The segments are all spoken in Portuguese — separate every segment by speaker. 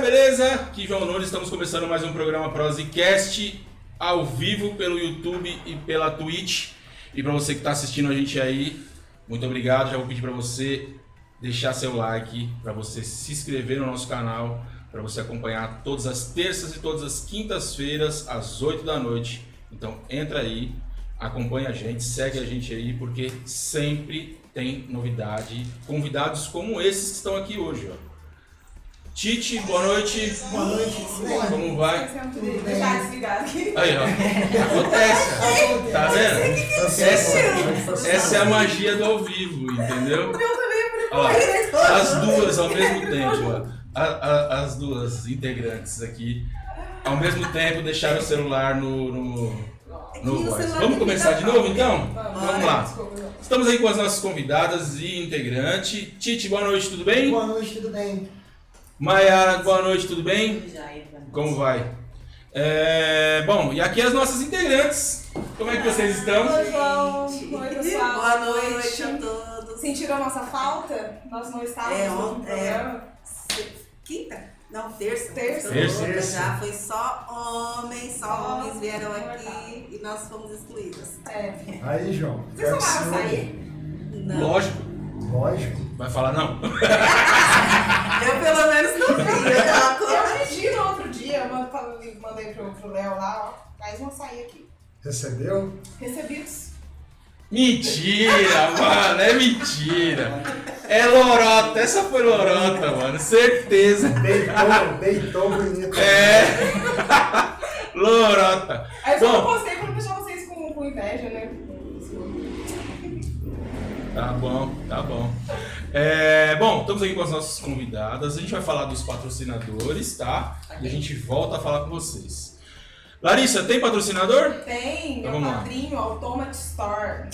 Speaker 1: beleza? Aqui João Nunes, estamos começando mais um programa Prosecast ao vivo pelo YouTube e pela Twitch. E para você que está assistindo a gente aí, muito obrigado. Já vou pedir para você deixar seu like, para você se inscrever no nosso canal, para você acompanhar todas as terças e todas as quintas-feiras às 8 da noite. Então entra aí, acompanha a gente, segue a gente aí, porque sempre tem novidade, convidados como esses que estão aqui hoje, ó. Tite, boa noite.
Speaker 2: Boa noite. Isso mesmo.
Speaker 1: Como vai?
Speaker 3: Deixar desligado aqui.
Speaker 1: Aí, ó. Acontece. Tá vendo? Essa, essa é a magia do ao vivo, entendeu? Ó, as duas ao mesmo tempo, ó. A- a- as duas integrantes aqui, ao mesmo tempo, deixaram o celular no. no... no
Speaker 3: o
Speaker 1: voz.
Speaker 3: celular
Speaker 1: Vamos
Speaker 3: tá
Speaker 1: começar de
Speaker 3: ligado.
Speaker 1: novo então? Vamos lá.
Speaker 3: Desculpa, não.
Speaker 1: Estamos aí com as nossas convidadas e integrante. Tite, boa noite, tudo bem?
Speaker 2: Boa noite, tudo bem?
Speaker 1: Maiara, boa noite, tudo bem?
Speaker 3: Já entra.
Speaker 1: Como vai? É, bom, e aqui as nossas integrantes. Como é que vocês estão?
Speaker 3: Oi, João. Oi, pessoal. é
Speaker 4: Boa noite a todos.
Speaker 3: Sentiram a nossa falta? Nós não estávamos
Speaker 4: É,
Speaker 3: no
Speaker 4: ontem.
Speaker 3: programa.
Speaker 4: Quinta? Não, terça.
Speaker 3: Terça.
Speaker 4: Essa
Speaker 1: Terça.
Speaker 4: outra
Speaker 2: Terça.
Speaker 4: Já foi só homens,
Speaker 3: Só
Speaker 4: só homens vieram
Speaker 3: homens,
Speaker 4: aqui e nós fomos excluídas.
Speaker 3: É.
Speaker 2: Aí, João.
Speaker 3: Vocês
Speaker 2: quero que
Speaker 3: tomaram
Speaker 2: você-
Speaker 3: açaí?
Speaker 4: Não.
Speaker 1: Lógico,
Speaker 2: Lógico.
Speaker 1: vai falar não.
Speaker 4: Eu pelo menos não vi. Eu tava com-
Speaker 3: Eu pedi no outro dia, eu mand- mandei pro, pro Léo lá, ó. Mais um açaí aqui.
Speaker 2: Recebeu?
Speaker 3: Recebidos.
Speaker 1: Mentira, mano, é mentira. É lorota, essa foi lorota, mano, certeza.
Speaker 2: Deitou, deitou bonito.
Speaker 1: É. Lorota.
Speaker 3: Aí eu só não
Speaker 1: Bom.
Speaker 3: postei pra não deixar vocês com, com inveja, né?
Speaker 1: Tá bom, tá bom. É, bom, estamos aqui com as nossas convidadas. A gente vai falar dos patrocinadores, tá? E a gente volta a falar com vocês. Larissa, tem patrocinador?
Speaker 3: Tem
Speaker 1: Então
Speaker 3: meu
Speaker 1: vamos lá.
Speaker 3: padrinho, Automate Store.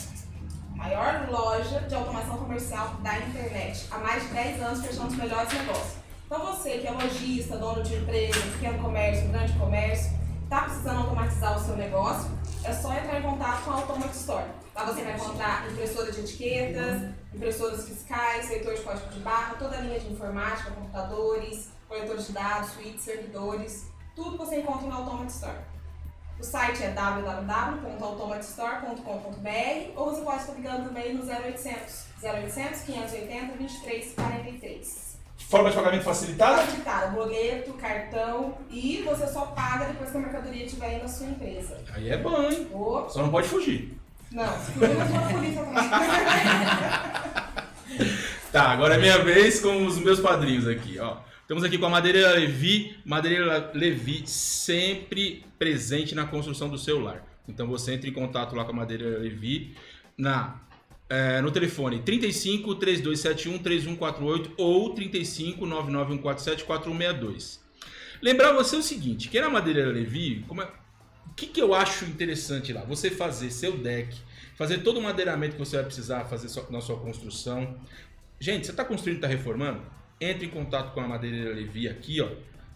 Speaker 3: Maior loja de automação comercial da internet. Há mais de 10 anos fechando os melhores negócios. Então você que é lojista, dono de empresa, pequeno comércio, um grande comércio, está precisando automatizar o seu negócio, é só entrar em contato com a Automate Store. Lá você vai encontrar impressora de etiquetas, impressoras fiscais, leitor de código de barra, toda a linha de informática, computadores, coletores de dados, suítes, servidores, tudo você encontra na Automate Store. O site é www.automatestore.com.br ou você pode estar ligando também no 0800 0800 580 2343.
Speaker 1: Forma de pagamento facilitada?
Speaker 3: Facilitada, Tá boleto, cartão e você só paga depois que a mercadoria estiver aí na sua empresa.
Speaker 1: Aí é bom, hein?
Speaker 3: Ou,
Speaker 1: Só não pode fugir.
Speaker 3: não, se não for polícia também.
Speaker 1: Tá, agora é minha vez com os meus padrinhos aqui, ó. Estamos aqui com a Madeireira Levi. Madeireira Levi sempre presente na construção do seu lar. Então você entra em contato lá com a Madeireira Levi na, é, no telefone 35 3271 3148 ou 35 99147 4162. Lembrar você o seguinte, que na Madeireira Levi, como é- o que, que eu acho interessante lá? Você fazer seu deck, fazer todo o madeiramento que você vai precisar fazer sua- na sua construção, Gente, você está construindo, está reformando? Entre em contato com a Madeireira Levi aqui, ó.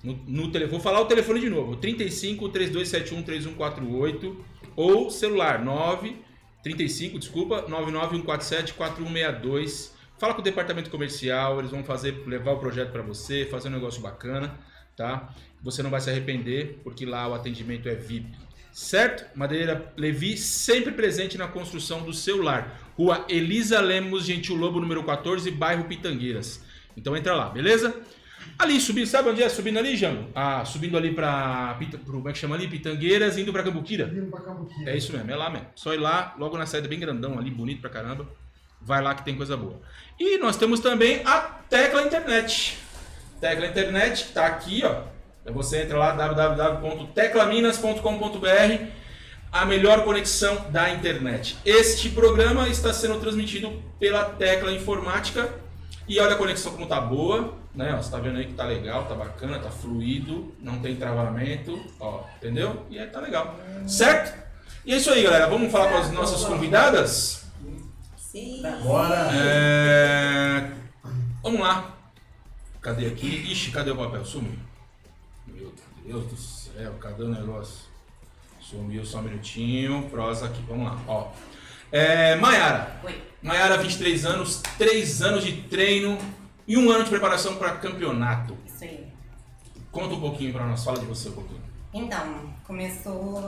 Speaker 1: No, no telefone, vou falar o telefone de novo: 35 3271 3148 ou celular 9 35, desculpa, 99147 4162. Fala com o departamento comercial, eles vão fazer levar o projeto para você, fazer um negócio bacana, tá? Você não vai se arrepender, porque lá o atendimento é VIP. Certo? Madeireira Levi sempre presente na construção do seu lar. Rua Elisa Lemos, Gentil Lobo, número 14, bairro Pitangueiras. Então entra lá, beleza? Ali subindo, sabe onde é? Subindo ali, Jango? Ah, subindo ali pra. Pita- pro- como é que chama ali? Pitangueiras, indo pra Cambuquira.
Speaker 2: Vindo pra Cambuquira.
Speaker 1: É isso mesmo, é lá mesmo. Só ir lá, logo na saída, bem grandão ali, bonito pra caramba. Vai lá que tem coisa boa. E nós temos também a Tecla Internet. Tecla Internet que tá aqui, ó. Então Você entra lá, www.teclaminas.com.br, a melhor conexão da internet. Este programa está sendo transmitido pela Tecla Informática. E olha a conexão como tá boa, né? Ó, você tá vendo aí que tá legal, tá bacana, tá fluido, não tem travamento, ó, entendeu? E aí tá legal. Certo? E é isso aí, galera. Vamos falar com as nossas convidadas?
Speaker 4: Sim.
Speaker 2: Bora.
Speaker 1: É... Vamos lá. Cadê aqui? Ixi, cadê o papel? Sumiu. Meu Deus do céu, cadê o negócio? Sumiu só um minutinho. Prosa aqui, vamos lá. Ó. É, Maiara.
Speaker 4: Oi.
Speaker 1: Maiara, 23 anos, 3 anos de treino e um ano de preparação para campeonato.
Speaker 4: Isso aí.
Speaker 1: Conta um pouquinho pra nós, fala de você um pouquinho.
Speaker 4: Então, começou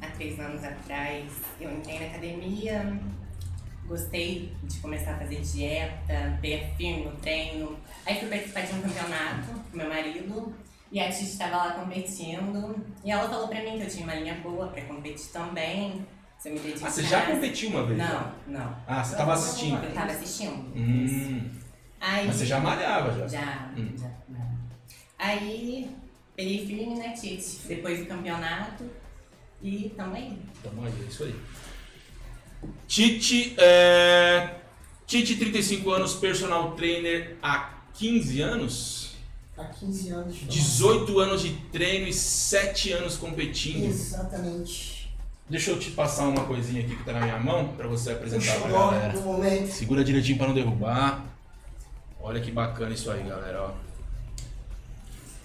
Speaker 4: há três anos atrás. Eu entrei na academia, gostei de começar a fazer dieta, pé firme no treino. Aí fui participar de um campeonato com meu marido e a Titi estava lá competindo. E ela falou pra mim que eu tinha uma linha boa pra competir também. Se eu me dedicasse.
Speaker 1: Ah, você já competiu uma vez?
Speaker 4: Não, não.
Speaker 1: Ah, você tava assistindo.
Speaker 4: Eu tava assistindo.
Speaker 1: Hum,
Speaker 4: Aí,
Speaker 1: mas você já malhava já.
Speaker 4: já,
Speaker 1: Hum.
Speaker 4: já. Aí, peguei firme na Tite, depois do campeonato. E tamo aí.
Speaker 1: Tamo aí, é isso aí. Tite, é... Tite, 35 anos, personal trainer há 15 anos,
Speaker 5: Há 15 anos. então.
Speaker 1: 18 anos de treino e 7 anos competindo.
Speaker 5: Exatamente.
Speaker 1: Deixa eu te passar uma coisinha aqui que tá na minha mão pra você
Speaker 5: O
Speaker 1: apresentar pra
Speaker 5: xodó
Speaker 1: galera.
Speaker 5: do momento.
Speaker 1: Segura direitinho pra não derrubar. Olha que bacana isso aí, galera, ó.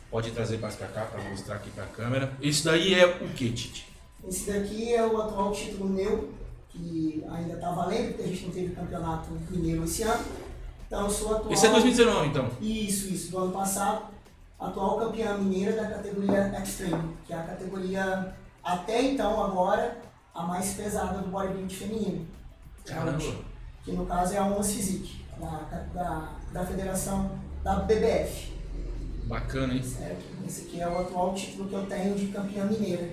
Speaker 1: Pode trazer mais pra cá pra mostrar aqui pra câmera. Isso daí é o que, Tite?
Speaker 5: Esse daqui é o atual título meu, que ainda está valendo, porque a gente não teve campeonato mineiro esse ano. Então eu sou atual.
Speaker 1: Esse é 2019, então.
Speaker 5: Isso, isso, do ano passado. Atual campeã mineira da categoria Extreme, que é a categoria, até então, agora, a mais pesada do bodybuilding feminino.
Speaker 1: Caramba.
Speaker 5: Que no caso é a Once Physique, da, da, da federação da BBF.
Speaker 1: Bacana, hein?
Speaker 5: certo? Esse aqui é o atual título que eu tenho de campeã mineira.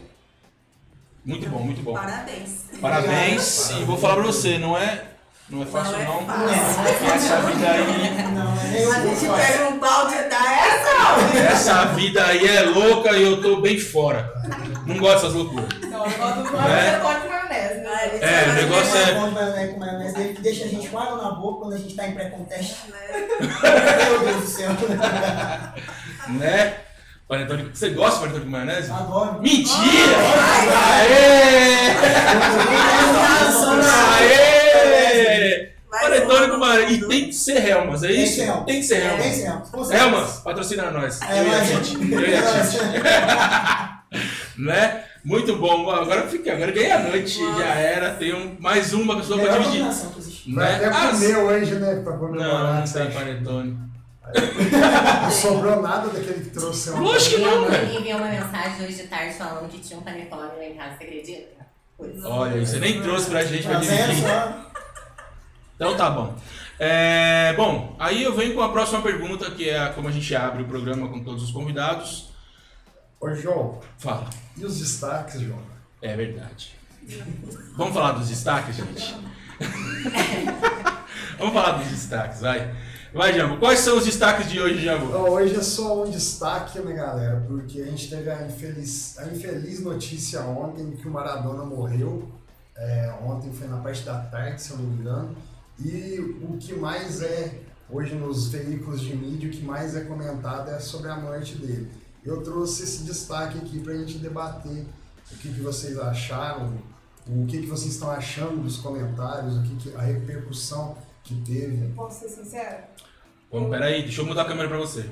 Speaker 1: Muito bom, muito bom.
Speaker 4: Parabéns.
Speaker 1: Parabéns. E vou falar pra você, não é, não é fácil,
Speaker 4: Não é
Speaker 1: não.
Speaker 4: fácil.
Speaker 1: Essa vida aí.
Speaker 5: Não, é
Speaker 4: A
Speaker 5: nenhum
Speaker 4: gente
Speaker 5: pouco fácil.
Speaker 4: pega um balde e dá essa,
Speaker 1: Essa vida aí é louca e eu tô bem fora. Não gosto dessas loucuras.
Speaker 3: Então, o negócio do
Speaker 1: É.
Speaker 3: é pode maionese, né?
Speaker 4: ó.
Speaker 1: É, o negócio é.
Speaker 5: Mas, mas, mas, mas, mas ele deixa a gente com água na boca quando a gente tá em pré-conteste.
Speaker 4: é.
Speaker 5: Meu Deus do céu.
Speaker 1: Né? Panetone. Você gosta de panetone com maionese?
Speaker 5: Adoro.
Speaker 1: Mentira! Aê! Aê!
Speaker 4: um
Speaker 1: Panetone com maionese. E tem que ser Helmas, é
Speaker 5: Tem que
Speaker 1: isso?
Speaker 5: ser Helmas.
Speaker 1: Tem que ser
Speaker 5: Tem
Speaker 1: Helmas.
Speaker 5: céu. com certeza.
Speaker 1: Helmas, patrocina nós.
Speaker 5: É,
Speaker 1: Eu e a
Speaker 5: mas-
Speaker 1: Tite. Eu e a Tite. né? Muito bom. Agora fiquei, agora ganhei a noite. Já era. Tem um, mais uma pessoa pra
Speaker 5: Melhor
Speaker 1: dividir.
Speaker 5: combinação que existe.
Speaker 2: É, Vai
Speaker 1: Né?
Speaker 2: até
Speaker 1: Ah,
Speaker 2: comer hoje, né? Pra
Speaker 1: não,
Speaker 2: comemorar.
Speaker 1: não tem panetone.
Speaker 2: Não sobrou nada daquele que trouxe. ontem.
Speaker 1: Lógico que
Speaker 4: Minha
Speaker 1: não, velho.
Speaker 4: mãe enviou uma mensagem hoje de tarde falando que tinha um panetone lá em casa, você acredita? Pois. é.
Speaker 1: Olha, você nem trouxe pra gente pra
Speaker 5: Tá vendo
Speaker 1: dividir.
Speaker 5: só?
Speaker 1: Então tá bom. É, bom, aí eu venho com a próxima pergunta, que é a- como a gente abre o programa com todos os convidados.
Speaker 2: Ô, João,
Speaker 1: Fala.
Speaker 2: e os destaques, João?
Speaker 1: É verdade. Vamos falar dos destaques, gente? Vamos falar dos destaques, vai. Vai, Jambo. Quais são os destaques de hoje, Jambo?
Speaker 2: Ó, hoje é só um destaque, né, galera? Porque a gente teve a infeliz, a infeliz notícia ontem que o Maradona morreu. É, ontem foi na parte da tarde, se eu não me engano. E o que mais é, hoje nos veículos de mídia, o que mais é comentado é sobre a morte dele. Eu trouxe esse destaque aqui pra gente debater o que, que vocês acharam, o que, que vocês estão achando dos comentários, o que, que a repercussão que teve.
Speaker 3: Posso ser sincera?
Speaker 1: Bom, peraí, deixa eu mudar a câmera pra você.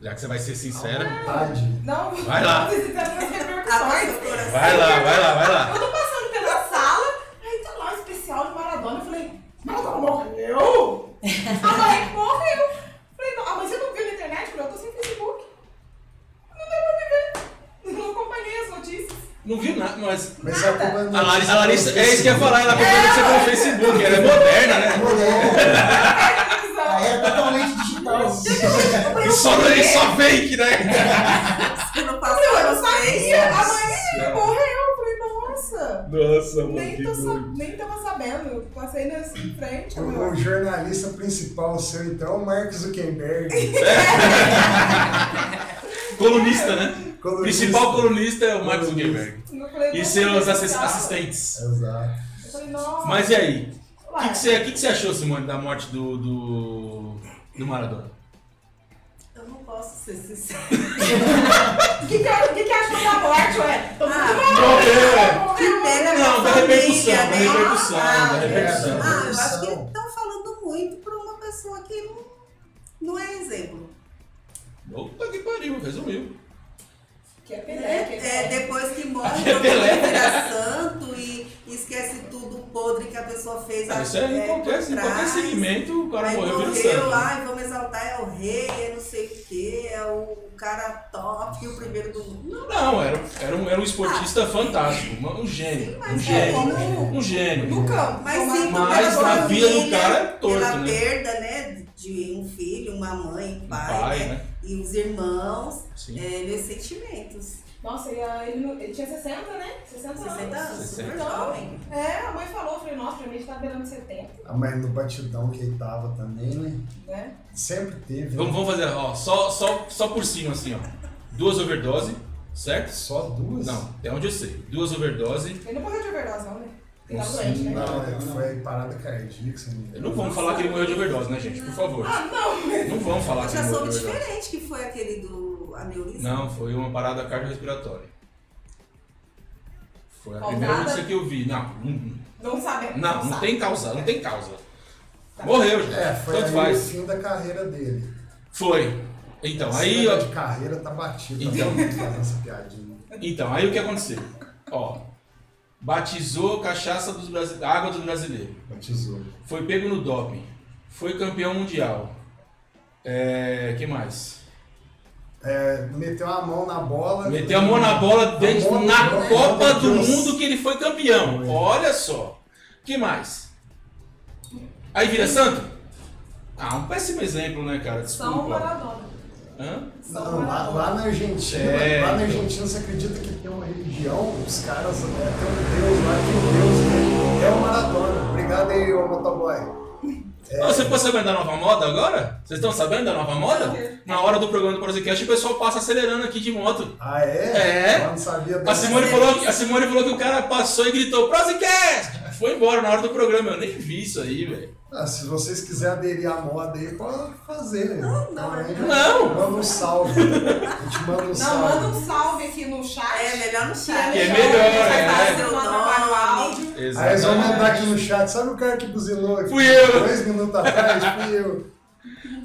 Speaker 1: Já que você vai ser sincera.
Speaker 2: A vontade
Speaker 3: Não,
Speaker 1: Vai lá.
Speaker 3: não precisa ter muitas
Speaker 4: Tá
Speaker 3: repercussões.
Speaker 4: Abre o coração.
Speaker 1: Vai lá, vai lá, vai lá.
Speaker 3: Eu tô passando pela sala, aí tá lá um especial de Maradona. Eu falei, Maradona morreu? A mãe morreu. Eu Falei, não, ah, mas você não viu na internet? Eu falei, eu tô sem Facebook. Não deu pra me ver. Não acompanhei as notícias.
Speaker 1: Não viu nada, mas.
Speaker 2: Mas a culpa não
Speaker 1: A Larissa, a Larissa- é isso que eu ia falar, ela acompanha você pelo Facebook, ela é moderna, né?
Speaker 5: Mulher,
Speaker 3: Televisão.
Speaker 5: ela era totalmente
Speaker 1: Ah,
Speaker 5: digital.
Speaker 1: é? E só, e só fake, né?
Speaker 4: Eu não
Speaker 3: Eu
Speaker 4: faço
Speaker 3: falei, eu não
Speaker 4: vocês.
Speaker 3: sabia. A mãe morreu. Eu falei, nossa.
Speaker 1: Nossa,
Speaker 3: Nem, tô sa- nem tava sabendo. Eu Passei nessa em frente.
Speaker 2: O,
Speaker 3: eu
Speaker 2: o
Speaker 3: falei,
Speaker 2: jornalista principal seu, então, é o Mark Zuckerberg.
Speaker 1: Colunista, né?
Speaker 2: colunista.
Speaker 1: Principal colunista é o Marcos Zuckerberg.
Speaker 3: eu falei,
Speaker 1: E
Speaker 3: nossa,
Speaker 1: seus
Speaker 3: que
Speaker 1: assis-
Speaker 3: legal.
Speaker 1: assistentes.
Speaker 2: Exato.
Speaker 3: Eu falei, nossa.
Speaker 1: Mas e aí? O
Speaker 3: Ué.
Speaker 1: que, que você, o que, que você achou, Simone, da morte do. do. do Maradona?
Speaker 4: Eu não posso ser sincera.
Speaker 3: O que, que, eu- o que, que achou da morte, ué? Todo mundo
Speaker 4: Ah,
Speaker 3: morreu.
Speaker 4: Que pena
Speaker 1: Não, da
Speaker 4: minha
Speaker 1: repercussão, da
Speaker 4: família, né?
Speaker 1: repercussão, da
Speaker 4: Ah,
Speaker 1: repercussão.
Speaker 4: Ah, eu acho que estão falando muito para uma pessoa que não, não é exemplo.
Speaker 1: Puta que pariu, resumiu.
Speaker 3: Que é
Speaker 4: É,
Speaker 6: né?
Speaker 3: Pelé, que é Pelé.
Speaker 4: depois que morre,
Speaker 1: Aqui é
Speaker 4: todo mundo
Speaker 1: Pelé.
Speaker 4: vira santo e,
Speaker 6: e esquece tudo podre que a pessoa fez.
Speaker 1: Ah,
Speaker 6: há
Speaker 1: Isso é em
Speaker 6: é,
Speaker 1: qualquer,
Speaker 6: por
Speaker 1: em qualquer
Speaker 6: trás.
Speaker 1: segmento, o cara
Speaker 6: Aí
Speaker 1: morreu
Speaker 6: morreu
Speaker 1: virou santo.
Speaker 6: lá e vamos exaltar, é o rei, é não sei o que, é o cara top, o primeiro do mundo.
Speaker 1: Não, era, era, um, era um esportista fantástico, uma- um gênio. Um
Speaker 6: Ah. Mas é
Speaker 1: gênio.
Speaker 6: como
Speaker 1: Um gênio.
Speaker 3: No campo.
Speaker 6: Mas
Speaker 3: Como
Speaker 6: sim,
Speaker 3: a-
Speaker 1: Mas
Speaker 6: pela
Speaker 1: na vida do
Speaker 6: família,
Speaker 1: cara é torto,
Speaker 6: pela
Speaker 1: né?
Speaker 6: perda, né? De um filho, uma mãe,
Speaker 1: Um
Speaker 6: pai,
Speaker 1: pai,
Speaker 6: né?
Speaker 1: né?
Speaker 6: E os irmãos,
Speaker 1: Sim.
Speaker 6: é, meus sentimentos.
Speaker 3: Nossa, e a- ele, não- ele tinha 60, né? 60 anos.
Speaker 6: 60 anos,
Speaker 1: 60.
Speaker 6: super jovem.
Speaker 3: É, a mãe falou, eu falei, nossa, pra mim ele tá beirando 70,
Speaker 2: Ah, Mas no batidão que ele tava também, né?
Speaker 3: né?
Speaker 2: Sempre teve.
Speaker 1: Vamos,
Speaker 2: Né?
Speaker 1: vamos fazer, ó, só, só, só por cima, assim, ó. Duas overdose, certo?
Speaker 2: Só duas?
Speaker 1: Não, até onde eu sei. Duas overdose.
Speaker 3: Ele não morreu de overdose, não, né? Ele tá
Speaker 1: Nossa,
Speaker 3: doente, né?
Speaker 2: Não, é que
Speaker 5: Não.
Speaker 2: foi parada cardíaca, se não me engano.
Speaker 1: Não vamos falar que ele morreu de overdose, né, gente? Por favor.
Speaker 3: Ah, não!
Speaker 1: Não vamos falar
Speaker 6: Eu
Speaker 1: que ele
Speaker 6: já
Speaker 1: morreu de
Speaker 6: soube
Speaker 1: overdose.
Speaker 6: diferente que foi aquele do aneurisma.
Speaker 1: né? Não, foi uma parada cardiorrespiratória. Foi a
Speaker 3: Causada?
Speaker 1: primeira notícia que eu vi. Não, um, não,
Speaker 3: Não sabe.
Speaker 1: não, não
Speaker 3: sabe.
Speaker 1: tem causa, não tem causa.
Speaker 3: Tá.
Speaker 1: Morreu, gente.
Speaker 2: É, foi
Speaker 1: Tanto
Speaker 2: aí o
Speaker 1: faz.
Speaker 2: fim da carreira dele.
Speaker 1: Foi. Então,
Speaker 2: Essa
Speaker 1: aí,
Speaker 2: ideia
Speaker 1: ó,
Speaker 2: de carreira tá batida.
Speaker 1: Então.
Speaker 2: Tá fazendo essa piadinha.
Speaker 1: então, aí o que aconteceu? Ó, batizou cachaça dos brasileiros, água dos brasileiros.
Speaker 2: Batizou.
Speaker 1: Foi pego no doping. Foi campeão mundial. É, que mais?
Speaker 2: É, meteu a mão na bola.
Speaker 1: Meteu a mão na bola dentro,
Speaker 2: mão
Speaker 1: na
Speaker 2: na bola,
Speaker 1: Copa do
Speaker 2: Deus.
Speaker 1: Mundo que ele foi campeão.
Speaker 2: Foi.
Speaker 1: Olha só. Que mais? Aí vira santo? Ah, um péssimo exemplo, né, cara?
Speaker 3: São
Speaker 1: Desculpa.
Speaker 3: um Maradona. um
Speaker 1: Hã?
Speaker 2: Não, lá, lá na Argentina,
Speaker 1: É.
Speaker 2: lá na Argentina você acredita que tem uma religião, os caras é, tem um deus lá, que o deus né, é o Maradona. Obrigado aí, ô motoboy.
Speaker 1: Ô, Ah, Você ficou sabendo da nova moda agora? Vocês estão sabendo da nova moda? Na hora do programa do podcast, o pessoal passa acelerando aqui de moto.
Speaker 2: Ah, é?
Speaker 1: É.
Speaker 2: Eu não sabia
Speaker 1: A
Speaker 2: dessa.
Speaker 1: Simone, falou, que- a Simone falou que o cara passou e gritou, Prozicast! Foi embora na hora do programa, eu nem vi isso aí, velho.
Speaker 2: Ah, se vocês quiserem aderir à moda aí, pode fazer. Não,
Speaker 6: não,
Speaker 1: não.
Speaker 2: Manda um salve. A gente manda um
Speaker 3: Não,
Speaker 2: salve.
Speaker 3: manda um salve aqui no chat.
Speaker 6: É melhor no
Speaker 3: Que
Speaker 6: chat.
Speaker 1: Que é melhor,
Speaker 3: vai
Speaker 1: é.
Speaker 3: fazer o nome, o áudio.
Speaker 2: Aí eles vão mandar aqui no chat, sabe o cara que buzinou aqui?
Speaker 1: Fui eu.
Speaker 2: Dois minutos atrás, fui eu.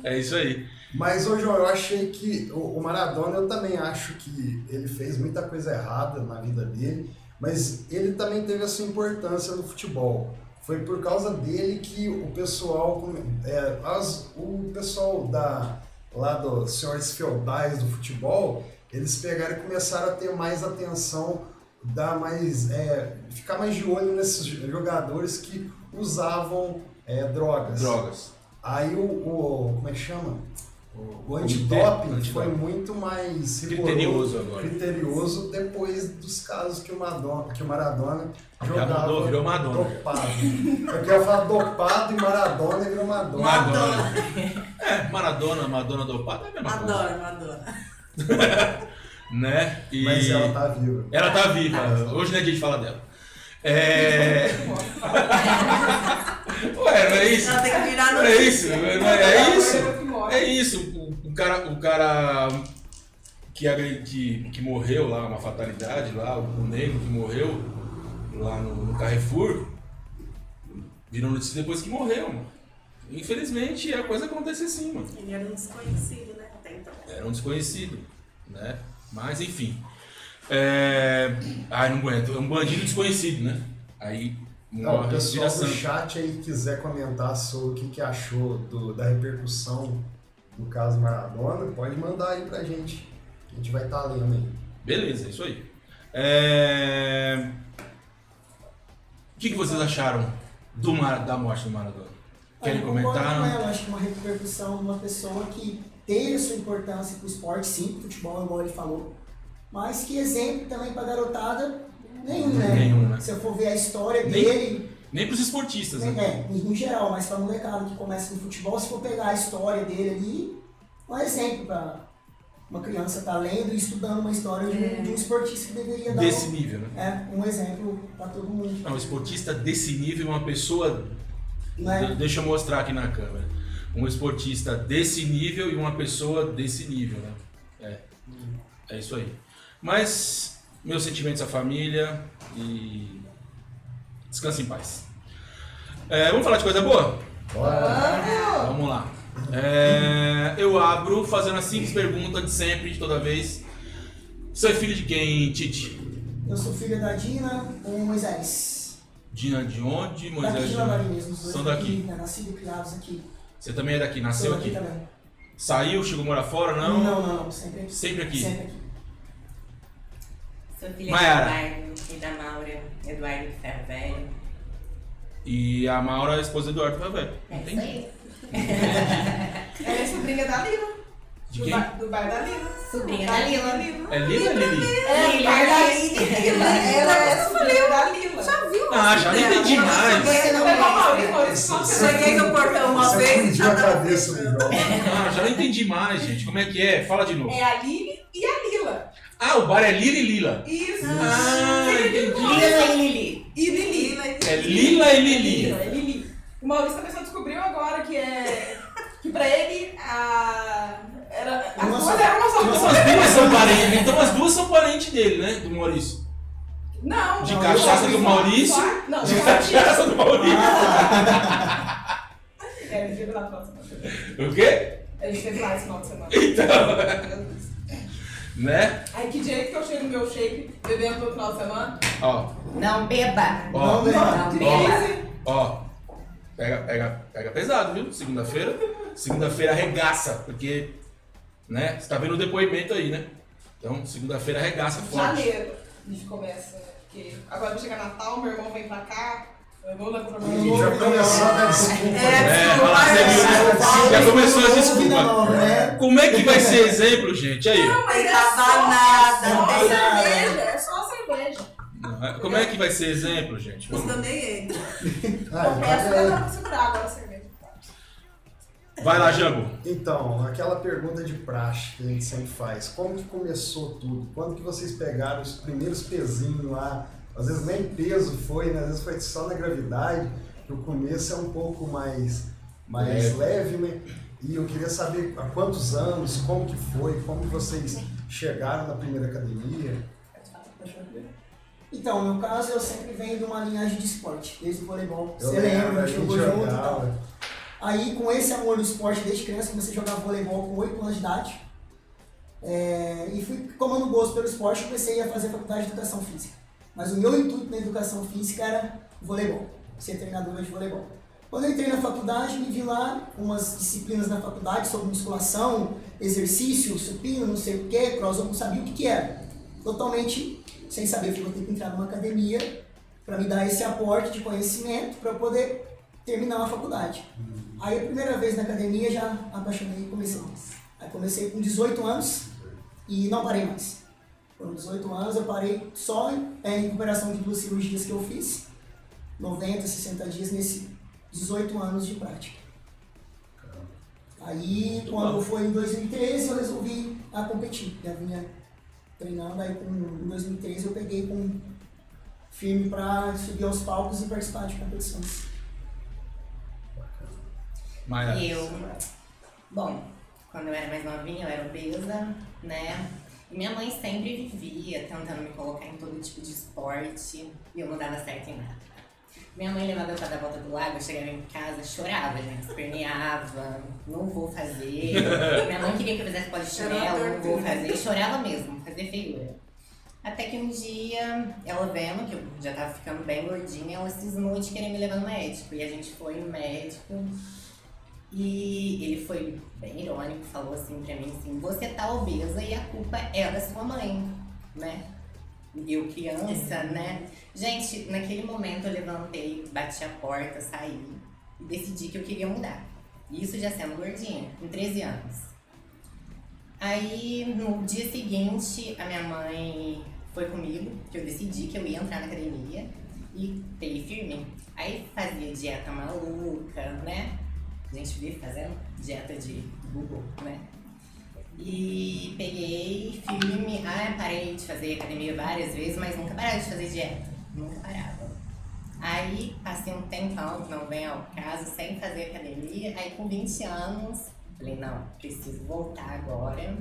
Speaker 1: É isso aí.
Speaker 2: Mas, ô João, eu achei que o o Maradona, eu também acho que ele fez muita coisa errada na vida dele, mas ele também teve a sua importância no futebol. Foi por causa dele que o pessoal, come- é, as- o pessoal da, lá dos senhores feudais do futebol, eles pegaram e começaram a ter mais atenção, dar mais, é, ficar mais de olho nesses jogadores que usavam é, drogas.
Speaker 1: Drogas.
Speaker 2: Aí o, o- como é que chama? O, o
Speaker 1: Comitê,
Speaker 2: antidoping
Speaker 1: antidoping.
Speaker 2: foi muito mais rigoroso,
Speaker 1: Criterioso agora.
Speaker 2: criterioso depois dos casos que o, Madonna, que o Maradona
Speaker 1: Ah, Já
Speaker 2: jogava
Speaker 1: mudou, virou né? Madonna.
Speaker 2: dopado. Eu quero falar dopado e Maradona e virou Madonna.
Speaker 1: Madonna. É, Maradona, Madonna dopada é a mesma
Speaker 6: Ah,
Speaker 1: coisa.
Speaker 6: Adoro, adoro.
Speaker 1: Né? E
Speaker 2: Mas ela tá viva.
Speaker 1: ela tá viva. Hoje não é dia de falar dela. É. Ué, não é isso?
Speaker 6: Ela tem que virar
Speaker 1: Não
Speaker 6: Tá no
Speaker 1: é isso? Não é, é isso?
Speaker 3: Eu que moro.
Speaker 1: É isso. O, o cara, o cara que, agre- que, que morreu lá, uma fatalidade lá, o, o negro que morreu lá no, no Carrefour, virou notícia depois que morreu, mano. Infelizmente a coisa acontece assim, mano.
Speaker 6: Ele era um desconhecido, né? Até então.
Speaker 1: Era um desconhecido, né? Mas enfim. É... Ai, não aguento. É um bandido desconhecido, né? Aí
Speaker 2: Então, o
Speaker 1: morre,
Speaker 2: pessoal
Speaker 1: vira
Speaker 2: do
Speaker 1: santo.
Speaker 2: chat aí quiser comentar sobre o que, que achou do- da repercussão do caso Maradona, pode mandar aí pra gente. A gente vai estar lendo aí.
Speaker 1: Beleza, é isso aí. É... O que, que vocês acharam do Mar... da morte do Maradona? Querem
Speaker 5: Eu concordo com
Speaker 1: comentar?
Speaker 5: ela, acho que é uma repercussão de uma pessoa que teve a sua importância pro esporte, sim, pro futebol, igual ele falou, mas que exemplo também pra garotada, nenhum, né?
Speaker 1: Nenhum, né?
Speaker 5: Se eu for ver a história
Speaker 1: Nem-
Speaker 5: dele,
Speaker 1: Nem pros esportistas,
Speaker 5: né,
Speaker 1: né?
Speaker 5: é, em geral, mas pra molecada que começa no futebol, se for pegar a história dele ali, um exemplo pra uma criança tá lendo e estudando uma história de, um- de um esportista que deveria dar
Speaker 1: Desse
Speaker 5: um,
Speaker 1: nível, né?
Speaker 5: é, um exemplo pra todo mundo.
Speaker 1: Não, um esportista desse nível é uma pessoa.
Speaker 5: Né?
Speaker 1: De- Deixa eu mostrar aqui na câmera. Um esportista desse nível e uma pessoa desse nível, né? É. É isso aí. Mas, meus sentimentos à família e. Descanse em paz. É, vamos falar de coisa boa?
Speaker 2: Bora!
Speaker 1: Vamos lá. É, eu abro fazendo a simples pergunta de sempre, de toda vez. Você é filho de quem, Tite?
Speaker 5: um Eu sou filho da Dina com o Moisés.
Speaker 1: Dina de onde? Moisés
Speaker 5: Daqui
Speaker 1: de
Speaker 5: de Lavarim
Speaker 1: onde?
Speaker 5: mesmo, os dois
Speaker 1: São daqui.
Speaker 5: né? Nascido e criados aqui.
Speaker 1: Você também é daqui,
Speaker 5: Sou
Speaker 1: nasceu
Speaker 5: daqui
Speaker 1: aqui.
Speaker 5: também.
Speaker 1: Saiu, chegou a morar fora, não?
Speaker 5: não, não, não, sempre aqui.
Speaker 1: Sempre aqui.
Speaker 5: Sempre aqui.
Speaker 4: Sou filha
Speaker 1: Maiara.
Speaker 4: é do Eduardo e da Maura, Eduardo do Ferro Velho.
Speaker 1: E a Maura é a esposa do Eduardo Favé.
Speaker 4: É isso
Speaker 1: Entendi.
Speaker 4: aí.
Speaker 3: Ela é sobrinha da Lila.
Speaker 1: De
Speaker 3: do
Speaker 1: quem?
Speaker 3: bar- Do bar da Lila.
Speaker 4: Sobrinha
Speaker 3: Da
Speaker 4: da
Speaker 6: né? um
Speaker 3: Lila. Lila.
Speaker 1: É Lili ou Lili?
Speaker 4: É,
Speaker 6: Ela é
Speaker 3: sobrinha da Lila.
Speaker 6: Já viu?
Speaker 1: Ah, já
Speaker 6: dela?
Speaker 1: entendi mais.
Speaker 3: Você não pegou mal, depois.
Speaker 2: Isso-
Speaker 3: Só
Speaker 2: isso-
Speaker 3: que
Speaker 6: Cheguei no portão uma
Speaker 2: Você
Speaker 6: vez e
Speaker 2: fundiu
Speaker 6: já
Speaker 2: a
Speaker 6: tava
Speaker 2: cabeça do
Speaker 6: pensando.
Speaker 2: Igor.
Speaker 1: Ah, já entendi mais, gente. Como é que é? Fala de novo.
Speaker 3: É a Lili e a Lila.
Speaker 1: Ah, o bar é Lili e Lila.
Speaker 3: Isso.
Speaker 1: Ah, entendi.
Speaker 4: Lila e Lili.
Speaker 3: E Lili.
Speaker 1: É Lila e Lili.
Speaker 3: Lila, é Lili. O Maurício também só descobriu agora que é. Que pra ele a. Era. As
Speaker 5: Nossa.
Speaker 3: duas eram uma só
Speaker 1: Então as duas são parentes. Então as duas são parentes dele, né? Do Maurício.
Speaker 3: Não.
Speaker 1: De
Speaker 3: não,
Speaker 1: cachaça
Speaker 3: não,
Speaker 1: do
Speaker 3: não,
Speaker 1: Maurício?
Speaker 3: só- Não,
Speaker 1: De
Speaker 3: só tinha.
Speaker 1: cachaça do Maurício.
Speaker 3: É, ele veio lá próxima.
Speaker 1: O quê?
Speaker 3: A gente fez lá esse final de semana.
Speaker 1: Então, né?
Speaker 3: Aí que jeito que eu chego no meu shake bebendo todo final de semana?
Speaker 1: Ó,
Speaker 4: Não beba.
Speaker 1: ó,
Speaker 5: Não,
Speaker 4: Não beba.
Speaker 3: Crise.
Speaker 1: ó. Pega, pega, pega pesado, viu? Segunda-feira. Segunda-feira arregaça, porque, né? Você tá vendo o depoimento aí, né? Então, segunda-feira arregaça forte.
Speaker 3: Janeiro. A gente começa. Porque agora vai chegar Natal, meu irmão vem pra cá. Meu irmão leva pra
Speaker 5: Hum,
Speaker 3: mim.
Speaker 2: Já começou a
Speaker 6: É,
Speaker 2: desculpa.
Speaker 1: É,
Speaker 6: desculpa,
Speaker 1: falar
Speaker 6: é.
Speaker 1: sério, Já começou a desculpa.
Speaker 5: né?
Speaker 1: Como é que vai ser exemplo, gente? Aí. ó.
Speaker 6: Tem rabanada,
Speaker 3: só
Speaker 6: tem
Speaker 3: cerveja. É só cerveja.
Speaker 1: Como é que vai ser exemplo, gente?
Speaker 6: Eu
Speaker 1: Vamos-
Speaker 6: também entro.
Speaker 2: Ah,
Speaker 3: O resto eu
Speaker 2: então,
Speaker 3: tava segurar agora a cerveja.
Speaker 1: Vai lá, Jambo.
Speaker 2: Então, aquela pergunta de praxe que a gente sempre faz. Como que começou tudo? Quando que vocês pegaram os primeiros pezinhos lá? Às vezes nem peso foi, né? Às vezes foi só na gravidade, que o começo é um pouco mais, mais
Speaker 1: Leve.
Speaker 2: leve, né? E eu queria saber há quantos anos, como que foi, como que vocês chegaram na primeira academia.
Speaker 5: Então, no caso, eu sempre venho de uma linhagem de esporte, desde o voleibol.
Speaker 2: Eu
Speaker 5: Você lembra, a gente jogou junto e tal.
Speaker 2: jogava.
Speaker 5: Aí, com esse amor do esporte desde criança, comecei a jogar voleibol com 8 anos de idade. É, e fui tomando gosto pelo esporte comecei a fazer faculdade de educação física. Mas o meu intuito na educação física era voleibol, ser treinador de voleibol. Quando eu entrei na faculdade, me vi lá com umas disciplinas na faculdade sobre musculação, exercício, supino, não sei o que, cross, eu não sabia o que, que era. Totalmente sem saber que eu vou ter que entrar numa academia para me dar esse aporte de conhecimento para eu poder terminar a faculdade. Aí a primeira vez na academia já apaixonei e comecei. Aí comecei com 18 anos e não parei mais. Foram 18 anos, eu parei só em, é, em recuperação de duas cirurgias que eu fiz, 90, 60 dias nesse 18 anos de prática. Aí quando foi em 2013 eu resolvi a competir, já vinha treinando, aí com, em 2013 eu peguei com firme para subir aos palcos e participar de competições.
Speaker 1: Maia.
Speaker 4: E eu, bom, quando eu era mais novinha, eu era obesa, né? E minha mãe sempre vivia tentando me colocar em todo tipo de esporte e eu não dava certo em nada. Minha mãe levava eu pra dar a volta do lago, eu chegava em casa, chorava, né? esperneava, não vou fazer. Minha mãe queria que eu fizesse polichinelo, não vou fazer. Chorava mesmo, fazia feiura. Até que um dia, ela vendo que eu já tava ficando bem gordinha, ela cismou de querer me levar no médico. E a gente foi no médico, e ele foi bem irônico, falou assim pra mim assim, você tá obesa e a culpa é da sua mãe, né? Eu criança, né? Gente, naquele momento eu levantei, bati a porta, saí e decidi que eu queria mudar. Isso já sendo gordinha, com 13 anos. Aí no dia seguinte a minha mãe foi comigo, que eu decidi que eu ia entrar na academia e peguei firme. Aí fazia dieta maluca, né? A gente vive fazendo dieta de Google, né? E peguei filme, ah, parei de fazer academia várias vezes, mas nunca parava de fazer dieta. Nunca parava. Aí passei um tempão, que não vem ao caso, sem fazer academia. Aí com 20 anos, falei, não, preciso voltar agora.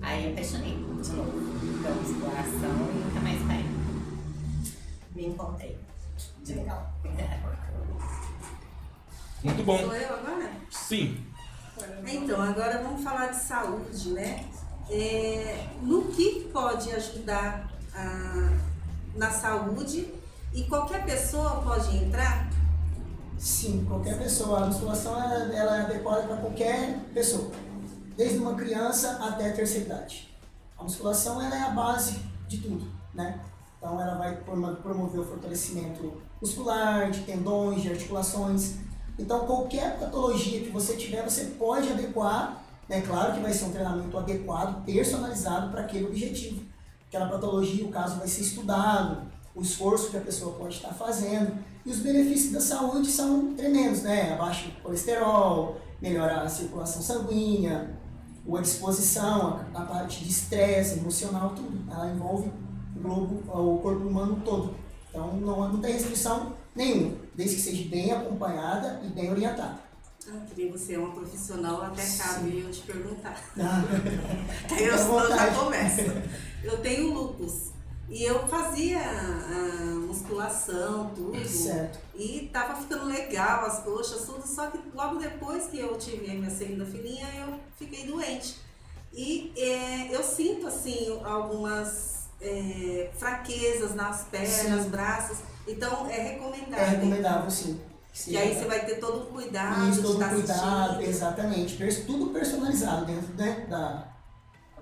Speaker 4: Aí eu apaixonei de novo pela musculação e nunca mais parei. Me encontrei. De novo.
Speaker 1: Muito bom.
Speaker 6: Sou eu agora?
Speaker 1: Sim.
Speaker 6: Então, agora vamos falar de saúde, né? É, no que pode ajudar a- na saúde E qualquer pessoa pode entrar?
Speaker 5: Sim, qualquer pessoa. A musculação ela, ela é adequada para qualquer pessoa, desde uma criança até a terceira idade. A musculação ela é a base de tudo, né? Então ela vai promo- promover o fortalecimento muscular, de tendões, de articulações. Então qualquer patologia que você tiver, você pode adequar. É né? claro que vai ser um treinamento adequado, personalizado para aquele objetivo. Aquela patologia, o caso vai ser estudado, o esforço que a pessoa pode estar fazendo. E os benefícios da saúde são tremendos, né? Abaixa o colesterol, melhora a circulação sanguínea, a disposição, a, a parte de estresse emocional, tudo. Ela envolve o globo, o corpo humano todo. Então não, não tem restrição nenhuma, desde que seja bem acompanhada e bem orientada.
Speaker 6: Ah, que bem, você é uma profissional, até
Speaker 5: Sim.
Speaker 6: cabe eu te perguntar.
Speaker 5: Tá?
Speaker 6: Eu
Speaker 5: à
Speaker 6: só já
Speaker 5: vontade.
Speaker 6: começo. Eu tenho lupus. E eu fazia ah, musculação, tudo.
Speaker 5: certo.
Speaker 6: E tava ficando legal as coxas, tudo, só que logo depois que eu tive a minha segunda filhinha, eu fiquei doente. E é, eu sinto, assim, algumas é, fraquezas nas pernas,
Speaker 5: Sim.
Speaker 6: braços. Então, é
Speaker 5: É
Speaker 6: recomendado.
Speaker 5: recomendável sim.
Speaker 6: E aí você vai ter todo um cuidado de
Speaker 5: Isso, todo
Speaker 6: estar
Speaker 5: cuidado,
Speaker 6: assistindo.
Speaker 5: exatamente. Pers- Tudo personalizado dentro né, da,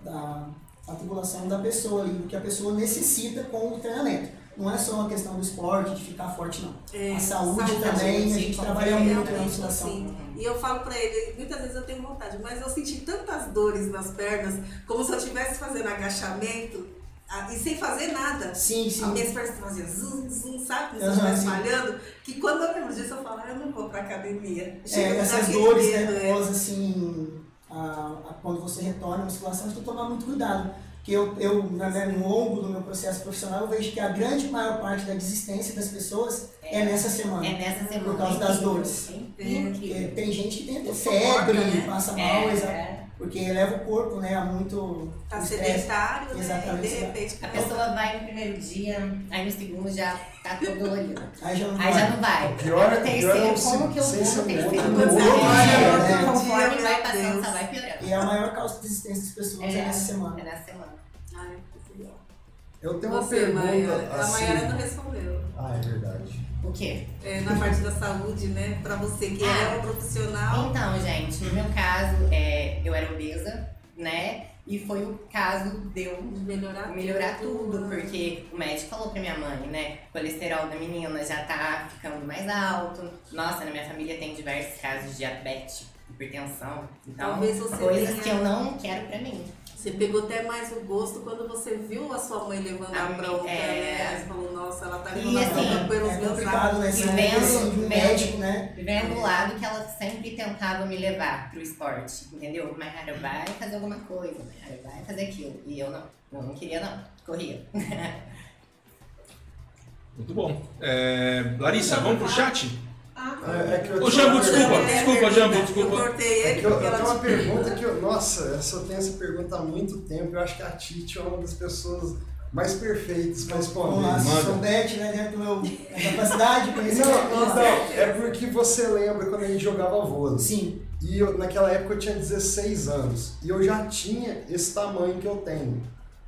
Speaker 5: da articulação da pessoa e o que a pessoa necessita com o treinamento. Não é só uma questão do esporte, de ficar forte, não.
Speaker 6: É,
Speaker 5: a saúde,
Speaker 6: saúde,
Speaker 5: também, a
Speaker 4: sim,
Speaker 5: gente
Speaker 4: com-
Speaker 5: trabalha muito na
Speaker 6: realmente,
Speaker 5: musculação.
Speaker 6: assim. E eu falo pra ele, muitas vezes eu tenho vontade, mas eu senti tantas dores nas pernas, como se eu estivesse fazendo agachamento ah, e sem fazer nada.
Speaker 5: Sim, É,
Speaker 6: A
Speaker 5: sim.
Speaker 6: minha pernas fazia zum, zum, sabe? Como se eu
Speaker 5: Aham,
Speaker 6: estivesse
Speaker 5: sim.
Speaker 6: falhando. Que quando eu lembro disso, eu falo, ah, eu não vou pra academia.
Speaker 5: É,
Speaker 6: a me dar
Speaker 5: essas
Speaker 6: aquele
Speaker 5: dores né?
Speaker 6: medo, é.
Speaker 5: nervosas, assim, a- a- quando você retorna à musculação, você tem que tomar muito cuidado. Porque eu, eu na minha- no longo do meu processo profissional, eu vejo que a grande maior parte da desistência das pessoas é, nessa semana.
Speaker 4: É nessa semana.
Speaker 5: Por causa das dores.
Speaker 4: É incrível.
Speaker 5: É,
Speaker 4: É.
Speaker 5: tem gente que tem até
Speaker 6: Sufoca,
Speaker 5: febre,
Speaker 6: né?
Speaker 5: passa mal, exa-
Speaker 4: É,
Speaker 5: porque leva o corpo né, a muito
Speaker 6: Tá
Speaker 5: estresse.
Speaker 6: sedentário, né? E
Speaker 5: Exatamente,
Speaker 6: de
Speaker 5: né?
Speaker 6: repente...
Speaker 4: A pessoa vai no primeiro dia, aí no segundo já tá todo dolorido.
Speaker 5: Aí já não
Speaker 4: Aí já não vai.
Speaker 2: Pior-
Speaker 4: Aí no terceiro,
Speaker 2: pior é o
Speaker 4: como que eu
Speaker 2: sem-
Speaker 4: vou
Speaker 2: sem
Speaker 4: ter
Speaker 2: ser
Speaker 4: que
Speaker 2: morto,
Speaker 4: fazer
Speaker 2: né?
Speaker 4: isso?
Speaker 5: É.
Speaker 4: Conforme
Speaker 6: Meu
Speaker 4: vai passando,
Speaker 6: Deus.
Speaker 4: só vai piorando.
Speaker 5: E é a maior causa de desistência das pessoas é, nessa semana.
Speaker 4: É nessa semana.
Speaker 6: Ai, que
Speaker 2: Eu tenho uma
Speaker 6: Você,
Speaker 2: pergunta.
Speaker 6: Maiara. A
Speaker 2: assim...
Speaker 6: Maiara não respondeu.
Speaker 2: Ah, é verdade.
Speaker 4: O quê?
Speaker 6: É, na parte da saúde, né? Pra você que é um profissional.
Speaker 4: Então, gente, no meu caso, é, eu era obesa, né? E foi o caso de eu
Speaker 6: de Melhorar, né?
Speaker 4: melhorar tudo, porque o médico falou pra minha mãe, né? O colesterol da menina já tá ficando mais alto. Nossa, na minha família tem diversos casos de diabetes, hipertensão. Então,
Speaker 6: Talvez você
Speaker 4: coisas
Speaker 6: tenha-
Speaker 4: que eu não quero pra mim.
Speaker 6: Você pegou até mais o gosto quando você viu a sua mãe levando a
Speaker 4: Ah,
Speaker 6: bronca,
Speaker 4: é.
Speaker 6: né? Aí Você falou, nossa, ela tá
Speaker 4: E
Speaker 6: levando a
Speaker 4: assim,
Speaker 6: bronca pelos
Speaker 5: É
Speaker 6: meus
Speaker 5: complicado, né?
Speaker 6: lábios.
Speaker 5: Você
Speaker 4: E
Speaker 5: não
Speaker 4: vendo-
Speaker 5: precisa de um
Speaker 4: vendo-
Speaker 5: médico, né?
Speaker 4: Vendo o lado que ela sempre tentava me levar pro esporte, entendeu? Mayara vai fazer alguma coisa, Mayara vai fazer aquilo. E eu não, eu não queria não, corria.
Speaker 1: Muito bom. É, Larissa, vamos pro chat?
Speaker 3: Ah,
Speaker 2: É, é que eu
Speaker 1: Ô,
Speaker 2: tinha
Speaker 1: Jambo,
Speaker 2: uma
Speaker 1: desculpa,
Speaker 2: pergunta.
Speaker 1: desculpa, Jambo, desculpa.
Speaker 6: Eu cortei
Speaker 2: É
Speaker 6: ele
Speaker 2: que eu,
Speaker 6: porque
Speaker 2: eu
Speaker 6: ela
Speaker 2: tenho uma
Speaker 6: te...
Speaker 2: pergunta que eu, nossa, essa eu tenho essa pergunta há muito tempo. Eu acho que a Titi é uma das pessoas mais perfeitas para
Speaker 5: Vamos
Speaker 2: responder.
Speaker 5: lá, se
Speaker 1: Manda.
Speaker 5: soubete, né? Dentro do meu, da minha capacidade, conhecimento.
Speaker 2: Não, não, é porque você lembra quando a gente jogava
Speaker 5: Então,
Speaker 2: vôlei.
Speaker 5: Sim,
Speaker 2: E eu- naquela época eu tinha 16 anos. E eu já tinha esse tamanho que eu tenho.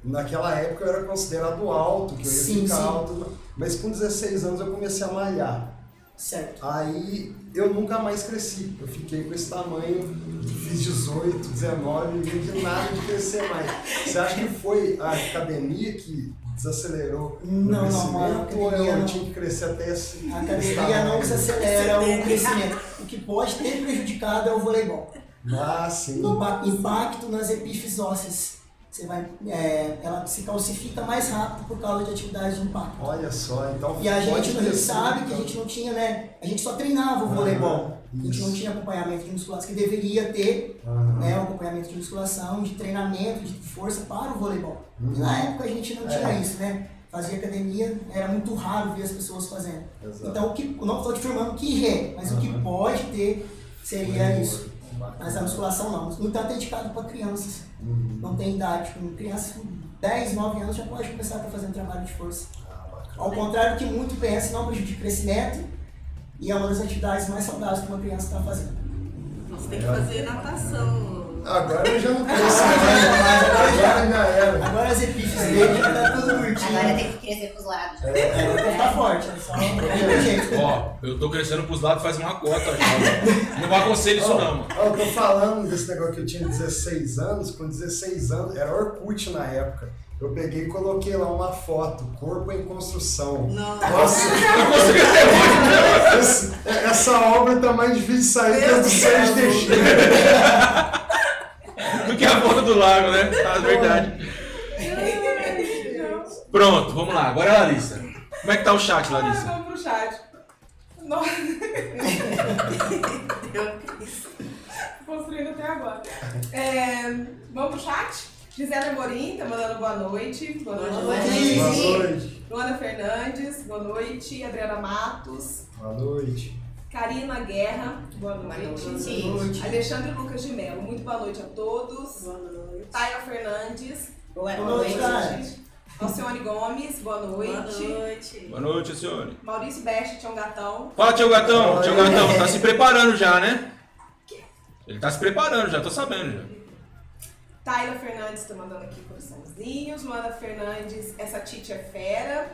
Speaker 2: Naquela época eu era considerado alto, que eu ia
Speaker 5: Sim,
Speaker 2: ficar
Speaker 5: sim.
Speaker 2: alto. Mas com 16 anos eu comecei a malhar.
Speaker 5: certo.
Speaker 2: Aí eu nunca mais cresci. Eu fiquei com esse tamanho, fiz 18, 19, meio que nada de crescer mais. Você acha que foi a academia que desacelerou
Speaker 5: Não,
Speaker 2: o
Speaker 5: não, a
Speaker 2: crescimento? Ou
Speaker 5: academia
Speaker 2: eu
Speaker 5: não.
Speaker 2: tinha que crescer até esse
Speaker 5: A
Speaker 2: esse
Speaker 5: academia
Speaker 2: tamanho?
Speaker 5: não desacelera o crescimento. O que pode ter prejudicado é o voleibol.
Speaker 2: Ah, sim.
Speaker 5: Impa- um impacto nas epífis ósseas. Você vai, é, ela se calcifica mais rápido por causa de atividade de impacto.
Speaker 2: Olha só, então
Speaker 5: E a
Speaker 2: pode
Speaker 5: gente, a gente
Speaker 2: ter Ah.
Speaker 5: sabe
Speaker 2: sido,
Speaker 5: que a
Speaker 2: então.
Speaker 5: gente não tinha, né? A gente só treinava o voleibol. A gente não
Speaker 2: isso.
Speaker 5: tinha acompanhamento de musculação, que deveria ter
Speaker 2: Aham.
Speaker 5: né, um acompanhamento de musculação, de treinamento, de força para o voleibol. E
Speaker 2: Uhum.
Speaker 5: na época a gente não tinha
Speaker 2: É.
Speaker 5: isso, né? Fazia academia, era muito raro ver as pessoas fazendo.
Speaker 2: Exato.
Speaker 5: Então, o que, não estou te afirmando que é, mas o que
Speaker 2: Tá. Aham.
Speaker 5: pode ter seria
Speaker 2: Uhum. Bacana.
Speaker 5: é isso. Mas a musculação não. Não está dedicado para crianças.
Speaker 2: Uhum.
Speaker 5: Não tem idade. Com criança com 10, 9 anos já pode começar a estar fazendo trabalho de força.
Speaker 2: Ah, bacana.
Speaker 5: Ao contrário do que muito pensa, não prejudica o crescimento e é uma das atividades mais saudáveis que uma criança está fazendo.
Speaker 6: Você tem que fazer natação.
Speaker 2: Agora eu já não cresci mais, agora já era.
Speaker 5: Agora as epífias dele já tá tudo curtindo.
Speaker 4: Agora tem que crescer pros lados.
Speaker 2: É,
Speaker 5: Tem que ficar forte, né? Só gente.
Speaker 1: Ó, eu tô crescendo pros lados faz uma cota já. Não aconselho É isso não, mano.
Speaker 2: Ó, eu tô falando desse negócio que eu tinha 16 anos, com 16 anos, era Orkut na época. Eu peguei e coloquei lá uma foto, corpo em construção.
Speaker 6: Nossa.
Speaker 2: Nossa,
Speaker 1: Eu consigo até hoje.
Speaker 2: esse- essa obra tá mais difícil de sair que as do Sérgio Teixeira.
Speaker 1: Do que a volta do lago, né? Ah, verdade.
Speaker 3: Não.
Speaker 1: Pronto, vamos lá. Agora é a Larissa. Como é que tá o chat,
Speaker 3: Ah,
Speaker 1: Larissa?
Speaker 3: Vamos pro chat. Nossa, construindo até agora. É, vamos pro chat? Gisele Amorim tá mandando boa noite. Boa noite.
Speaker 4: Boa
Speaker 2: Boa
Speaker 4: noite.
Speaker 2: noite.
Speaker 3: Luana Fernandes, boa noite. Adriana Matos.
Speaker 2: Boa noite.
Speaker 3: Karina Guerra, boa
Speaker 4: Boa
Speaker 3: noite.
Speaker 4: noite.
Speaker 3: Alexandre Lucas de Mello, muito boa noite a todos. Boa noite. Taia Fernandes,
Speaker 4: Boa
Speaker 5: Boa
Speaker 4: noite.
Speaker 5: noite, cara.
Speaker 3: Alcione Gomes, boa noite.
Speaker 6: Boa noite.
Speaker 1: Boa noite, senhor.
Speaker 3: Maurício Best, Tião Gatão.
Speaker 1: Fala, tio Gatão.
Speaker 2: Oi.
Speaker 1: Tio Gatão, tá se preparando já, né? Ele tá se preparando já, tô sabendo já.
Speaker 3: Taila Fernandes, tô mandando aqui coraçãozinhos. Luana Fernandes, essa Tite é fera.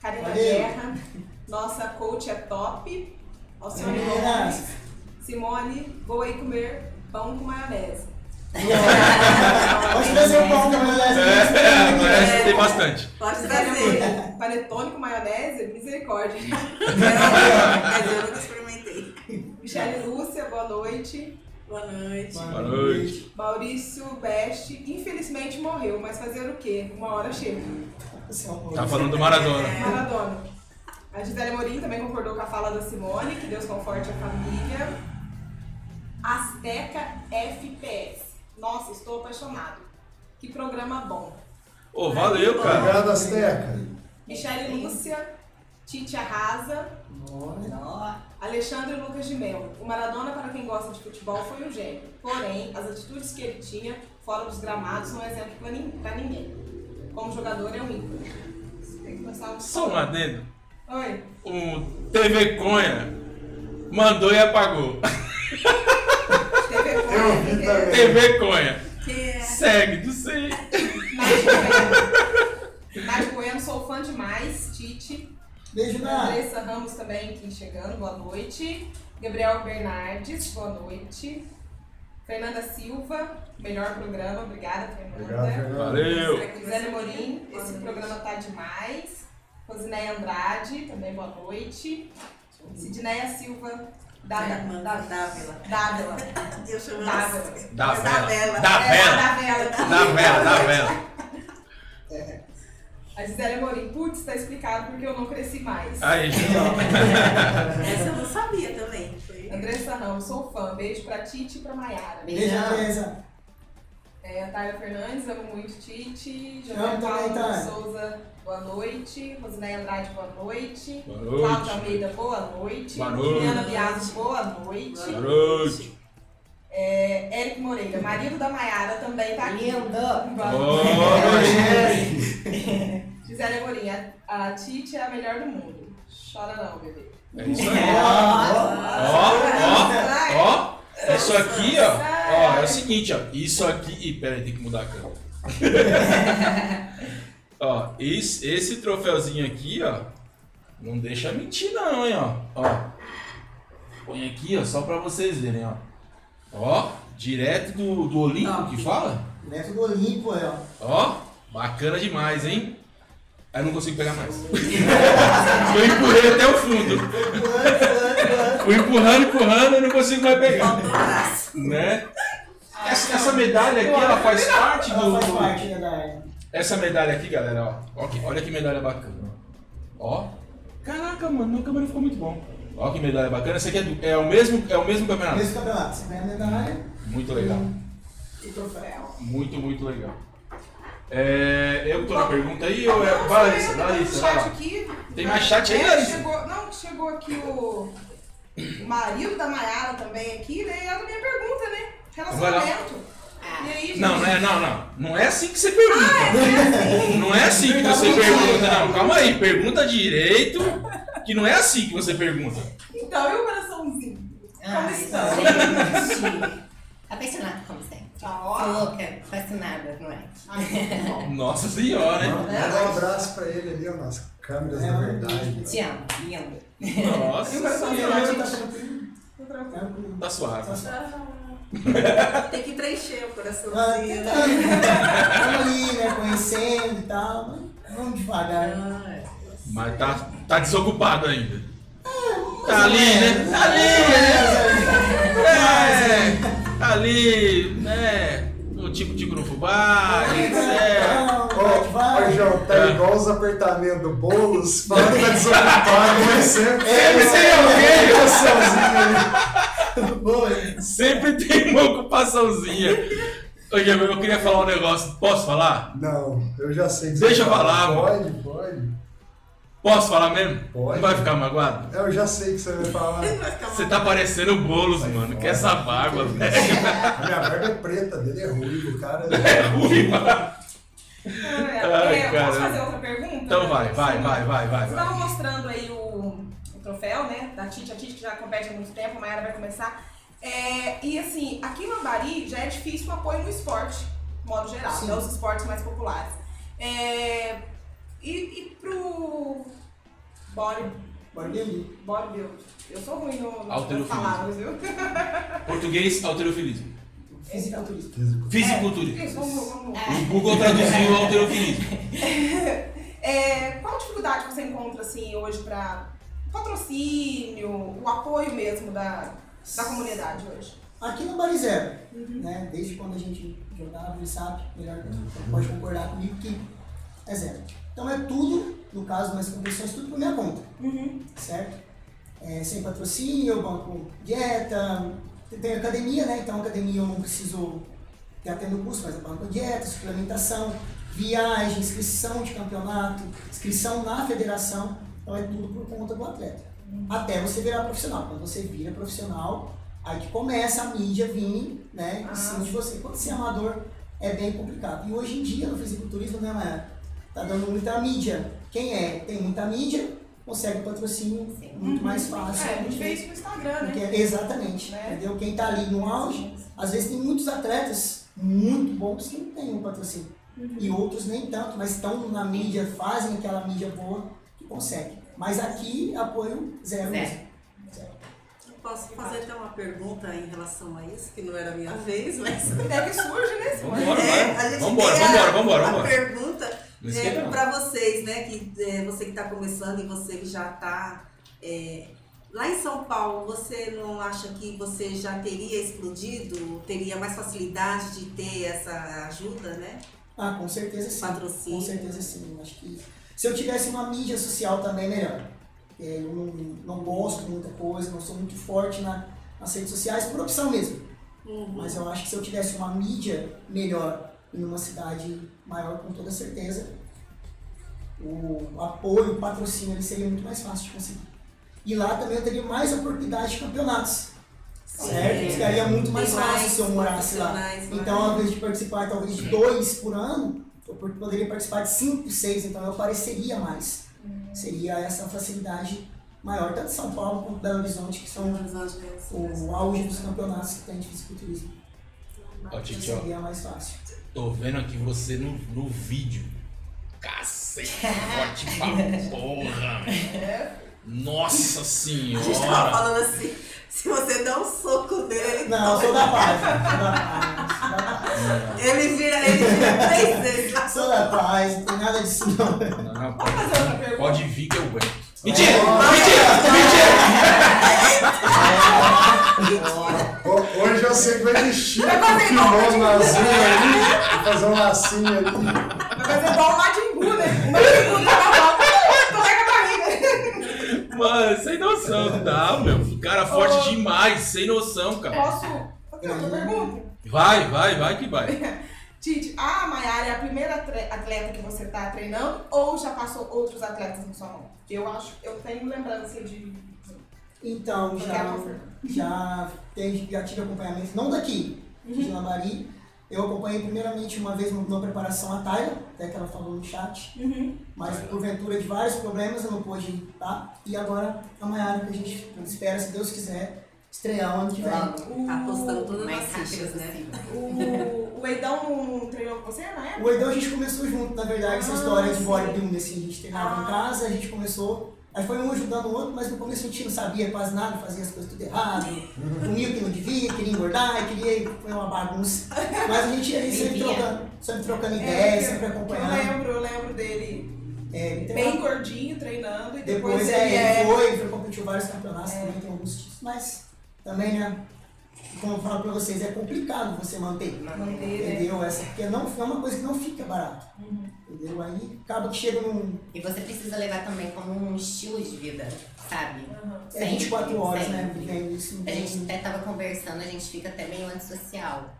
Speaker 3: Karina
Speaker 5: Valeu.
Speaker 3: Guerra, nossa coach é top. Alcione Gomes.
Speaker 5: Nossa.
Speaker 3: Simone, vou aí comer pão com maionese.
Speaker 5: Pode trazer o um pão né? da maionese.
Speaker 1: É, parece que tem bastante.
Speaker 6: Pode trazer.
Speaker 3: um Panetone com maionese, misericórdia.
Speaker 6: Não, Mas eu nunca experimentei.
Speaker 3: Michele Lúcia, boa noite.
Speaker 6: Boa noite.
Speaker 1: é. Boa noite.
Speaker 3: Maurício Best, infelizmente morreu, mas fazer o quê? Uma hora chega.
Speaker 5: Assim, amor.
Speaker 1: Tá falando do Maradona.
Speaker 3: Maradona. A Gisele Morim também concordou com a fala da Simone, que Deus conforte a família. Azteca FPS. Nossa, estou apaixonado. Que programa bom.
Speaker 1: Ô, valeu, cara.
Speaker 2: Obrigado, Azteca.
Speaker 3: Michele Lúcia, Tite Arrasa,
Speaker 5: Nossa.
Speaker 4: Nossa.
Speaker 3: Alexandre Lucas de Mello. O Maradona, para quem gosta de futebol, foi um gênio. Porém, as atitudes que ele tinha fora dos gramados não é exemplo para ninguém. Como jogador, é um ícone. Tem que passar um...
Speaker 1: Só um adendo.
Speaker 3: Oi.
Speaker 1: O TV Conha mandou e apagou.
Speaker 3: TV
Speaker 2: Eu vi também.
Speaker 1: TV Conha.
Speaker 6: É. Que é
Speaker 1: Segue, não sei.
Speaker 3: Nath Bueno. Nath Bueno, sou fã demais. Tite.
Speaker 5: Beijo
Speaker 2: Ah.
Speaker 5: na.
Speaker 3: Andressa Ramos também aqui chegando, boa noite. Gabriel Bernardes, boa noite. Fernanda Silva, melhor programa, obrigada,
Speaker 2: Obrigado,
Speaker 3: Fernanda.
Speaker 2: Fernando.
Speaker 1: Valeu.
Speaker 3: Gisele Morim, esse programa tá demais. Rosineia Andrade, também boa noite. Sidneia Silva, da
Speaker 6: Minha irmã, Dávila.
Speaker 3: Dávila.
Speaker 6: Eu chamo
Speaker 3: Dávila.
Speaker 1: Da
Speaker 6: Da
Speaker 1: vela.
Speaker 6: vela.
Speaker 1: Da
Speaker 3: É,
Speaker 1: vela.
Speaker 3: Dávila aqui.
Speaker 1: Da vela, da vela.
Speaker 3: A Gisele Morim, putz, tá explicado porque eu não cresci mais.
Speaker 1: Aí,
Speaker 6: Essa eu não sabia também. Foi-
Speaker 3: Andressa Ramos, sou fã. Beijo pra Tite e pra Maiara.
Speaker 5: Beijo,
Speaker 4: Beijão.
Speaker 5: Tereza.
Speaker 3: É, a Tayla Fernandes, amo muito Tite. José
Speaker 5: Amo também,
Speaker 3: Paulo
Speaker 5: Tayla.
Speaker 3: Souza, boa noite. Rosineia Andrade, boa noite.
Speaker 1: Boa
Speaker 3: Cláudia
Speaker 1: noite.
Speaker 3: Almeida, boa noite.
Speaker 1: Boa noite.
Speaker 3: Juliana Biaso, boa noite.
Speaker 1: Boa noite.
Speaker 3: É, Eric Moreira, marido da Maiara, também tá aqui.
Speaker 4: Lindo.
Speaker 3: Boa
Speaker 1: Ô,
Speaker 6: É.
Speaker 2: Chefe.
Speaker 3: Gisele Morinha, a Tite é a melhor do mundo. Chora não, bebê.
Speaker 1: É isso aí.
Speaker 5: Ó, ó.
Speaker 1: Ó,
Speaker 3: Ai,
Speaker 1: ó, ó. Isso aqui, ó. Ó, é o seguinte, ó. Isso aqui. Ih, peraí, tem que mudar a câmera. ó, esse, esse troféuzinho aqui, ó. Não deixa mentir, não, hein, ó. Ó. Põe aqui, ó, só pra vocês verem, ó. Ó, direto do, do Olimpo que fala?
Speaker 5: Neto do Olimpo, é, ó.
Speaker 1: Ó, bacana demais, hein? Aí eu não consigo pegar mais. Eu empurrei até o fundo.
Speaker 5: Fulano, fulano, fulano.
Speaker 1: Fui empurrando, empurrando, eu não consigo mais pegar.
Speaker 6: Faltou o braço.
Speaker 1: Né? Essa, essa medalha aqui, ela faz parte do.
Speaker 5: Ela faz parte, né, da.
Speaker 1: Essa medalha aqui, galera, ó. Ó que- olha que medalha bacana. Ó. Caraca, mano, meu câmera ficou muito bom. Ó que medalha bacana. Essa aqui é, do- é o, mesmo, é o mesmo campeonato.
Speaker 5: Mesmo campeonato. Você né? ganha a medalha
Speaker 1: Muito legal.
Speaker 5: e o troféu.
Speaker 1: Muito, muito legal. É, eu tô na pergunta aí ou é. Vai,
Speaker 3: Não, sou
Speaker 1: Larissa,
Speaker 3: eu, tá
Speaker 1: Larissa,
Speaker 3: no
Speaker 1: vai
Speaker 3: chat
Speaker 1: lá.
Speaker 3: aqui.
Speaker 1: Tem mais chat aí,
Speaker 3: É,
Speaker 1: Larissa?
Speaker 3: chegou- não, chegou aqui o o marido da Maiara também aqui, né? E ela minha pergunta, né? Relacionamento. E
Speaker 4: Ah,
Speaker 3: aí, gente?
Speaker 1: Não, não é, não, não. Não é assim que você pergunta. Não é assim que você pergunta, não. Calma aí, pergunta direito. Que não é assim que você pergunta.
Speaker 3: Então, e o coraçãozinho?
Speaker 4: ai,
Speaker 3: estão?
Speaker 4: gente. Apaixonado como sempre.
Speaker 3: Tá
Speaker 4: Sou
Speaker 3: ó.
Speaker 4: louca, fascinada, não é?
Speaker 3: Ai, muito bom.
Speaker 1: Nossa senhora, hein?
Speaker 2: Manda um abraço pra ele ali, ó, nas câmeras da verdade.
Speaker 4: Te amo, lindo.
Speaker 1: Nossa senhora.
Speaker 5: tá tranquilo.
Speaker 3: Tô tranquila.
Speaker 5: Tranquilo.
Speaker 1: Tá suave.
Speaker 6: Tem que preencher o
Speaker 5: Ah,
Speaker 6: coraçãozinho. né?
Speaker 5: tentando, né? Tamo ali, né? Conhecendo e tal. mas Vamos devagar. né?
Speaker 1: Mas tá, tá desocupado ainda. Tá ali, né? Tá ali, né? É, tá ali, né? Um tico tico no fubá, etc.
Speaker 5: Então,
Speaker 2: Ó,
Speaker 5: vai.
Speaker 2: ô, João, tá
Speaker 1: É.
Speaker 2: igual os apertamentos do Boulos, falando que tá desocupado, mas sempre.
Speaker 5: É,
Speaker 1: Sempre tem alguém.
Speaker 2: coraçãozinho
Speaker 5: Boa, hein?
Speaker 1: Sempre tem uma ocupaçãozinha. Ô, Diego, eu queria falar um negócio. Posso falar?
Speaker 2: ali. Não, eu já sei. que
Speaker 1: Deixa
Speaker 2: você
Speaker 1: eu falar,
Speaker 2: fala. Pode, pode.
Speaker 1: Posso falar mesmo?
Speaker 2: Pode.
Speaker 1: Não vai ficar magoado?
Speaker 2: É, Eu já sei que você vai falar.
Speaker 1: Você tá parecendo o Boulos, mano. Que essa barba, velho.
Speaker 2: A minha barba é preta, dele é ruim, o cara.
Speaker 1: É ruim, mano. Ai,
Speaker 3: É, eu
Speaker 1: cara.
Speaker 3: posso fazer outra pergunta?
Speaker 1: Então vai, vai, vai, vai, vai.
Speaker 3: Você
Speaker 1: vai.
Speaker 3: estava mostrando aí o, o troféu, né? Da Tite, a Tite que já compete há muito tempo, a Mayara vai começar. É, e assim, aqui em Lambari já é difícil o apoio no esporte, de modo geral,
Speaker 5: Sim.
Speaker 3: né? Os esportes mais populares. É, e, e pro body,
Speaker 5: Bora ali.
Speaker 3: bodybuild? Eu sou ruim no,
Speaker 1: Alterofilismo.
Speaker 3: nas palavras, viu?
Speaker 1: Português, alterofilismo.
Speaker 5: Fisiculturista.
Speaker 6: É.
Speaker 1: Fisiculturismo.
Speaker 3: Isso, vamos, vamos.
Speaker 1: O Google traduziu alterofilismo.
Speaker 3: É, qual dificuldade você encontra assim hoje para patrocínio, o apoio mesmo da, da comunidade hoje?
Speaker 5: Aqui no Barizero, né? Desde quando a gente jogava no SAP, melhor que pode concordar comigo que é zero. Então é tudo, no caso, nas competições, tudo por minha conta, certo? É, sem patrocínio, banco dieta, tem- tem academia, né? Então academia eu não preciso ter até no curso, mas eu banco dieta, suplementação, viagem, inscrição de campeonato, inscrição na federação. Então é tudo por conta do atleta.
Speaker 3: Uhum.
Speaker 5: Até você virar profissional. Quando você vira profissional, Aí que começa a mídia vir, né, em
Speaker 3: Ah.
Speaker 5: cima de você. Quando você é amador, é bem complicado. E hoje em dia, no fisiculturismo, né, Maia? Tá dando muita mídia. Quem é? Tem muita mídia, consegue patrocínio
Speaker 4: Sim.
Speaker 5: muito mais fácil.
Speaker 3: É, a gente vê isso no Instagram, né?
Speaker 5: Porque- exatamente.
Speaker 3: Né?
Speaker 5: Entendeu? Quem tá ali no auge, às vezes tem muitos atletas muito bons que não têm um patrocínio. E outros nem tanto, mas estão na mídia, fazem aquela mídia boa que consegue. Mas aqui, apoio
Speaker 4: Zero.
Speaker 5: zero mesmo. Zero.
Speaker 6: Posso fazer até uma pergunta em relação a isso, que não era a minha vez, mas.
Speaker 3: Até que surge, né? Simone?
Speaker 1: Vambora,
Speaker 6: É,
Speaker 1: vai.
Speaker 6: a gente
Speaker 1: Vambora,
Speaker 6: tem a-
Speaker 1: vambora, vambora,
Speaker 6: a
Speaker 1: vambora.
Speaker 6: pergunta
Speaker 1: Não esquenta não.
Speaker 6: para vocês, né? Que, é, você que está começando e você que já está. lá em São Paulo, você não acha que você já teria explodido? Teria mais facilidade de ter essa ajuda, né?
Speaker 5: Ah, com certeza sim.
Speaker 6: Patrocínio.
Speaker 5: Com certeza sim. Eu Acho que se eu tivesse uma mídia social também, melhor. É, Eu não, não gosto de muita coisa, não sou muito forte na- nas redes sociais, por opção mesmo.
Speaker 6: Uhum.
Speaker 5: Mas eu acho que se eu tivesse uma mídia melhor em uma cidade maior, com toda certeza, o apoio, o patrocínio ele seria muito mais fácil de conseguir. E lá também eu teria mais oportunidade de campeonatos, certo? Ficaria É, muito mais
Speaker 6: Tem
Speaker 5: fácil se eu morasse lá.
Speaker 6: profissionais, né?
Speaker 5: Então, ao invés de participar talvez de dois por ano, eu pod- poderia participar de cinco, seis, então eu apareceria mais.
Speaker 6: Uhum.
Speaker 5: Seria essa facilidade maior, tanto de São Paulo quanto Belo Horizonte, que são
Speaker 6: Os Angeles, né?
Speaker 5: o auge dos campeonatos que tem de fisiculturismo.
Speaker 6: É.
Speaker 1: Ó,
Speaker 5: Então,
Speaker 1: Titi, ó.
Speaker 5: Seria mais fácil.
Speaker 1: Tô vendo aqui você no, no vídeo. Cacete, forte pra porra. Nossa
Speaker 6: A gente tava
Speaker 1: senhora.
Speaker 6: falando assim, se você dá um soco nele,
Speaker 5: Não, eu sou da paz. Sou da paz. sou da paz.
Speaker 6: ele vira, ele vira três vezes.
Speaker 5: Sou da paz, não tem nada disso não.
Speaker 6: Tá
Speaker 1: Não,
Speaker 3: Vamos
Speaker 1: pode,
Speaker 3: fazer outra pergunta.
Speaker 1: pode vir que eu aguento.
Speaker 6: É.
Speaker 1: Mentira,
Speaker 2: Ó.
Speaker 1: mentira, mentira.
Speaker 2: Ho- Hoje eu sei que vai vestir
Speaker 3: Vai
Speaker 2: com o
Speaker 3: fazer igual
Speaker 2: kimono azul ali, vou fazer um lacinho ali.
Speaker 3: Vai fazer igual o Madimbu, né? O Madimbu tá na volta, coloca a barriga.
Speaker 1: Mano, sem noção, não dá, meu. Cara forte demais, sem noção, cara.
Speaker 3: Posso fazer outra pergunta?
Speaker 1: Vai, vai, vai que vai.
Speaker 3: Tite, a Mayara é a primeira atre- atleta que você tá treinando ou já passou outros atletas na sua mão? Eu acho, eu tenho lembrança de...
Speaker 5: Então,
Speaker 3: Eu
Speaker 5: já...
Speaker 3: quero confirmar.
Speaker 5: já, tem, já tive acompanhamento, não daqui, de Lambari. Eu acompanhei primeiramente uma vez numa preparação a Tayla, até que ela falou no chat,
Speaker 3: Uhum.
Speaker 5: mas
Speaker 1: Tayla.
Speaker 5: porventura de é vários problemas eu não pude ir, tá? E agora a Mayara, que a gente espera, se Deus quiser, Estrear o ano que vem.
Speaker 6: Tá postando
Speaker 3: O,
Speaker 6: todas
Speaker 4: mais
Speaker 6: as
Speaker 4: rápido
Speaker 6: fichas, né?
Speaker 3: o, o Eidão não treinou com você na época?
Speaker 5: O Edão a gente começou junto, na verdade, essa
Speaker 3: Ah,
Speaker 5: história de
Speaker 3: sim.
Speaker 5: bodybuilding, assim, a gente treinava
Speaker 3: Ah.
Speaker 5: em casa, a gente começou, aí foi um ajudando o outro, mas no começo a gente não sabia quase nada, fazia as coisas tudo errado, comia o que não devia, queria engordar, queria, foi uma bagunça, mas a gente ia sempre
Speaker 4: Bebia.
Speaker 5: trocando, sempre trocando
Speaker 3: É,
Speaker 5: ideias,
Speaker 3: que-
Speaker 5: sempre
Speaker 3: que Eu
Speaker 5: acompanhando.
Speaker 3: lembro, eu lembro dele
Speaker 5: É, então,
Speaker 3: bem gordinho, treinando, e depois,
Speaker 5: depois
Speaker 3: ele
Speaker 5: é,
Speaker 3: é...
Speaker 5: foi, foi competiu vários campeonatos também, tem alguns títulos, mas também, né, como eu falo pra vocês, é complicado você manter. né?
Speaker 3: Bandeira.
Speaker 5: Entendeu? Essa, porque não, é uma coisa que não fica barato. Entendeu? Aí acaba que chega num.
Speaker 4: E você precisa levar também como um estilo de vida, sabe?
Speaker 3: Aham.
Speaker 5: É 24 horas, né?
Speaker 4: sempre. É,
Speaker 5: Tem isso. não
Speaker 4: A
Speaker 5: tem-
Speaker 4: gente até tava conversando, a gente fica até meio antissocial,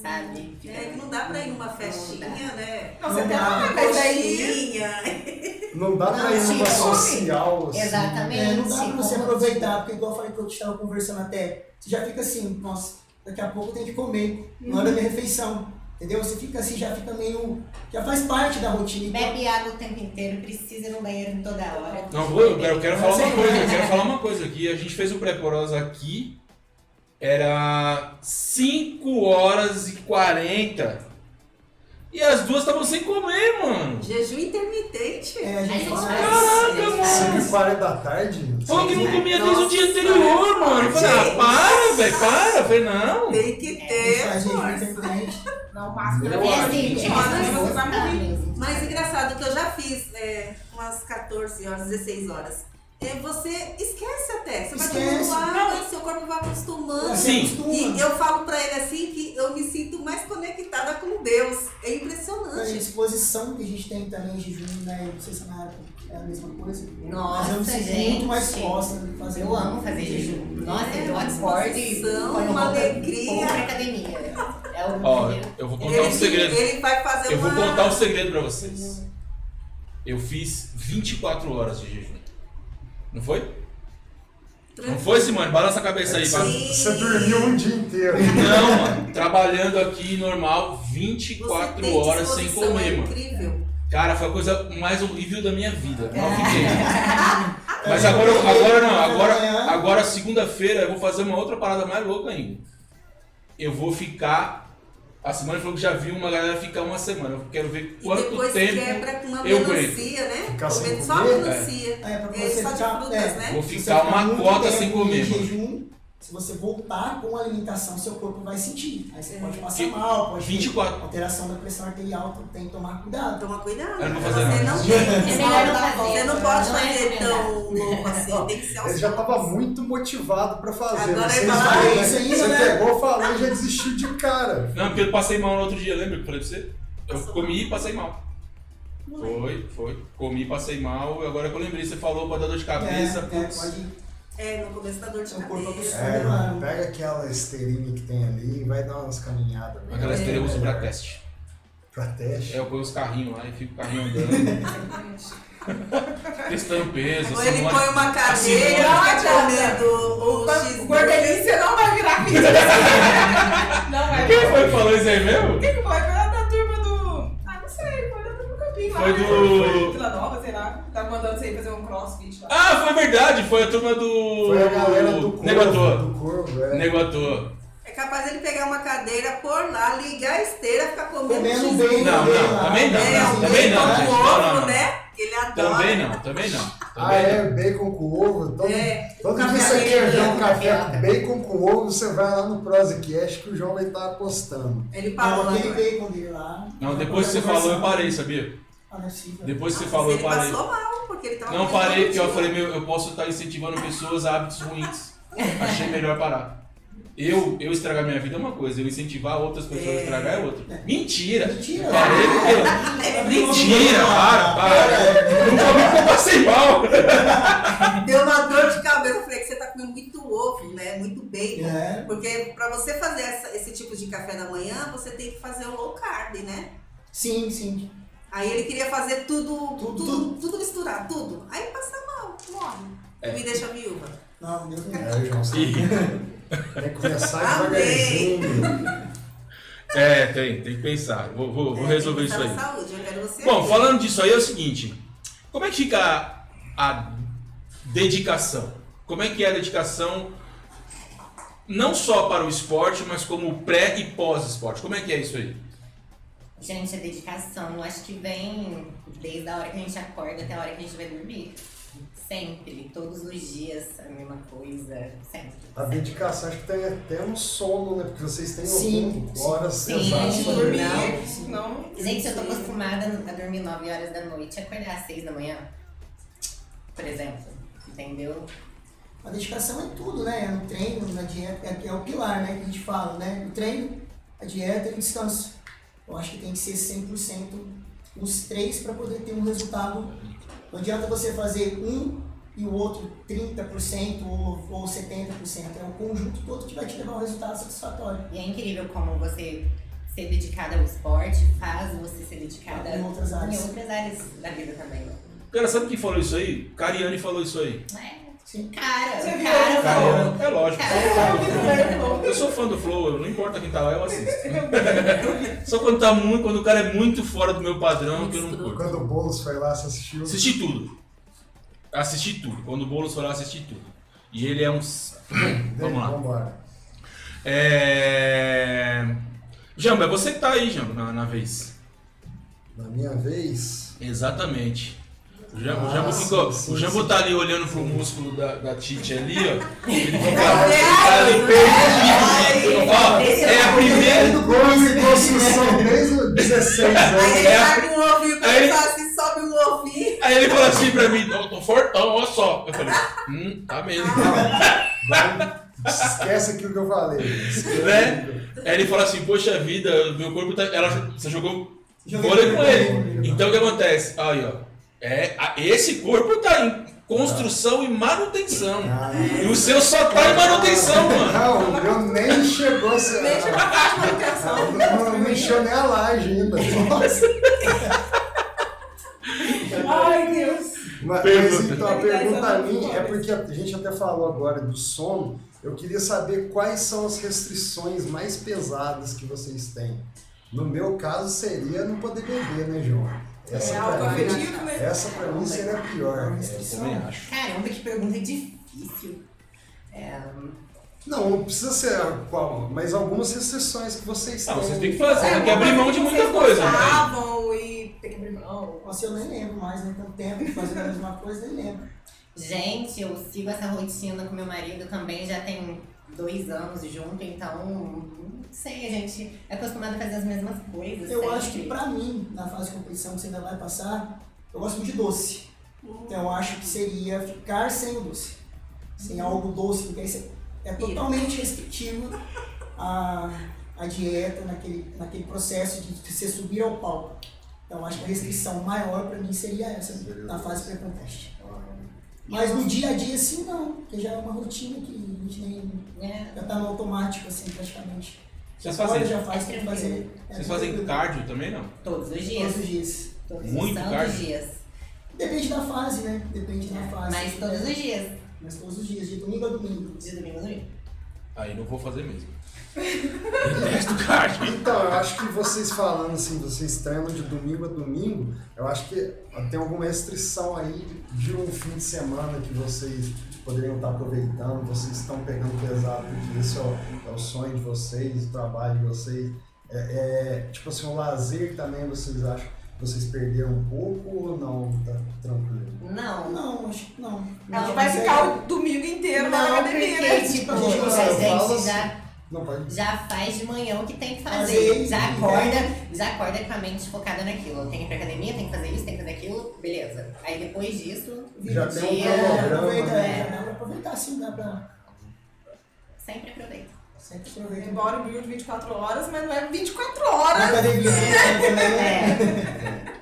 Speaker 4: sabe? Fica-
Speaker 6: É que não dá pra ir numa
Speaker 4: né? Não
Speaker 6: festinha, né?
Speaker 3: Não, você
Speaker 5: Não
Speaker 3: até
Speaker 5: dá.
Speaker 3: vai, mas aí...
Speaker 6: Coxinha. né?
Speaker 2: Não dá pra
Speaker 4: Não,
Speaker 2: ir numa
Speaker 4: sim,
Speaker 2: social. assim.
Speaker 4: Exatamente.
Speaker 5: É, não dá pra você
Speaker 4: Como-
Speaker 5: aproveitar, porque igual eu falei que eu estava conversando até, você já fica assim, nossa, daqui a pouco eu tenho que comer, na hora da minha refeição. Entendeu? Você fica assim, já fica meio. Já faz parte da rotina. então,
Speaker 4: Bebe água o tempo inteiro, precisa ir no banheiro toda hora.
Speaker 1: Não, vou, eu quero, eu quero falar uma coisa, eu quero falar uma coisa aqui. A gente fez o pré-porosa aqui, era 5 horas e 40. E as duas estavam sem comer, mano.
Speaker 6: Jejum intermitente.
Speaker 5: É, a
Speaker 4: A
Speaker 5: gente
Speaker 4: gente
Speaker 5: faz.
Speaker 4: faz.
Speaker 1: Caraca, mano.
Speaker 2: 5 e 40 da tarde?
Speaker 1: Falou que não
Speaker 4: Sim,
Speaker 1: comia
Speaker 6: né?
Speaker 1: desde o dia
Speaker 6: Nossa,
Speaker 1: anterior, mano. Eu falei, ah,
Speaker 6: gente.
Speaker 1: para, velho, para. Eu falei, não.
Speaker 6: Tem que
Speaker 5: A gente
Speaker 6: ter
Speaker 5: faz jejum
Speaker 6: força.
Speaker 5: intermitente.
Speaker 3: Não, o máximo
Speaker 2: Eu
Speaker 3: era
Speaker 4: E
Speaker 2: acho
Speaker 4: assim,
Speaker 2: que-
Speaker 4: é
Speaker 6: Olha,
Speaker 4: gostoso
Speaker 3: você vai morrer.
Speaker 4: mesmo.
Speaker 6: Mas engraçado que eu já fiz é, umas 14 horas, 16 horas. É, você esquece até, você vai
Speaker 5: Esquece.
Speaker 6: acostumando, seu corpo vai acostumando.
Speaker 5: Você
Speaker 1: Sim.
Speaker 5: acostuma.
Speaker 6: E eu falo pra ele assim que eu me sinto mais conectada com Deus. É
Speaker 5: A
Speaker 6: impressionante.
Speaker 5: disposição que a gente tem também em jejum, né? Não sei se na época é a mesma coisa. Mas eu me
Speaker 4: Nossa,
Speaker 5: sinto
Speaker 4: gente.
Speaker 5: muito mais disposta de fazer.
Speaker 4: Eu amo fazer jejum. Nossa,
Speaker 6: É,
Speaker 4: eu
Speaker 6: uma
Speaker 4: acordo e
Speaker 6: disposição,
Speaker 4: ponho
Speaker 6: uma
Speaker 4: roupa-
Speaker 6: alegria.
Speaker 4: vou pra academia. É o
Speaker 1: Ó, eu vou contar um
Speaker 6: ele,
Speaker 1: segredo.
Speaker 6: ele vai fazer
Speaker 1: Eu vou
Speaker 6: uma.
Speaker 1: contar um segredo pra vocês. Eu fiz 24 horas de jejum. Não foi? Não foi, Simone? Balança a cabeça aí. balança.
Speaker 6: Sim.
Speaker 2: Você dormiu um dia inteiro.
Speaker 1: Não, mano. Trabalhando aqui normal,
Speaker 6: Você
Speaker 1: 24
Speaker 6: tem
Speaker 1: horas sem
Speaker 6: disposição,
Speaker 1: comer,
Speaker 6: é
Speaker 1: mano.
Speaker 6: incrível.
Speaker 1: Cara, foi a coisa mais horrível da minha vida. Mal fiquei.
Speaker 5: É,
Speaker 1: Mas
Speaker 5: eu
Speaker 1: agora,
Speaker 5: comi
Speaker 1: agora não,
Speaker 5: café da
Speaker 1: agora,
Speaker 5: manhã.
Speaker 1: agora segunda-feira eu vou fazer uma outra parada mais louca ainda. Eu vou ficar. A semana falou que já viu uma galera ficar uma semana. Eu quero ver
Speaker 6: E
Speaker 1: quanto
Speaker 6: depois é, né?
Speaker 1: tempo.
Speaker 6: quebra com uma
Speaker 1: eu aguento.
Speaker 6: melancia, né?
Speaker 2: Ficar sem
Speaker 6: Comendo só a
Speaker 2: comer,
Speaker 6: melancia.
Speaker 5: É, pra
Speaker 6: É,
Speaker 5: você
Speaker 6: só de
Speaker 5: ficar-
Speaker 6: frutas,
Speaker 5: é,
Speaker 6: né?
Speaker 1: Vou
Speaker 5: se você
Speaker 1: ficar uma
Speaker 5: muito
Speaker 1: cota
Speaker 5: tempo
Speaker 1: sem comer,
Speaker 5: em
Speaker 1: mano.
Speaker 5: jejum, se você voltar com a alimentação, seu corpo vai sentir. Aí você
Speaker 6: É.
Speaker 5: pode passar
Speaker 1: Fico
Speaker 5: mal, pode ter
Speaker 1: 24.
Speaker 5: alteração da pressão arterial, então tem que tomar cuidado.
Speaker 6: Toma cuidado.
Speaker 1: Eu não vou
Speaker 6: você
Speaker 1: fazer nada.
Speaker 6: não tem.
Speaker 4: É melhor não fazer,
Speaker 6: Você não
Speaker 4: não
Speaker 6: pode
Speaker 4: é
Speaker 6: fazer
Speaker 4: recomendado.
Speaker 6: tão louco assim. Tem que ser aos
Speaker 2: Ele já tava muito motivado pra fazer.
Speaker 6: Agora
Speaker 2: Vocês
Speaker 6: ele fala,
Speaker 2: dois,
Speaker 5: "Ah,
Speaker 2: né?
Speaker 5: isso aí,
Speaker 2: Você
Speaker 5: né?"
Speaker 2: pegou, falou e já desistiu de cara.
Speaker 1: Não, porque eu passei mal no outro dia, lembra que eu falei pra você? Eu comi e passei mal. Foi, foi. Comi, passei mal. Agora que eu lembrei, você falou pra dar dor de cabeça.
Speaker 5: É, é,
Speaker 1: putz.
Speaker 5: pode
Speaker 6: É, no começo da dor de
Speaker 5: É um corpo
Speaker 6: cabeça.
Speaker 2: É,
Speaker 5: mano.
Speaker 2: pega aquela esteirinha que tem ali e vai dar umas caminhadas. né?
Speaker 6: É.
Speaker 1: Aquela esteira eu uso pra teste.
Speaker 2: Pra teste.
Speaker 1: É, eu ponho os carrinhos lá e fico o carrinho andando, testando peso. assim, um
Speaker 6: Ou ele
Speaker 1: Simone-
Speaker 6: põe uma
Speaker 1: a
Speaker 6: cadeira,
Speaker 1: Simone-
Speaker 6: fica
Speaker 3: Simone-
Speaker 6: comendo o
Speaker 3: Tá, O
Speaker 6: x
Speaker 3: gordelícia não vai virar fitness. Não vai
Speaker 1: Quem
Speaker 3: virar.
Speaker 1: foi que falou isso aí mesmo?
Speaker 3: Quem que foi? Foi lá da turma do. Ah, não sei, foi da turma do Campinho lá.
Speaker 1: Foi
Speaker 3: né?
Speaker 1: do-
Speaker 3: Foi Vila Nova, sei lá. Tava mandando você ir fazer um crossfit lá.
Speaker 1: Ah, foi verdade, foi a turma do.
Speaker 2: Foi a galera do corvo.
Speaker 1: Nego à toa.
Speaker 2: Do corvo, é.
Speaker 1: Nego à toa.
Speaker 6: É capaz dele pegar uma cadeira, pôr lá, ligar a esteira, ficar comendo
Speaker 5: Comendo
Speaker 6: x
Speaker 5: bem,
Speaker 1: Não,
Speaker 5: bem
Speaker 1: não,
Speaker 5: lá.
Speaker 1: também não,
Speaker 6: É,
Speaker 1: não,
Speaker 6: um
Speaker 1: também não,
Speaker 6: bacon
Speaker 1: gente,
Speaker 6: com
Speaker 1: não, não,
Speaker 6: ovo,
Speaker 1: não.
Speaker 6: né? Que ele adora.
Speaker 1: Também não, também não.
Speaker 2: Ah,
Speaker 1: Também não.
Speaker 2: é? Bacon com ovo? Todo,
Speaker 6: É,
Speaker 2: todo
Speaker 6: café
Speaker 2: dia você quer ver um
Speaker 6: americano,
Speaker 2: café
Speaker 4: café.
Speaker 2: com bacon com ovo, você vai lá no Prosecast que o João vai estar apostando.
Speaker 6: Ele parou
Speaker 5: Não,
Speaker 6: lá.
Speaker 5: aquele
Speaker 6: agora.
Speaker 5: bacon dele lá.
Speaker 1: Não, depois que você falou, eu parei, sabia?
Speaker 5: Ah, não é possível.
Speaker 1: Depois que você
Speaker 6: Mas
Speaker 1: falou, eu
Speaker 6: ele
Speaker 1: parei.
Speaker 6: passou mal, porque ele tava
Speaker 1: Não
Speaker 6: comendo
Speaker 1: parei,
Speaker 6: todo
Speaker 1: porque eu
Speaker 6: dia.
Speaker 1: falei, meu, eu posso estar incentivando pessoas a hábitos ruins. Achei melhor parar. Eu, eu estragar minha vida é uma coisa, eu incentivar outras pessoas a estragar é outra. Mentira!
Speaker 5: Mentira.
Speaker 1: Parei porque.
Speaker 5: É
Speaker 1: Mentira! Para, para! Não comi porque eu passei mal!
Speaker 6: Deu uma dor de cabeça. Eu falei que você tá comendo muito ovo, né? Muito bacon.
Speaker 5: É.
Speaker 6: Porque pra você fazer essa- esse tipo de café da manhã, você tem que fazer o low carb, né?
Speaker 5: Sim, sim.
Speaker 6: Aí ele queria fazer tudo, tudo,
Speaker 5: Tudo,
Speaker 6: tudo, misturar, tudo. Aí passa mal, morre.
Speaker 1: É.
Speaker 6: Me deixa viúva.
Speaker 5: Não, Deus não.
Speaker 2: É, João, você tem que começar
Speaker 6: Amei.
Speaker 2: devagarzinho.
Speaker 1: É, tem, tem que pensar. Vou, vou, vou
Speaker 6: É,
Speaker 1: resolver
Speaker 6: tem que
Speaker 1: isso aí.
Speaker 6: pensar na Saúde, eu quero você
Speaker 1: Bom,
Speaker 6: aqui.
Speaker 1: falando disso aí é o seguinte: como é que fica a, a dedicação? Como é que é a dedicação não só para o esporte, mas como pré e pós-esporte. Como é que é isso aí?
Speaker 4: Gente, a dedicação, eu acho que vem desde a hora que a gente acorda até a hora que a gente vai dormir. Sempre, todos os dias, a mesma coisa, sempre.
Speaker 2: A dedicação, acho que tem até um sono, né? Porque vocês têm
Speaker 5: Sim,
Speaker 2: algumas horas
Speaker 4: sim.
Speaker 2: exatas pra dormir.
Speaker 4: Não.
Speaker 3: Não.
Speaker 4: Gente, eu tô acostumada a dormir 9 horas da noite e acordar às 6 da manhã, por exemplo, entendeu?
Speaker 5: A dedicação é tudo, né? É no treino, na dieta, é, é o pilar, né? Que a gente fala, né? O treino, a dieta e o descanso. Eu acho que tem que ser 100% os três para poder ter um resultado. Não adianta você fazer um e o outro 30% ou, ou 70%. É o conjunto todo que vai te levar a um resultado satisfatório.
Speaker 4: E é incrível como você ser dedicada ao esporte faz você ser dedicada
Speaker 5: Em outras áreas.
Speaker 4: em outras áreas da vida também.
Speaker 1: Cara, sabe quem falou isso aí? Cariani falou isso aí.
Speaker 4: É,
Speaker 5: Sim.
Speaker 4: cara,
Speaker 3: Né? Você viu?
Speaker 4: cara,
Speaker 3: Cara.
Speaker 1: É lógico. É
Speaker 3: Não.
Speaker 1: Eu sou fã do Flow, eu- não importa quem tá lá, eu assisto. Só quando tá muito, quando o cara é muito fora do meu padrão, que eu não curto.
Speaker 2: Quando o Boulos foi lá, você assistiu.
Speaker 1: Assisti tudo. Assisti tudo. Quando o Boulos foi lá, assisti tudo. E ele é um. s- Vamos lá.
Speaker 2: Vambora.
Speaker 1: É. Jamba, é você que tá aí, Jamba, na, na vez.
Speaker 2: Na minha vez,
Speaker 1: Exatamente. O Jambo, o
Speaker 2: Ah,
Speaker 1: Jambo
Speaker 2: sim,
Speaker 1: ficou-
Speaker 2: sim,
Speaker 1: o Jambo
Speaker 2: sim.
Speaker 1: tá ali olhando pro músculo da, da Tite ali, ó. Ele fica tá ali perdido. Ó, é a primeira.
Speaker 2: Pedro Gomes em construção desde os 16 anos.
Speaker 6: Aí
Speaker 1: É
Speaker 6: ele
Speaker 1: a-
Speaker 6: vai com o ouvido,
Speaker 1: Aí ele-
Speaker 6: ele fala assim, sobe
Speaker 1: um
Speaker 6: o ouvido.
Speaker 1: Aí ele falou assim pra mim, "Não, tô fortão, olha só. Eu falei, hum, tá mesmo.
Speaker 2: Vamos- Esquece aquilo que eu falei. Esquece
Speaker 1: Né?
Speaker 2: aquilo.
Speaker 1: Aí ele falou assim, poxa vida, meu corpo tá. Ela, você jogou
Speaker 5: Joguei
Speaker 1: vôlei com
Speaker 5: vôlei,
Speaker 1: ele.
Speaker 5: joguei
Speaker 1: Então o que acontece? Aí, ó. É, a- esse corpo tá em construção e manutenção.
Speaker 2: Ah.
Speaker 1: E o seu só tá em manutenção, mano.
Speaker 2: Não, o meu nem chegou a ser.
Speaker 6: Deixa eu falar de manutenção.
Speaker 2: Não, não encheu nem a laje ainda.
Speaker 3: Ai, Deus.
Speaker 2: Mas,
Speaker 1: Pergunta.
Speaker 2: então, a pergunta a mim é porque a gente até falou agora do sono. Eu queria saber quais são as restrições mais pesadas que vocês têm. No meu caso seria não poder beber, né, João? Essa
Speaker 6: É algo
Speaker 2: pra mim,
Speaker 6: afetivo, né?
Speaker 2: essa pra mim seria a pior.
Speaker 1: acho.
Speaker 4: Caramba, que pergunta difícil.
Speaker 2: Não, não precisa ser qual, mas algumas restrições que vocês
Speaker 1: Ah,
Speaker 2: têm.
Speaker 1: vocês têm que fazer, tem que
Speaker 6: É,
Speaker 1: abrir mão de muita
Speaker 6: vocês
Speaker 1: coisa. né?
Speaker 6: gostavam e tem que abrir mão.
Speaker 5: Nossa, eu nem lembro mais, né? Tanto tempo fazendo a mesma coisa, nem lembro.
Speaker 4: Gente, eu sigo essa rotina com meu marido também, já tem dois anos junto, então não sei, a gente é acostumado a fazer as mesmas coisas.
Speaker 5: Eu acho
Speaker 4: sempre.
Speaker 5: que pra mim, na fase de competição que você ainda vai passar, eu gosto muito de doce. Então eu acho que seria ficar sem o doce. Sem algo doce, porque aí você é totalmente restritivo a, a dieta naquele, naquele processo de você subir ao palco. Então eu acho que a restrição maior pra mim seria essa, na fase pré-conteste.
Speaker 1: Ah.
Speaker 5: Mas no dia a dia, sim, não, porque já é uma rotina que a gente nem.
Speaker 4: É,
Speaker 5: já tá no automático, assim, praticamente.
Speaker 1: Vocês
Speaker 5: Agora
Speaker 1: fazem,
Speaker 5: já faz, tem que fazer. é,
Speaker 1: vocês fazem cardio também, não?
Speaker 4: todos os dias.
Speaker 5: todos os dias.
Speaker 4: Todos
Speaker 1: Muito
Speaker 4: os santos
Speaker 1: cardio.
Speaker 4: dias.
Speaker 5: Depende da fase, né? Depende da fase.
Speaker 4: Mas todos os dias.
Speaker 5: Mas todos os dias, de domingo a domingo.
Speaker 4: De domingo a domingo.
Speaker 1: Aí não vou fazer mesmo. Detesto cardio.
Speaker 2: Então, eu acho que vocês falando assim, vocês treinam de domingo a domingo, eu acho que tem alguma restrição aí de um fim de semana que vocês poderiam estar aproveitando, vocês estão pegando pesado, porque isso é o, é o sonho de vocês, o trabalho de vocês. É, é, tipo assim, o lazer também vocês acham que vocês perderam um pouco ou não? Tá tranquilo.
Speaker 4: Não.
Speaker 5: Não, acho que é não.
Speaker 6: Ela vai ficar o domingo inteiro na
Speaker 5: é
Speaker 4: Não,
Speaker 6: academia, né?
Speaker 4: porque, tipo,
Speaker 5: A
Speaker 4: a
Speaker 5: gente
Speaker 4: gente,
Speaker 5: não
Speaker 2: sabe, fala
Speaker 4: já,
Speaker 2: Não, pode
Speaker 4: já faz de manhã o que tem que
Speaker 5: Fazer,
Speaker 4: fazer.
Speaker 5: né?
Speaker 4: Já acorda, já acorda com a mente focada naquilo. Tem que ir pra academia, tem que fazer isso, tem que fazer aquilo, beleza. Aí depois disso,
Speaker 2: Já tem um
Speaker 4: dia,
Speaker 2: cronograma,
Speaker 5: É, Aproveita,
Speaker 2: né?
Speaker 5: é, dá pra aproveitar sim, dá pra.
Speaker 4: sempre aproveita.
Speaker 5: Sempre aproveita.
Speaker 6: Embora o build 24 horas, mas não é 24
Speaker 5: Na
Speaker 6: horas.
Speaker 5: academia, né, também, né?
Speaker 4: É,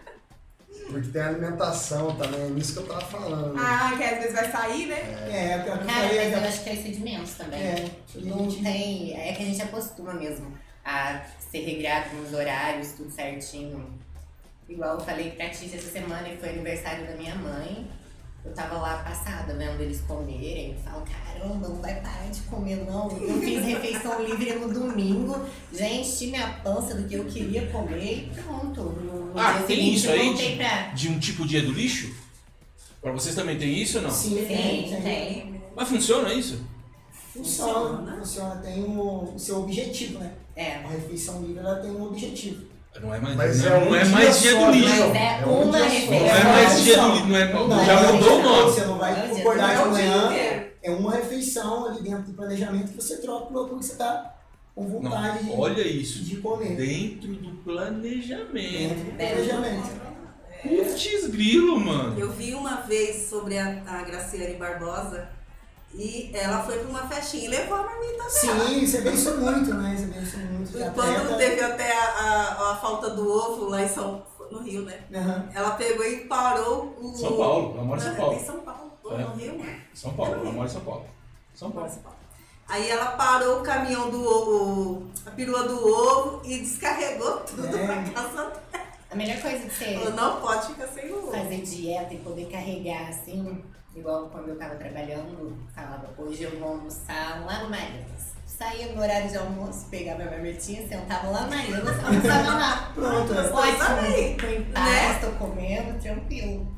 Speaker 2: Porque tem alimentação também, é nisso que eu tava falando.
Speaker 6: Ah, que às vezes vai sair, né?
Speaker 5: É, é o que eu
Speaker 4: cara,
Speaker 5: falei.
Speaker 4: mas eu
Speaker 5: né?
Speaker 4: acho que é isso de menos também.
Speaker 5: É, e a
Speaker 4: Não
Speaker 5: gente-
Speaker 4: tem. É que a gente acostuma mesmo a ser regrado nos horários, tudo certinho. Igual eu falei pra Tícia essa semana e foi aniversário da minha mãe. Eu tava lá passada vendo eles comerem. Eu falo, caramba, não vai parar de comer, não. Eu fiz refeição livre no domingo, já enchi minha pança do que eu queria comer e pronto. No, no
Speaker 1: Ah,
Speaker 4: dia
Speaker 1: tem
Speaker 4: seguinte
Speaker 1: isso
Speaker 4: eu
Speaker 1: aí,
Speaker 4: voltei pra.
Speaker 1: De um tipo dia do lixo? Pra vocês também tem isso ou não?
Speaker 5: Sim,
Speaker 4: Tem,
Speaker 5: tem.
Speaker 4: tem.
Speaker 1: Mas funciona isso?
Speaker 6: Funciona.
Speaker 5: Funciona, funciona. Tem o, o seu objetivo, né?
Speaker 4: É.
Speaker 5: A refeição livre ela tem um objetivo.
Speaker 1: Não é mais,
Speaker 2: Mas
Speaker 1: não,
Speaker 2: é um
Speaker 1: não é
Speaker 2: dia
Speaker 1: mais dia
Speaker 2: só,
Speaker 1: do
Speaker 2: né?
Speaker 1: lixo.
Speaker 4: Mas é
Speaker 2: É um
Speaker 4: uma
Speaker 2: dia só.
Speaker 4: refeição.
Speaker 1: Não é mais dia do lixo. Não é, já mudou o nome.
Speaker 5: Você não vai
Speaker 4: um Não,
Speaker 5: concordar
Speaker 4: gente,
Speaker 5: de manhã.
Speaker 6: inteiro.
Speaker 5: É uma refeição ali dentro do planejamento que você troca pelo aquilo que você está com vontade
Speaker 1: Não,
Speaker 5: de-
Speaker 1: olha isso.
Speaker 5: de comer.
Speaker 1: Dentro do planejamento.
Speaker 5: Dentro do planejamento.
Speaker 1: Putz grilo, mano.
Speaker 6: Eu vi uma vez sobre a, a Graciane Barbosa e ela foi para uma festinha e levou a marmita dela.
Speaker 5: Sim, você vê isso muito, né? Você vê isso muito. de
Speaker 6: E Tá Quando
Speaker 5: atleta.
Speaker 6: teve até a, a- a falta do ovo lá em São, no Rio, né?
Speaker 5: Aham.
Speaker 6: Ela pegou e parou o.
Speaker 1: São Paulo, ela mora em São
Speaker 6: Não,
Speaker 1: Paulo.
Speaker 6: Em São Paulo, ou
Speaker 1: É.
Speaker 6: no Rio, né?
Speaker 1: São Paulo, ela mora em São Paulo. São Paulo.
Speaker 6: Aí ela parou o caminhão do ovo, a perua do ovo e descarregou tudo
Speaker 5: É.
Speaker 6: pra casa.
Speaker 4: A melhor coisa de você
Speaker 6: Falou, não pode ficar sem o ovo.
Speaker 4: fazer dieta e poder carregar assim, igual quando eu tava trabalhando, falava, hoje eu vou almoçar lá no Marinas. Saía no horário de almoço, pegava a marmitinha, sentava lá no Marinas, almoçava lá.
Speaker 5: Pronto, Né? é.
Speaker 4: Ótimo, tô em paz, tô comendo, tranquilo.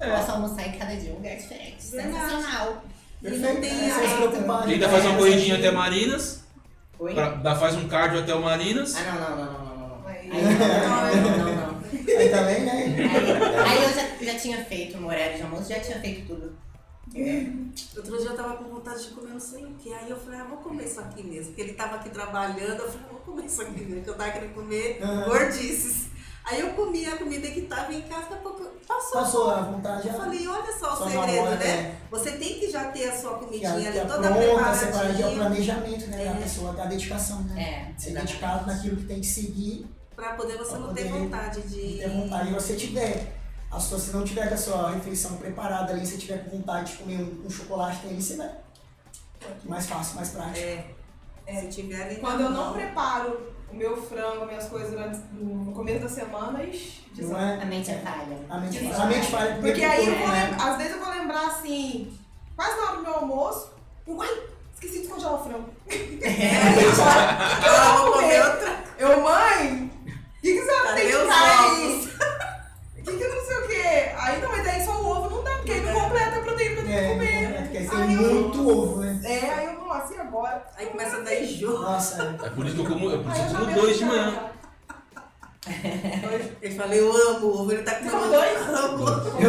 Speaker 5: É.
Speaker 4: Posso almoçar em cada dia um lugar diferente.
Speaker 6: Verdade.
Speaker 4: Sensacional.
Speaker 5: Perfeito.
Speaker 6: tem
Speaker 5: né? Sem se
Speaker 6: a-
Speaker 5: preocupar, né?
Speaker 1: E ainda faz tá uma corridinha até Marinas.
Speaker 4: Oi?
Speaker 1: pra- Ainda faz um cardio até o Marinas.
Speaker 4: Ah, não, não, não, não, não, não.
Speaker 6: Aí-
Speaker 4: Aí, não, não, não, não, não.
Speaker 5: Aí também, né?
Speaker 4: Aí, aí eu já, já tinha feito no horário de almoço, já tinha feito tudo.
Speaker 5: É.
Speaker 6: Outro dia eu tava com vontade de comer não sei o que. Aí eu falei, ah, vou comer isso aqui mesmo. Porque ele tava aqui trabalhando, eu falei, "Ah, vou comer isso aqui mesmo. Porque eu tava querendo comer
Speaker 5: Aham.
Speaker 6: gordices. Aí eu comi a comida que tava em casa, daqui a pouco passou.
Speaker 5: Passou a vontade.
Speaker 6: Eu
Speaker 5: já-
Speaker 6: falei, olha só o
Speaker 5: só na
Speaker 6: segredo,
Speaker 5: hora,
Speaker 6: né? Você tem que já ter a sua
Speaker 5: Que a,
Speaker 6: comidinha
Speaker 5: que
Speaker 6: ali
Speaker 5: a
Speaker 6: toda
Speaker 5: pronta, separada, é o
Speaker 6: preparadinha
Speaker 5: planejamento, né? Da
Speaker 6: É.
Speaker 5: pessoa, da dedicação, né?
Speaker 4: É,
Speaker 5: Ser
Speaker 4: exatamente.
Speaker 5: dedicado naquilo que tem que seguir
Speaker 6: pra poder você
Speaker 5: Pra
Speaker 6: não ter
Speaker 5: poder
Speaker 6: vontade
Speaker 5: e
Speaker 6: de.
Speaker 5: ter vontade. E você tiver, a sua, se não tiver com a sua refeição preparada ali, se tiver com vontade de comer um, um chocolate, tem ali, você vai. Mais fácil, mais prático.
Speaker 6: É. Se tiver ali.
Speaker 3: Quando eu não
Speaker 6: preparo.
Speaker 3: preparo o meu frango, minhas coisas durante, no começo da semana, ixi,
Speaker 5: Não
Speaker 3: desanda.
Speaker 5: é?
Speaker 4: A mente é falha. né?
Speaker 5: A mente, a mente falha com o
Speaker 3: Porque
Speaker 5: tempo
Speaker 3: aí, eu
Speaker 5: todo,
Speaker 3: vou
Speaker 5: né?
Speaker 3: lembrar, às vezes eu vou lembrar assim, quase na hora do meu almoço, uai, esqueci de congelar o frango.
Speaker 5: né?
Speaker 6: Eu Ah, vou comer outra.
Speaker 3: Eu, mãe, o que, que você
Speaker 6: Cadê
Speaker 3: tem de
Speaker 6: os
Speaker 3: carne? O que, que não sei o quê? Aí não, mas aí só o ovo não dá, porque aí não completa a proteína que eu tenho que comer.
Speaker 5: É, porque aí
Speaker 3: Ai,
Speaker 5: tem
Speaker 3: eu-
Speaker 5: muito ovo, né?
Speaker 3: É, aí eu vou assim agora.
Speaker 6: Aí começa a dar enjoo.
Speaker 5: Nossa,
Speaker 1: É por isso que eu como, é por isso
Speaker 3: Aí
Speaker 1: que eu
Speaker 3: eu já
Speaker 1: como
Speaker 3: vejo
Speaker 1: dois de
Speaker 3: já.
Speaker 1: manhã.
Speaker 3: Dois.
Speaker 6: Ele fala, eu amo o ovo, ele tá comendo.
Speaker 3: Não, dois.
Speaker 6: Amo.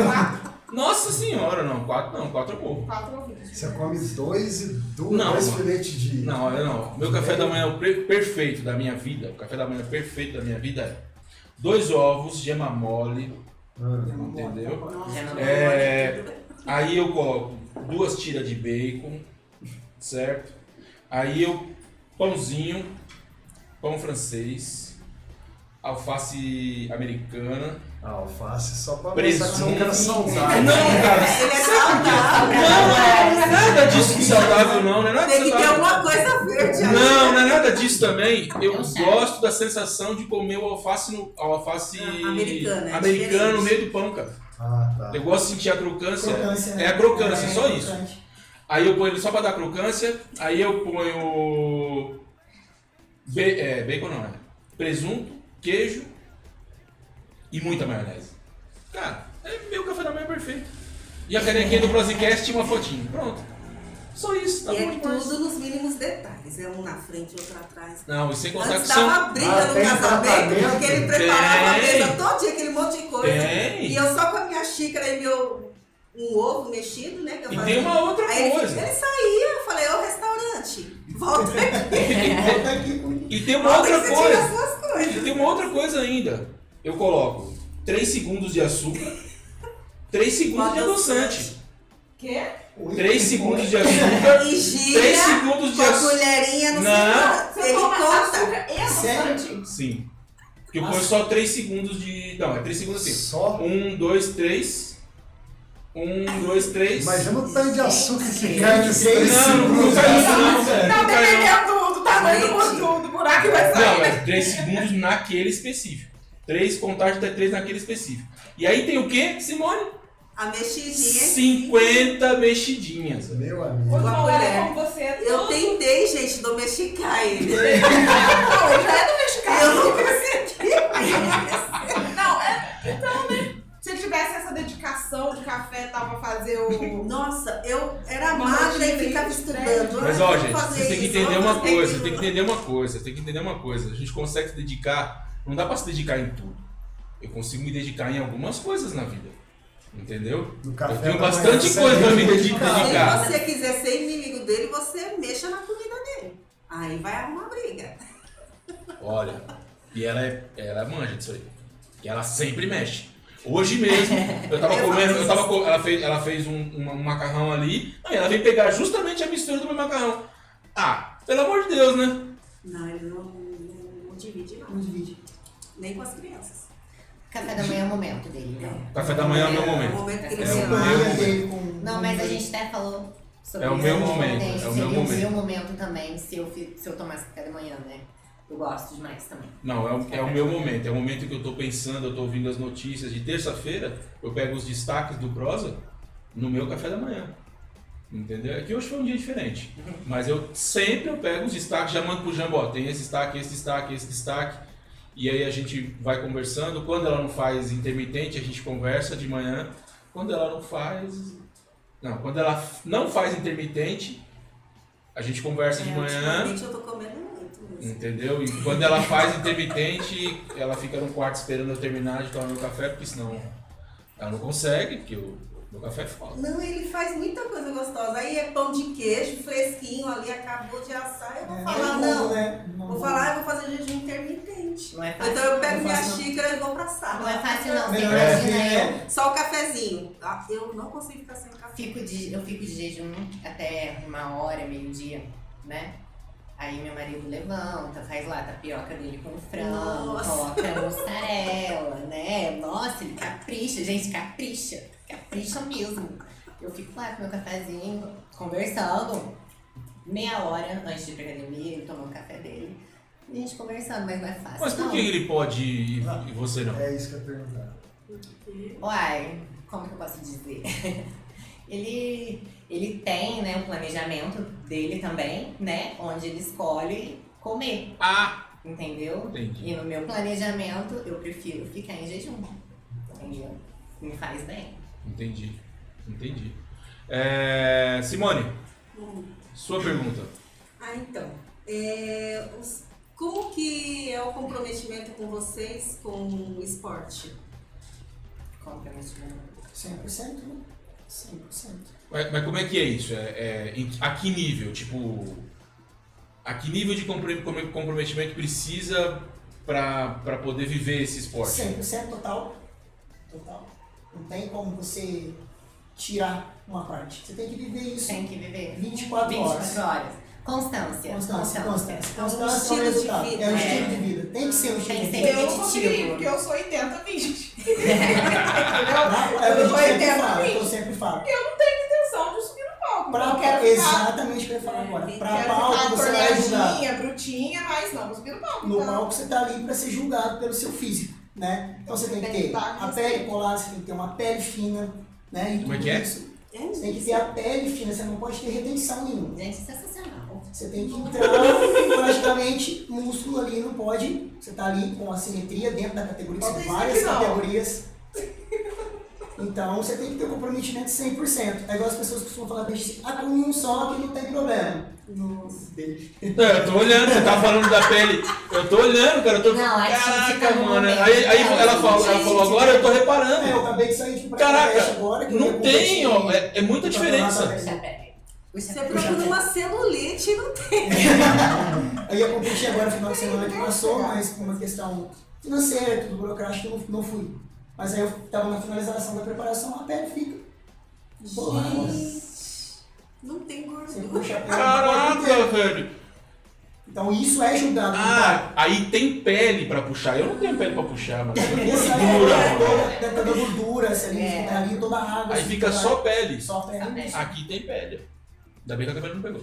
Speaker 3: Quatro,
Speaker 1: Nossa senhora, não. Quatro não, quatro eu como.
Speaker 3: quatro eu vi.
Speaker 2: Você come dois e duas,
Speaker 1: Não,
Speaker 2: dois
Speaker 1: mano.
Speaker 2: filetes de.
Speaker 1: Não, olha não. Meu café da manhã é o pre- perfeito da minha vida. O café da manhã é perfeito da minha vida é dois ovos, gema mole,
Speaker 2: Ah,
Speaker 1: entendeu?
Speaker 6: Nossa,
Speaker 4: É.
Speaker 1: É, aí eu coloco duas tiras de bacon, certo? Aí eu pãozinho, pão francês, alface americana.
Speaker 2: alface só pra mostrar que eu
Speaker 1: Presunto.
Speaker 2: não quero
Speaker 1: Não,
Speaker 2: saudável.
Speaker 1: cara.
Speaker 6: Ele é saudável.
Speaker 1: Não, não é nada disso de saudável não, não é nada
Speaker 6: Tem
Speaker 1: de
Speaker 6: que ter
Speaker 1: saudável.
Speaker 6: alguma coisa né? Tá verde aí.
Speaker 1: Não, não é nada disso também. Eu
Speaker 4: É um chefe.
Speaker 1: gosto da sensação de comer o alface no o alface
Speaker 6: Ah, americano, é
Speaker 1: americano no
Speaker 6: diferente.
Speaker 1: meio do pão, cara.
Speaker 2: Ah, tá.
Speaker 1: Eu gosto de sentir a crocância.
Speaker 5: crocância, né?
Speaker 1: É a crocância, só
Speaker 5: é
Speaker 1: isso.
Speaker 5: crocante.
Speaker 1: Aí eu ponho ele só pra dar crocância. Aí eu ponho. Be é, bacon não, é. Presunto, queijo e muita maionese. Cara, é meu café da manhã perfeito. E a canequinha do Prozicast e uma fotinho. Pronto. Só isso, tá
Speaker 6: E
Speaker 1: bom
Speaker 6: é
Speaker 1: demais.
Speaker 6: tudo nos mínimos detalhes. É um na frente, outro atrás.
Speaker 1: Não, e sem contar que
Speaker 6: Antes
Speaker 1: são.
Speaker 6: dava briga
Speaker 2: Ah,
Speaker 6: no
Speaker 2: tem
Speaker 6: casamento,
Speaker 2: tratamento?
Speaker 6: porque ele preparava a
Speaker 1: Tem.
Speaker 6: mesa todo dia, aquele monte de coisa.
Speaker 1: Tem.
Speaker 6: E eu só com a minha xícara e meu um ovo mexido, né? Que eu
Speaker 1: E
Speaker 6: fazia.
Speaker 1: tem uma outra
Speaker 6: Aí ele,
Speaker 1: coisa.
Speaker 6: ele saía, eu falei, ô restaurante, volta aqui.
Speaker 5: Volta aqui com
Speaker 1: E tem uma
Speaker 6: volta que
Speaker 1: outra
Speaker 6: você tira as
Speaker 1: coisa.
Speaker 6: suas
Speaker 1: E
Speaker 6: coisas.
Speaker 1: tem uma outra coisa ainda. Eu coloco 3 segundos de açúcar, 3 segundos de adoçante.
Speaker 3: Quê?
Speaker 5: oito,
Speaker 1: 3
Speaker 5: com
Speaker 1: segundos
Speaker 5: oito.
Speaker 1: de açúcar,
Speaker 6: E
Speaker 1: 3
Speaker 6: gira
Speaker 1: segundos de
Speaker 6: com a
Speaker 1: açúcar.
Speaker 6: colherinha no
Speaker 1: Não.
Speaker 6: Ele conta.
Speaker 3: açúcar e
Speaker 5: Sério?
Speaker 3: adoçante.
Speaker 1: Sim. Porque eu ponho só 3 segundos de. Não, é 3 segundos assim.
Speaker 2: Só.
Speaker 1: 1, 2, 3. 1, 2, 3.
Speaker 2: Imagina o tanto de açúcar que
Speaker 4: Sim.
Speaker 2: cai de seis
Speaker 1: Não, não
Speaker 2: segundos.
Speaker 1: cai isso, não, velho.
Speaker 3: Tá dependendo do, do tamanho do, do, do buraco que vai sair.
Speaker 1: Não, é 3 segundos naquele específico. 3 contagens até 3 naquele específico. E aí tem o quê, Simone?
Speaker 6: A mexidinha.
Speaker 1: 50 mexidinhas. velho.
Speaker 2: Meu
Speaker 3: Ô,
Speaker 2: amigo.
Speaker 6: Uma
Speaker 3: João, olha
Speaker 6: colher.
Speaker 3: como você é
Speaker 6: Eu
Speaker 3: todo-
Speaker 6: tentei, gente, domesticar ele.
Speaker 3: Não, ele já é domesticado.
Speaker 6: Eu não consegui.
Speaker 3: Não, é. Então, né? Se ele tivesse essa dedicação de café, tava a fazer o.
Speaker 6: Nossa, eu era
Speaker 3: Uma
Speaker 6: daí ficava estudando.
Speaker 1: Mas
Speaker 6: Ah,
Speaker 1: ó,
Speaker 6: vou
Speaker 1: gente,
Speaker 6: fazer
Speaker 1: vocês têm que
Speaker 6: isso,
Speaker 1: entender
Speaker 6: ah,
Speaker 1: uma
Speaker 6: vou fazer
Speaker 1: coisa,
Speaker 6: aquilo.
Speaker 1: tem que entender uma coisa, tem que entender uma coisa. A gente consegue se dedicar, não dá pra se dedicar em tudo. Eu consigo me dedicar em algumas coisas na vida. Entendeu?
Speaker 2: No café
Speaker 1: Eu tenho
Speaker 2: da manhã,
Speaker 1: bastante
Speaker 2: você
Speaker 1: coisa pra me
Speaker 2: tem que
Speaker 1: dedicar.
Speaker 2: ficar.
Speaker 1: Cara.
Speaker 6: Se você quiser ser inimigo dele, você mexa na comida dele. Aí vai arrumar briga.
Speaker 1: Olha, e ela, é- ela manja disso aí. E ela sempre mexe. Hoje mesmo, eu tava
Speaker 6: Eu
Speaker 1: comendo,
Speaker 6: faço
Speaker 1: eu tava co- ela fez, ela fez um, um- um macarrão ali, aí ela veio pegar justamente a mistura do meu macarrão. Ah, pelo amor de Deus, né?
Speaker 6: Não, ele não, não, não divide, não.
Speaker 5: Vamos dividir.
Speaker 6: Nem com as crianças.
Speaker 4: Café da manhã é o momento dele, né?
Speaker 1: Café da manhã é o meu
Speaker 6: É o
Speaker 1: momento.
Speaker 6: momento que ele
Speaker 1: É
Speaker 6: se
Speaker 1: o meu
Speaker 5: Companhia
Speaker 6: vai.
Speaker 1: momento.
Speaker 5: dele com-
Speaker 4: Não, mas a gente até falou sobre
Speaker 1: É o
Speaker 4: isso
Speaker 1: meu
Speaker 4: antes,
Speaker 1: momento,
Speaker 4: né?
Speaker 1: é o
Speaker 4: Seria
Speaker 1: meu momento.
Speaker 4: meu momento também, se eu, fi- se eu tomasse café da manhã, né? Eu gosto demais também.
Speaker 1: Não, é o, é o meu momento. É o momento que eu tô pensando, eu tô ouvindo as notícias. De terça-feira, eu pego os destaques do Prosa no meu café da manhã. Entendeu? É que hoje foi um dia diferente. Mas eu sempre eu pego os destaques, já mando pro Jambo, ó, tem esse destaque, esse destaque, esse destaque. E aí a gente vai conversando. Quando ela não faz intermitente, a gente conversa de manhã. Quando ela não faz. Não, quando ela f- não faz intermitente, a gente conversa de
Speaker 6: É,
Speaker 1: manhã.
Speaker 6: ultimamente eu tô comendo muito mesmo.
Speaker 1: Entendeu? E quando ela faz intermitente, ela fica no quarto esperando eu terminar de tomar meu café, porque senão ela não consegue, porque o meu café é foda.
Speaker 6: Não, ele faz muita coisa gostosa. Aí é pão de queijo, fresquinho ali, acabou de assar. Eu vou
Speaker 5: É,
Speaker 6: falar,
Speaker 5: tem
Speaker 6: não.
Speaker 5: como, né? Não-
Speaker 6: Vou falar, eu vou fazer um jejum intermitente.
Speaker 4: Não é fácil.
Speaker 6: Então eu pego
Speaker 5: Não
Speaker 6: minha
Speaker 5: faço, não.
Speaker 6: xícara e vou pra sala.
Speaker 4: Não é fácil não, você
Speaker 5: Melhor
Speaker 1: É.
Speaker 4: imagina eu.
Speaker 5: é.
Speaker 6: Só o cafezinho. Ah, Eu não consigo ficar sem café.
Speaker 4: Fico de, eu fico de jejum até uma hora, meio-dia, né? Aí meu marido levanta, faz lá a tapioca dele com frango,
Speaker 6: Nossa.
Speaker 4: coloca mussarela, né? Nossa, ele capricha, gente, capricha, capricha mesmo. Eu fico lá com meu cafezinho, conversando, meia hora antes de ir pra academia, ele tomou o café dele. A gente conversando, mas não é fácil.
Speaker 1: Mas por
Speaker 4: não.
Speaker 1: que ele pode ir e você não?
Speaker 2: É isso que eu ia perguntar.
Speaker 4: Uai, como que eu posso dizer? ele, ele tem, né, o planejamento dele também, né? Onde ele escolhe comer,
Speaker 1: Ah,
Speaker 4: entendeu?
Speaker 1: entendi.
Speaker 4: E no meu planejamento, eu prefiro ficar em jejum, entendeu? Me faz bem.
Speaker 1: Entendi. Entendi. É, Simone,
Speaker 6: Hum.
Speaker 1: sua pergunta.
Speaker 6: Ah, então. É, os- como que é o comprometimento com vocês com o esporte?
Speaker 4: Como que eu me estimulei?
Speaker 5: 100%, né? 100%.
Speaker 1: Mas, mas como é que é isso? É, é, em- a que nível? Tipo, a que nível de compre- compre- comprometimento precisa para poder viver esse esporte?
Speaker 5: 100% total. Total. Não tem como você tirar uma parte. Você tem que viver isso
Speaker 4: Tem que viver
Speaker 5: 24 horas.
Speaker 4: 24 horas. Constância.
Speaker 5: Constância, constância. Constância é
Speaker 6: estilo
Speaker 5: o
Speaker 6: de
Speaker 5: resultado.
Speaker 6: vida.
Speaker 5: É
Speaker 4: É.
Speaker 5: o estilo de vida. Tem que ser um estilo
Speaker 4: Tem
Speaker 5: de
Speaker 4: que
Speaker 5: vida.
Speaker 4: ser.
Speaker 3: Eu não
Speaker 4: Repetitivo.
Speaker 3: conseguiria, porque eu sou 80 20.
Speaker 5: Tá? É o que
Speaker 3: Eu
Speaker 5: eu
Speaker 3: vou
Speaker 5: sempre
Speaker 3: entender
Speaker 5: falo,
Speaker 3: assim.
Speaker 5: que eu sempre falo.
Speaker 3: Intenção de subir no palco.
Speaker 5: Pra,
Speaker 3: eu quero ficar,
Speaker 5: exatamente o que eu ia falar agora. Pra
Speaker 3: É, quero
Speaker 5: palco
Speaker 3: ficar
Speaker 5: você vai ajudar.
Speaker 3: torneadinha, brutinha, mas não, vou subir no palco.
Speaker 5: No
Speaker 3: então.
Speaker 5: palco você tá ali pra ser julgado pelo seu físico, né? Então você tem que ter a pele colada, você tem que ter uma pele fina, né? E
Speaker 1: Como é
Speaker 5: tudo
Speaker 1: que é?
Speaker 5: isso.
Speaker 6: É
Speaker 5: Você tem que ter a pele fina, você não pode ter retenção nenhuma.
Speaker 4: Gente, é sensacional.
Speaker 5: Você tem que entrar praticamente músculo ali, não pode. Você tá ali com a simetria dentro da categoria,
Speaker 3: Bota
Speaker 5: são
Speaker 3: isso
Speaker 5: várias
Speaker 3: aqui, não.
Speaker 5: categorias. Então você tem que ter um comprometimento 100%. É igual as pessoas costumam falar pra gente assim, ah, com um só que não tem problema.
Speaker 6: Nossa.
Speaker 1: Não, eu tô olhando, você tá falando da pele. Eu tô olhando, cara. Eu tô...
Speaker 4: Não, aí fica
Speaker 1: Caraca,
Speaker 4: no
Speaker 1: mano.
Speaker 4: momento.
Speaker 1: Aí, aí ela falou, ela
Speaker 4: Gente,
Speaker 1: falou agora, eu tô reparando.
Speaker 5: É, eu acabei de sair de um
Speaker 1: Caraca,
Speaker 5: Bangladesh agora. que eu ia
Speaker 1: Não tem,
Speaker 5: competir.
Speaker 1: ó. É, é muita diferença.
Speaker 4: é O
Speaker 6: Você
Speaker 4: chapéu-
Speaker 6: procura uma celulite, não
Speaker 5: Eu ia competir agora no final de semana que passou, mas por uma questão financeira, tudo burocrático, eu não, não fui. Mas aí eu tava na finalização da preparação, a pele fica. Porra,
Speaker 6: Gente, não tem
Speaker 5: Você
Speaker 6: gordura.
Speaker 5: puxa a pele. pode
Speaker 1: Caraca,
Speaker 5: ter.
Speaker 1: velho.
Speaker 5: Então isso é julgado.
Speaker 1: Ah, aí tem pele pra puxar. Eu não tenho pele pra puxar, mano.
Speaker 5: Então, essa é
Speaker 1: Gordura.
Speaker 5: toda, tá toda gordura, se ali,
Speaker 4: É.
Speaker 5: é. ali toda a água.
Speaker 1: Aí
Speaker 5: se
Speaker 1: fica
Speaker 5: toda- é
Speaker 1: só pele.
Speaker 5: Só a pele.
Speaker 1: Aqui tem pele. Ainda bem que a cabelo não pegou.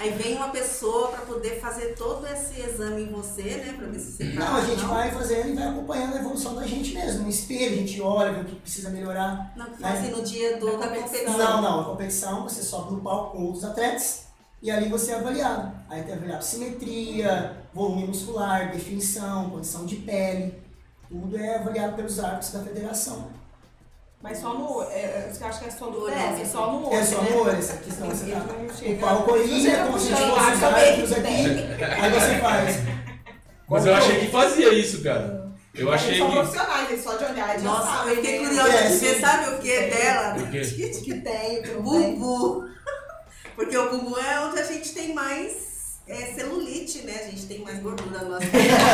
Speaker 6: Aí vem uma pessoa pra poder fazer todo esse exame em você, né? Pra ver se você tá
Speaker 5: Não, a gente
Speaker 6: não.
Speaker 5: vai fazendo e vai acompanhando a evolução da gente mesmo. No espelho, a gente olha, vê o que precisa melhorar.
Speaker 6: Não, assim, no dia do, da competição.
Speaker 5: Não, não. A competição você sobe no palco com outros atletas e ali você é avaliado. Aí tem avaliado simetria, volume muscular, definição, condição de pele. Tudo é avaliado pelos árbitros da federação.
Speaker 3: Mas só no. É, é, eu acho que é só no
Speaker 6: Olho,
Speaker 3: é,
Speaker 6: né?
Speaker 3: só no olho.
Speaker 5: É só
Speaker 3: né?
Speaker 5: no olho essa questão. Você
Speaker 3: Ele
Speaker 5: tá...
Speaker 3: não
Speaker 5: O
Speaker 3: chega-
Speaker 5: pau corrige é como se fosse
Speaker 3: Eu
Speaker 5: os
Speaker 3: acho
Speaker 5: árbitros
Speaker 3: que
Speaker 5: aqui. Aí você faz.
Speaker 1: Mas eu
Speaker 5: é?
Speaker 1: achei que fazia isso, cara. Eu
Speaker 3: Eles
Speaker 1: achei
Speaker 3: são
Speaker 1: que.
Speaker 3: profissionais, eles só de olhar. eles já
Speaker 6: Nossa, eu
Speaker 3: sabem,
Speaker 6: fiquei
Speaker 3: né?
Speaker 6: curiosa de
Speaker 5: É,
Speaker 6: ver,
Speaker 5: sim.
Speaker 6: sabe o que dela?
Speaker 1: O quê?
Speaker 3: O que tem, tudo bem.
Speaker 6: Bubu. É. Porque o bubu é onde a gente tem mais é, celulite, né? A gente tem mais gordura no nosso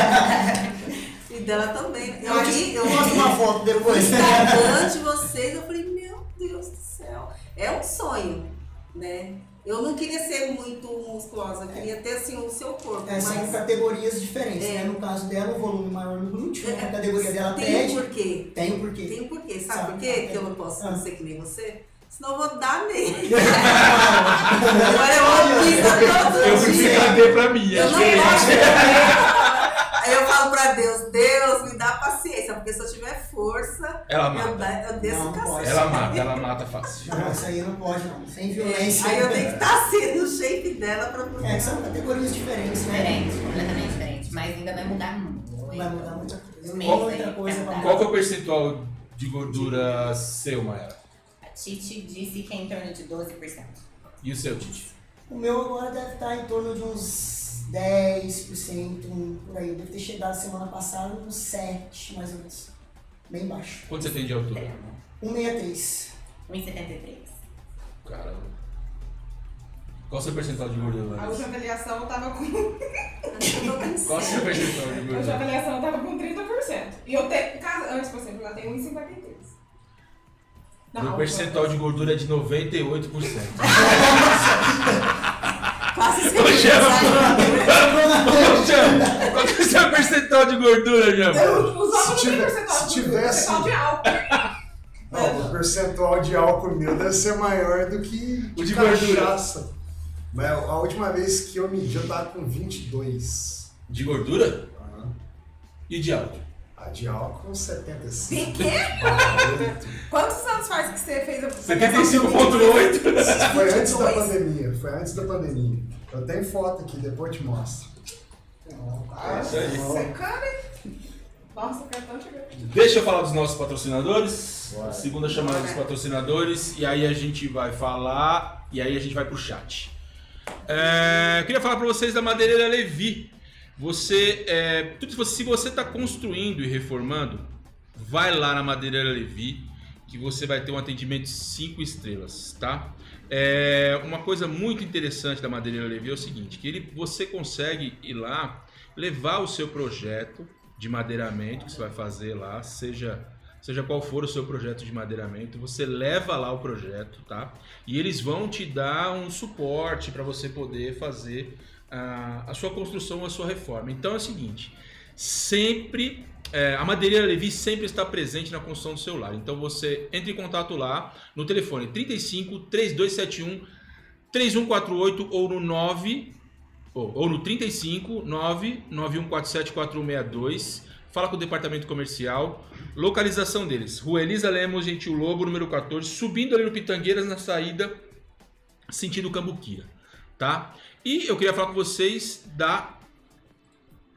Speaker 6: corpo. E dela também. Eu vi, eu
Speaker 5: Eu mostro
Speaker 6: vi
Speaker 5: uma foto depois.
Speaker 6: no Instagram de vocês, eu falei, meu Deus do céu. É um sonho, né? Eu não queria ser muito musculosa, eu queria ter assim o seu corpo.
Speaker 5: É, são
Speaker 6: mas
Speaker 5: categorias diferentes.
Speaker 6: É.
Speaker 5: né? No caso dela, o volume maior no glúteo, né? a categoria dela
Speaker 6: tem um
Speaker 5: pede.
Speaker 6: porquê.
Speaker 5: Tem o porquê.
Speaker 6: Tem um porquê. Sabe,
Speaker 5: Sabe,
Speaker 6: por quê
Speaker 5: tem.
Speaker 6: que eu não posso
Speaker 5: Ah.
Speaker 6: ser que nem você? Senão eu vou dar nele. Agora é eu vou pisar todo
Speaker 1: Eu fui
Speaker 6: dia.
Speaker 1: brincadeira pra mim, é
Speaker 6: Eu não gosto.
Speaker 1: diferente.
Speaker 6: Aí eu falo pra Deus, Deus, me dá paciência, porque se eu tiver força,
Speaker 1: Ela
Speaker 6: eu,
Speaker 1: mata.
Speaker 6: da- eu desço
Speaker 5: Não
Speaker 6: o cacete.
Speaker 5: pode.
Speaker 1: Ela mata, ela mata fácil.
Speaker 5: Não, isso aí não pode não. Sem violência.
Speaker 6: É. Aí eu tenho que estar assim no shape dela pra poder.
Speaker 5: É, são categorias diferentes, né?
Speaker 4: Diferente, completamente diferente. Mas ainda vai mudar muito.
Speaker 5: Vai mudar muita coisa.
Speaker 4: Um mês aí
Speaker 5: Muita
Speaker 4: pra
Speaker 5: coisa
Speaker 4: mudar.
Speaker 5: vai mudar.
Speaker 1: Qual que é o percentual de gordura seu, Maera?
Speaker 4: A Titi disse que é em torno de 12%.
Speaker 1: E o seu, Titi?
Speaker 5: O meu agora deve estar em torno de uns 10%, um- por aí. Eu devo ter chegado semana passada uns 7, mais ou menos. Bem baixo.
Speaker 1: Quanto você tem de altura?
Speaker 5: 163.
Speaker 4: 1,73.
Speaker 1: Caramba. Qual o seu percentual de gordura,
Speaker 3: A última
Speaker 1: Larissa?
Speaker 3: avaliação eu tava
Speaker 1: Uhum.
Speaker 3: com.
Speaker 6: Eu tô pensando.
Speaker 1: Qual o seu percentual de
Speaker 3: A última
Speaker 1: gordura?
Speaker 3: avaliação eu tava com 30%. E eu tenho. Cara, antes de você perguntar, tem 1,53. Na
Speaker 1: Meu
Speaker 3: altura.
Speaker 1: Um percentual de gordura é de 98%.
Speaker 6: Faça isso
Speaker 1: Ô, Jean!
Speaker 5: Dona
Speaker 1: Ô, Jean! Qual que é o seu percentual de gordura, Jean?
Speaker 3: Os homens não
Speaker 2: Se
Speaker 3: têm um
Speaker 2: tiver-
Speaker 3: percentual.
Speaker 2: se
Speaker 3: tem
Speaker 2: tivesse-
Speaker 3: Percentual de álcool.
Speaker 2: Não, o percentual de álcool meu deve ser maior do que
Speaker 1: O de
Speaker 2: cachaça. Mas a última vez que eu medi, eu tava com 22.
Speaker 1: De gordura?
Speaker 2: Aham.
Speaker 1: E de álcool?
Speaker 2: A de álcool, 75.
Speaker 6: De quê?
Speaker 3: Quantos anos faz que você fez a
Speaker 5: Tipo,
Speaker 1: 75,8%.
Speaker 2: Foi antes da
Speaker 6: 22.
Speaker 2: pandemia, foi antes da pandemia. Eu tenho foto aqui, depois eu te mostro.
Speaker 5: um
Speaker 2: Tá
Speaker 1: É isso aí.
Speaker 3: Você cara, hein? Nossa, o cartão chegou.
Speaker 1: Deixa eu falar dos nossos patrocinadores.
Speaker 2: Bora.
Speaker 1: Segunda chamada dos patrocinadores. E aí a gente vai falar. E aí a gente vai pro chat. É, queria falar para vocês da Madeireira Levi. Você, é, tudo que você- se você está construindo e reformando, vai lá na Madeireira Levi que você vai ter um atendimento 5 estrelas, tá? É, uma coisa muito interessante da Madeireira Levi é o seguinte, que ele, você consegue ir lá levar o seu projeto de madeiramento que você vai fazer lá, seja seja qual for o seu projeto de madeiramento, você leva lá o projeto, tá? E eles vão te dar um suporte para você poder fazer ah, a sua construção, a sua reforma. Então é o seguinte, sempre é, a Madeireira Levi sempre está presente na construção do seu lar. Então você entre em contato lá no telefone 35 3271 3148 ou no 9 ou, ou no 35 991474162. Fala com o departamento comercial. Localização deles: Rua Elisa Lemos, Gentil Lobo, número 14, subindo ali no Pitangueiras na saída sentido Cambuquira, tá? E eu queria falar com vocês da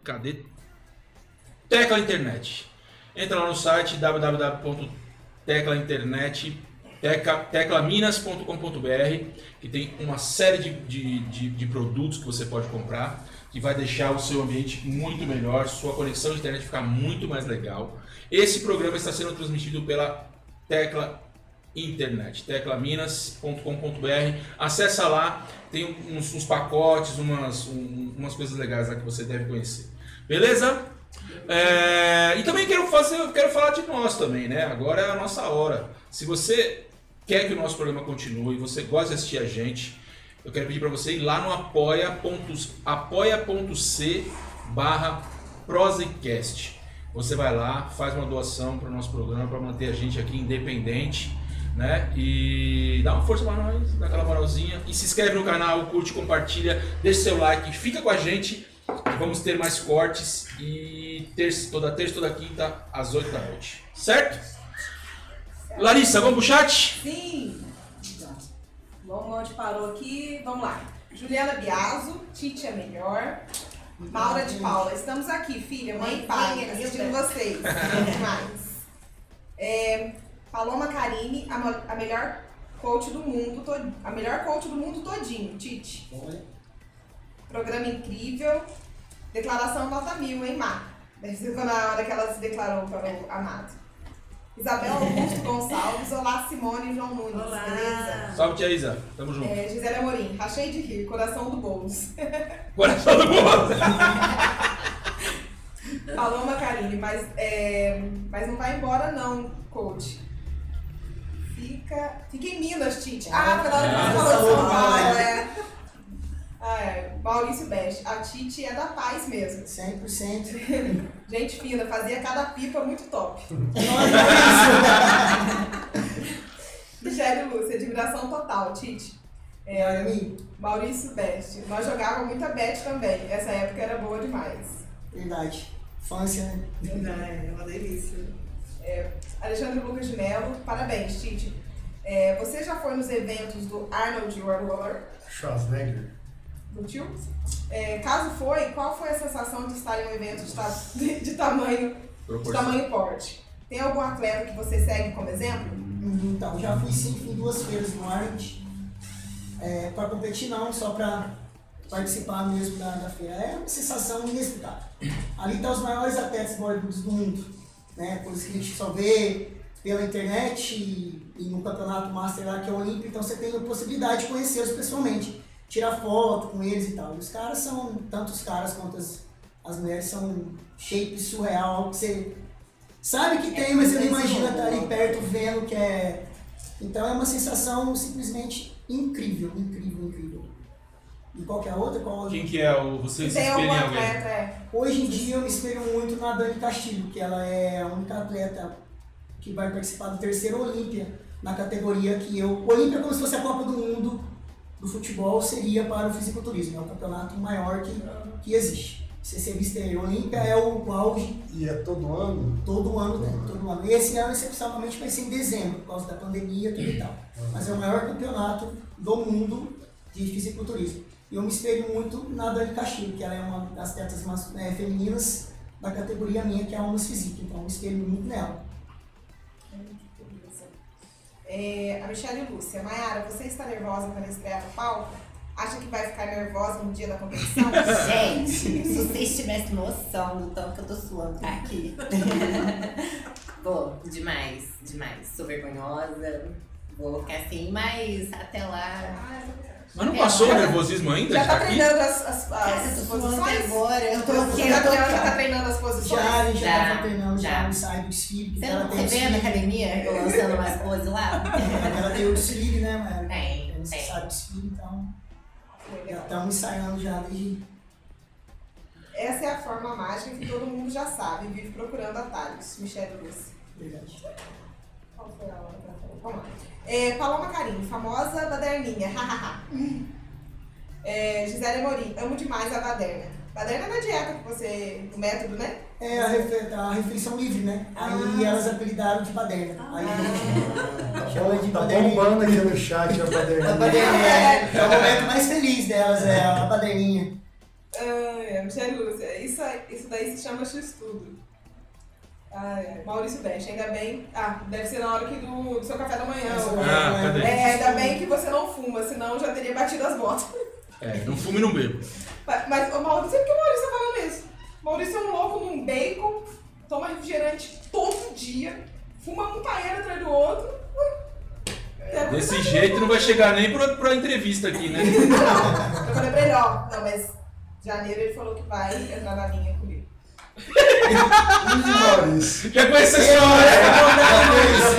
Speaker 1: Cadê Tecla Internet. Entra lá no site www.teclainternet, teca- teclaminas.com.br, que tem uma série de, de, de- de produtos que você pode comprar, que vai deixar o seu ambiente muito melhor, sua conexão de internet ficar muito mais legal. Esse programa está sendo transmitido pela Tecla Internet, teclaminas.com.br. Acessa lá, tem uns, uns pacotes, umas, um- umas coisas legais lá que você deve conhecer. Beleza? É, e também quero fazer, eu quero falar de nós também, né? Agora é a nossa hora. Se você quer que o nosso programa continue, você gosta de assistir a gente, eu quero pedir para você ir lá no apoia.c apoia.c barra prosecast. Você vai lá, faz uma doação para o nosso programa, para manter a gente aqui independente, né? E dá uma força para nós, dá aquela moralzinha. E se inscreve no canal, curte, compartilha, deixa seu like, fica com a gente. Vamos ter mais cortes e terça, toda terça, toda quinta, às 8 da noite. Certo? Larissa, vamos pro chat?
Speaker 3: Sim! Então, Vamos onde parou aqui. Vamos lá. Juliana Biaso, Tite é melhor. Maura de Paula, estamos aqui, filha, mãe e pai,
Speaker 4: Mãezinha,
Speaker 3: assistindo
Speaker 4: linda.
Speaker 3: vocês. Demais. É, Paloma Karine, a, mo- a melhor coach do mundo, to- a melhor coach do mundo todinho, Tite.
Speaker 5: Olha,
Speaker 3: Programa incrível. Declaração nota mil, hein, Má? Deve ser quando a hora que ela se declarou para o amado. Isabel Augusto Gonçalves, olá Simone e João Nunes, beleza?
Speaker 6: Olá!
Speaker 1: Salve, tia Isa. Tamo junto.
Speaker 3: É, Gisele Amorim, rachei de rir, coração do Boulos.
Speaker 1: Coração do mundo.
Speaker 3: Paloma Karine, mas, é, mas não vai embora não, coach. Fica, fica em Minas, Tite. Ah, foi na hora que você
Speaker 5: Ah,
Speaker 3: falou de São
Speaker 5: São
Speaker 3: Paulo,
Speaker 5: Paulo.
Speaker 3: é. Ah, é. Maurício Best, a Tite é da paz mesmo.
Speaker 5: 100%.
Speaker 3: Gente fina, fazia cada pipa muito top. Michele Lúcia, admiração total, Tite.
Speaker 5: É, olha, mim,
Speaker 3: Maurício Best. Nós jogávamos muita bet também. Essa época era boa demais.
Speaker 5: verdade. Infância, né?
Speaker 6: É uma delícia.
Speaker 3: Alexandre Lucas de Mello, parabéns, Tite. É, você já foi nos eventos do Arnold Warhol,
Speaker 2: Schwarzenegger.
Speaker 3: do tio? É, caso foi, qual foi a sensação de estar em um evento de, ta- de, de tamanho, de
Speaker 1: Proporção.
Speaker 3: tamanho porte? Tem algum atleta que você segue como exemplo?
Speaker 5: Uhum, Então, já fui sim, fui em duas feiras no Arnold. É, pra competir não, só pra participar mesmo da, da feira. É uma sensação inexplicável. Ali tá os maiores atletas bodybuilders do mundo. Né? Coisas que a gente só vê pela internet e, e no campeonato master lá que é o Olímpico, então você tem a possibilidade de conhecê-los pessoalmente, tirar foto com eles e tal. E os caras são, tanto os caras quanto as, as mulheres, são shape surreal, algo que você sabe que tem, mas você não imagina estar ali perto vendo que é. Então é uma sensação simplesmente incrível, incrível, incrível. E qualquer outra, qual
Speaker 1: Quem que é o... Você
Speaker 3: Se
Speaker 1: se
Speaker 3: tem algum
Speaker 1: espelha em alguém?
Speaker 3: um atleta, é.
Speaker 5: Hoje em dia eu me espelho muito na Dani Castilho, que ela é a única atleta que vai participar do terceiro Olímpia, na categoria que eu. O Olímpia é como se fosse a Copa do Mundo do futebol, seria para o fisiculturismo, é o campeonato maior que, que existe. Você ser visto aí, Olímpia é o auge
Speaker 2: E é todo ano?
Speaker 5: todo ano, né? Todo ano. Esse ano, excepcionalmente, vai ser em dezembro, por causa da pandemia tudo e tal. Mas é o maior campeonato do mundo de fisiculturismo. E eu me espelho muito na Dani Castilho, que ela é uma das atletas mas- eh, femininas da categoria minha, que é a Almas Física. Então eu me espelho muito nela.
Speaker 3: É, a Michelle Lúcia, Mayara, você está nervosa para estrear no palco? Acha que vai ficar nervosa no dia da competição?
Speaker 4: Gente, se vocês tivessem noção do tanto que eu tô suando pra aqui. Pô, demais, demais. Sou vergonhosa. Vou ficar assim, mas até lá.
Speaker 3: Ah,
Speaker 1: Mas não passou o nervosismo ainda?
Speaker 3: já
Speaker 1: de
Speaker 3: tá
Speaker 1: tá aqui?
Speaker 3: treinando as, as,
Speaker 4: Cara,
Speaker 3: as
Speaker 4: eu tô suando até
Speaker 3: posições?
Speaker 4: agora. Eu tô aqui,
Speaker 3: já,
Speaker 4: eu tô
Speaker 3: já, tá
Speaker 4: aqui.
Speaker 3: treinando as posições?
Speaker 5: Já, a gente já
Speaker 4: Já,
Speaker 5: estava treinando, já,
Speaker 4: é. já.
Speaker 5: no sai do desfile, porque
Speaker 4: Você
Speaker 5: ela
Speaker 4: não
Speaker 5: tem
Speaker 4: você
Speaker 5: o
Speaker 4: vê né? na
Speaker 5: desfile.
Speaker 4: academia? Eu lançando umas poses lá?
Speaker 5: Ela tem o desfile, né, mano?
Speaker 4: Tem,
Speaker 5: Ela
Speaker 4: tem.
Speaker 5: sabe o desfile, então já
Speaker 3: Legal.
Speaker 5: estamos ensaiando já desde.
Speaker 3: Essa é a forma mágica que todo mundo já sabe e vive procurando atalhos. Michelle Lúcia.
Speaker 5: Verdade.
Speaker 3: Qual foi a hora que ela falou? Vamos lá. É, Paloma Carim, famosa baderninha. hahaha. é, Gisele Amorim, amo demais a baderna. Baderna é na dieta que você. o método, né?
Speaker 5: É a, refe- a refeição livre, né? Aí
Speaker 4: Ah.
Speaker 5: elas apelidaram de paderna. Aí Chama de
Speaker 2: Tá
Speaker 5: paderninha.
Speaker 2: bombando aqui no chat é a
Speaker 5: A
Speaker 2: paderninha.
Speaker 5: paderninha é, é o momento mais feliz delas, é a paderninha.
Speaker 3: Ai, é, Michelle Lúcia, isso, aí- isso daí se chama X-Tudo. Ai, ai, Maurício Best, ainda bem. Ah, deve ser na hora que do, do seu café da
Speaker 4: Ah,
Speaker 3: manhã.
Speaker 5: Essa né?
Speaker 3: ou-
Speaker 5: paderninha
Speaker 1: cadê?
Speaker 3: É,
Speaker 4: tá
Speaker 3: ainda bem que você não fuma, senão eu já teria batido as botas.
Speaker 1: É, não fumo e não bebo.
Speaker 3: Mas, mas o Maurício, por que o Maurício tá falando isso? O Maurício é um louco num bacon, toma refrigerante todo dia, fuma um paeiro atrás do outro.
Speaker 1: É,
Speaker 3: Quero
Speaker 1: Desse jeito não vai chegar nem pra, pra entrevista aqui, né?
Speaker 3: Eu falei pra ele, ó, não, mas janeiro ele falou que vai entrar na linha comigo.
Speaker 2: E Maurício?
Speaker 1: Já conheço essa história!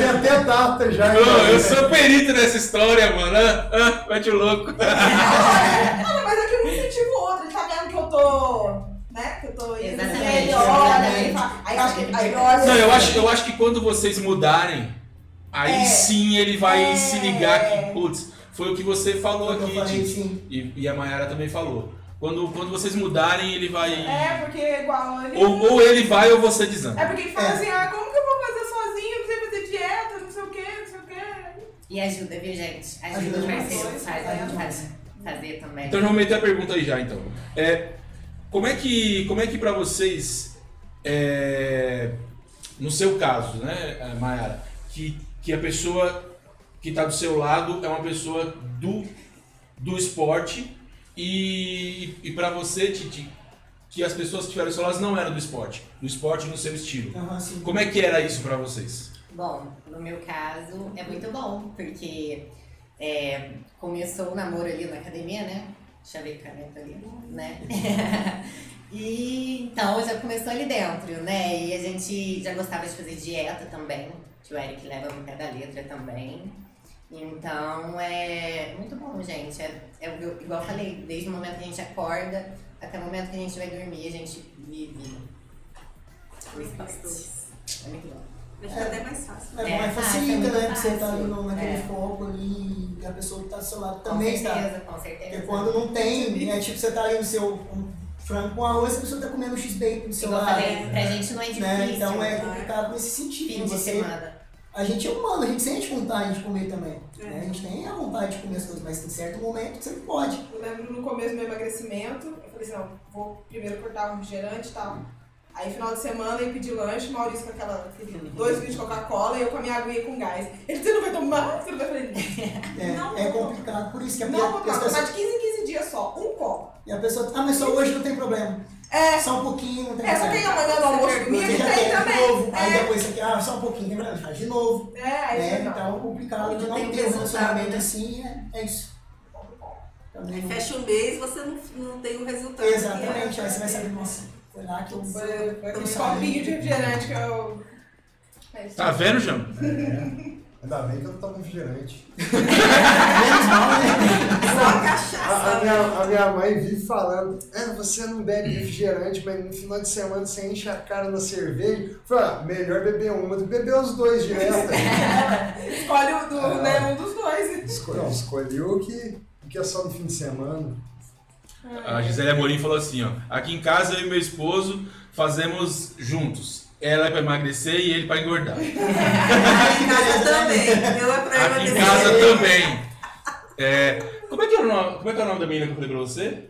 Speaker 2: Já tem até data já. hein,
Speaker 1: Ô, eu
Speaker 2: Maurício?
Speaker 1: sou perito nessa história, mano. Ah, ah, mete o louco.
Speaker 3: Cara, mas é que um incentivo o outro, ele tá vendo que eu tô. Né? Que eu tô indo.
Speaker 4: Exatamente,
Speaker 3: Aí ele olha,
Speaker 5: exatamente.
Speaker 3: aí ele fala. Aí eu acho que. Aí olha.
Speaker 1: Não, eu acho, eu acho que quando vocês mudarem, aí
Speaker 3: É.
Speaker 1: sim ele vai
Speaker 3: É.
Speaker 1: se ligar que, putz, foi o que você falou
Speaker 5: Eu
Speaker 1: aqui,
Speaker 5: falei
Speaker 1: Titi.
Speaker 5: assim,
Speaker 1: E, e a Mayara também falou. Quando, quando vocês mudarem, ele vai.
Speaker 3: É, porque igual ele.
Speaker 1: Ou, ou ele vai ou você desanda.
Speaker 3: É porque ele fala
Speaker 5: É.
Speaker 3: assim, ah, como que eu vou fazer sozinho? Não sei fazer dieta, não sei o quê, não sei o quê.
Speaker 4: E ajuda, viu, gente?
Speaker 5: Ajuda
Speaker 4: Ajuda o
Speaker 5: demais.
Speaker 4: parceiro faz,
Speaker 5: Ajuda
Speaker 4: faz,
Speaker 5: demais.
Speaker 4: fazer também.
Speaker 1: Então já vou meter a pergunta aí já, então. É, como é que, como é que para vocês, é, no seu caso, né, eh, Mayara, que que a pessoa que está do seu lado é uma pessoa do, do esporte e, e para você, Titi, que as pessoas que tiveram do seu lado não eram do esporte, do esporte no seu estilo.
Speaker 5: Aham, assim, sim.
Speaker 1: Como é que era isso para vocês?
Speaker 4: Bom, no meu caso é muito bom, porque é, começou o namoro ali na academia, né? Chavei caneta ali, né? e então já começou ali dentro, né? E a gente já gostava de fazer dieta também, que o Eric leva muito da letra também. Então é muito bom, gente. É, é o meu- igual eu falei, desde o momento que a gente acorda até o momento que a gente vai dormir, a gente vive o esporte. É muito bom.
Speaker 6: Mas fica até mais fácil.
Speaker 5: É,
Speaker 4: É,
Speaker 5: mas
Speaker 4: fácil,
Speaker 5: facilita,
Speaker 4: é muito
Speaker 5: né? Porque você tá ali no, naquele
Speaker 4: É.
Speaker 5: foco ali e a pessoa que tá do seu lado
Speaker 4: Com
Speaker 5: também tá.
Speaker 4: certeza, com
Speaker 5: Porque
Speaker 4: certeza.
Speaker 5: quando não tem, né? Tipo, você tá ali no seu um frango com arroz, a pessoa tá comendo um x-bacon do seu
Speaker 4: Igual eu
Speaker 5: lado.
Speaker 4: falei, pra gente não é difícil.
Speaker 5: Né? Então é
Speaker 4: né?
Speaker 5: complicado nesse sentido.
Speaker 4: Fim de
Speaker 5: Você,
Speaker 4: semana.
Speaker 5: a gente é humano, a gente sente vontade de comer também.
Speaker 6: É.
Speaker 5: né? A gente tem a vontade de comer as coisas, mas tem certo momento que você não pode.
Speaker 3: Eu lembro no começo do meu emagrecimento, eu falei assim, não, vou primeiro cortar o refrigerante e tal. Aí final de semana eu pedi lanche, Maurício com aquela, aquele
Speaker 5: Uhum.
Speaker 3: dois litros de Coca-Cola e eu com a minha aguinha com gás. Ele, você não vai tomar? Você não vai fazer
Speaker 5: né?
Speaker 3: Não,
Speaker 5: é
Speaker 3: não.
Speaker 5: complicado, por isso que a,
Speaker 3: Não, vou
Speaker 5: porque as
Speaker 3: tomar, vou tomar
Speaker 5: pessoas-
Speaker 3: de 15 em 15 dias só, um copo.
Speaker 5: e a pessoa. Ah, mas só hoje não tem problema.
Speaker 3: É,
Speaker 5: Só um pouquinho, não tem
Speaker 3: essa
Speaker 5: problema.
Speaker 3: que eu mandando almoço comigo
Speaker 5: Você
Speaker 3: que
Speaker 5: já
Speaker 3: tem
Speaker 5: quer de novo,
Speaker 3: também.
Speaker 5: aí
Speaker 3: É,
Speaker 5: depois você quer, ah, só um pouquinho, tem problema, faz de novo.
Speaker 3: é, aí
Speaker 5: né?
Speaker 3: eu falei,
Speaker 5: Então, complicado de
Speaker 4: Não
Speaker 5: não
Speaker 4: tem
Speaker 5: ter um
Speaker 4: resultado,
Speaker 5: relacionamento
Speaker 4: né?
Speaker 5: assim, é, é isso. Também
Speaker 6: Aí
Speaker 3: É
Speaker 5: não-
Speaker 6: fecha um mês você não, não tem o resultado.
Speaker 5: Exatamente,
Speaker 6: que é.
Speaker 5: aí você vai saber, nossa, foi lá que eu.
Speaker 3: não. né? Foi, foi
Speaker 5: eu
Speaker 3: aquele
Speaker 5: saí.
Speaker 3: um copinho de refrigerante que eu... É isso.
Speaker 1: Tá vendo, Jão?
Speaker 2: É. Ainda bem que eu não tomo refrigerante.
Speaker 5: Menos mal, né?
Speaker 6: Só
Speaker 2: A, a
Speaker 6: cachaça. né?
Speaker 2: minha, a minha mãe vive falando, é, você não bebe refrigerante, mas no final de semana você enche a cara na cerveja. Eu Falei, ah, melhor beber uma do que beber os dois direto.
Speaker 3: Escolhe o do,
Speaker 2: Ah.
Speaker 3: né, um dos dois.
Speaker 2: Escolhi, escolhi o que, o que é só no fim de semana.
Speaker 1: A Gisele Amorim falou assim, ó. Aqui em casa eu e meu esposo fazemos juntos. Ela é pra emagrecer e ele pra engordar.
Speaker 6: Aqui em casa também. Eu é
Speaker 1: Aqui
Speaker 6: pra
Speaker 1: em
Speaker 6: emagrecer.
Speaker 1: casa também. É, como, é que é o nome, como é que é o nome da menina que eu falei pra você?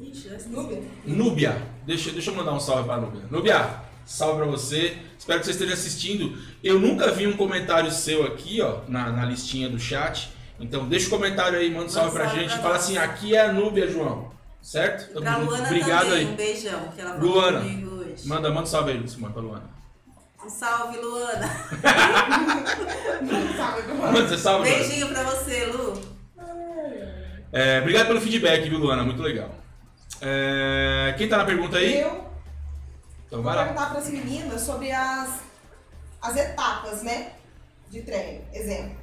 Speaker 6: Ixi, eu esqueci.
Speaker 3: Nube.
Speaker 1: Núbia. Deixa, deixa eu mandar um salve pra Núbia. Núbia, salve pra você. Espero que você esteja assistindo. Eu nunca vi um comentário seu aqui, ó, na, na listinha do chat. Então deixa o comentário aí, manda um salve pra
Speaker 6: salve
Speaker 1: gente.
Speaker 6: pra
Speaker 1: Fala
Speaker 6: nós.
Speaker 1: assim, aqui é a Núbia, João. Certo?
Speaker 6: Pra Luana
Speaker 1: Obrigado
Speaker 6: também, um
Speaker 1: aí.
Speaker 6: beijão, que ela falou
Speaker 1: Luana.
Speaker 6: comigo hoje.
Speaker 1: Manda, manda um salve aí, Simone, pra Luana.
Speaker 6: Um salve, Luana.
Speaker 3: Não sabe como é.
Speaker 1: Manda você salve, Luana.
Speaker 6: Beijinho pra você, Lu.
Speaker 1: É, obrigado pelo feedback, viu, Luana? Muito legal. É, quem tá na pergunta aí?
Speaker 3: Eu
Speaker 1: Então
Speaker 3: Vou
Speaker 1: vai lá.
Speaker 3: perguntar para as meninas sobre as, as etapas, né? De treino. Exemplo.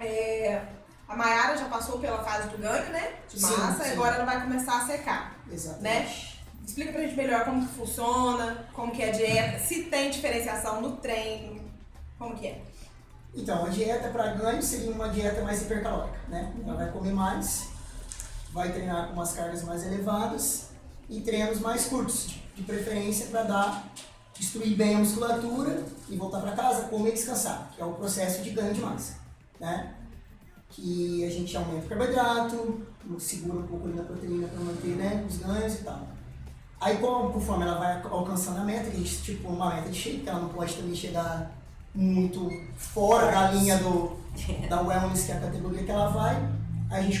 Speaker 3: é, a Mayara já passou pela fase do ganho, né? De
Speaker 5: Sim,
Speaker 3: massa, e
Speaker 5: sim.
Speaker 3: agora ela vai começar a secar, né?
Speaker 5: Exatamente.
Speaker 3: Explica pra gente melhor como que funciona, como que é a dieta, se tem diferenciação no treino, como que é.
Speaker 5: Então, a dieta para ganho seria uma dieta mais hipercalórica, né? Ela vai comer mais, vai treinar com umas cargas mais elevadas e treinos mais curtos, de- de preferência para dar, destruir bem a musculatura e voltar para casa, comer e descansar, que é o processo de ganho de massa, né? Que a gente aumenta o carboidrato, segura um pouco ali na proteína para manter né, os ganhos e tal. Aí, como- conforme ela vai alcançando a meta, que a gente tipo uma meta de shape, que ela não pode também chegar muito fora da linha do, da wellness, que é a categoria que ela vai, a gente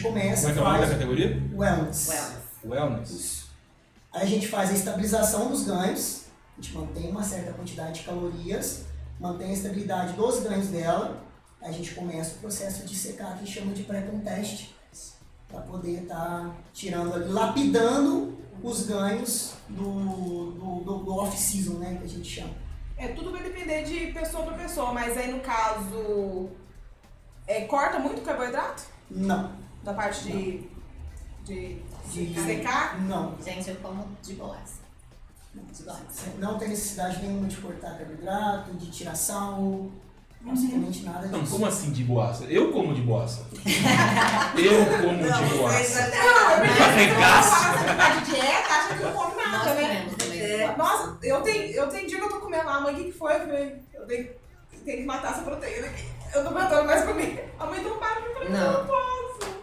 Speaker 1: Como é
Speaker 5: começa,
Speaker 1: que é o nome da
Speaker 5: faz
Speaker 1: categoria?
Speaker 5: wellness.
Speaker 4: Well,
Speaker 1: Wellness.
Speaker 5: Isso. Aí a gente faz a estabilização dos ganhos, a gente mantém uma certa quantidade de calorias, mantém a estabilidade dos ganhos dela, a gente começa o processo de secar, que chama de pré-conteste, para poder estar tirando ali, lapidando os ganhos do, do, do- do off-season, né, que a gente chama.
Speaker 3: É, tudo vai depender de pessoa pra pessoa, mas aí no caso, é, corta muito o carboidrato
Speaker 5: Não,
Speaker 3: da parte de, de
Speaker 5: de,
Speaker 3: secar.
Speaker 5: não,
Speaker 4: gente, eu como de bolacha. De bolacha.
Speaker 5: não tem necessidade nenhuma de cortar carboidrato, de tirar sal, absolutamente nada
Speaker 1: Não,
Speaker 5: disso.
Speaker 1: como assim de boaça? Eu como de boaça. Eu como de
Speaker 6: mas
Speaker 1: boaça.
Speaker 6: é-
Speaker 3: Tá de dieta, acha que não come nada,
Speaker 4: Nós
Speaker 3: né?
Speaker 4: comemos também.
Speaker 6: É.
Speaker 4: de bolacha.
Speaker 3: Nossa, eu tenho, eu tenho dia que eu tô comendo lá, mãe, o que que foi? Eu falei, eu tenho, tenho que matar essa proteína aqui. Eu não tô aguentando mais comer. A mãe não para pra mim, eu
Speaker 4: Não.
Speaker 3: não posso.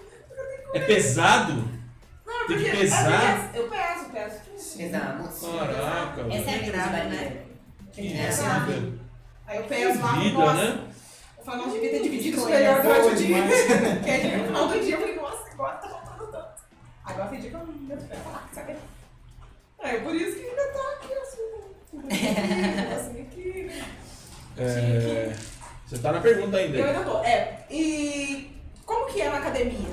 Speaker 1: É pesado? Tem que
Speaker 3: Não, porque é
Speaker 1: pesar?
Speaker 3: porque eu peso, peso.
Speaker 4: Pesamos.
Speaker 1: Caraca,
Speaker 4: Essa
Speaker 1: velho.
Speaker 4: é a grande
Speaker 6: Grave,
Speaker 4: barreira.
Speaker 1: Que
Speaker 4: É.
Speaker 1: vida.
Speaker 3: Aí eu
Speaker 1: Que
Speaker 3: peso lá,
Speaker 1: vida,
Speaker 3: nossa,
Speaker 1: né?
Speaker 3: Falando de vida divididos,
Speaker 5: Foi,
Speaker 3: melhor
Speaker 5: foi
Speaker 3: durante o dia.
Speaker 5: demais.
Speaker 3: Que aí no final do dia eu falei, nossa, agora tá faltando tanto. Agora tem dia que eu não devo falar, sabe? É por isso que ainda tá aqui assim. né? Assim aqui, né?
Speaker 1: É, Você tá na pergunta
Speaker 3: Eu
Speaker 1: ainda.
Speaker 3: ainda tô. É. E como que é na academia?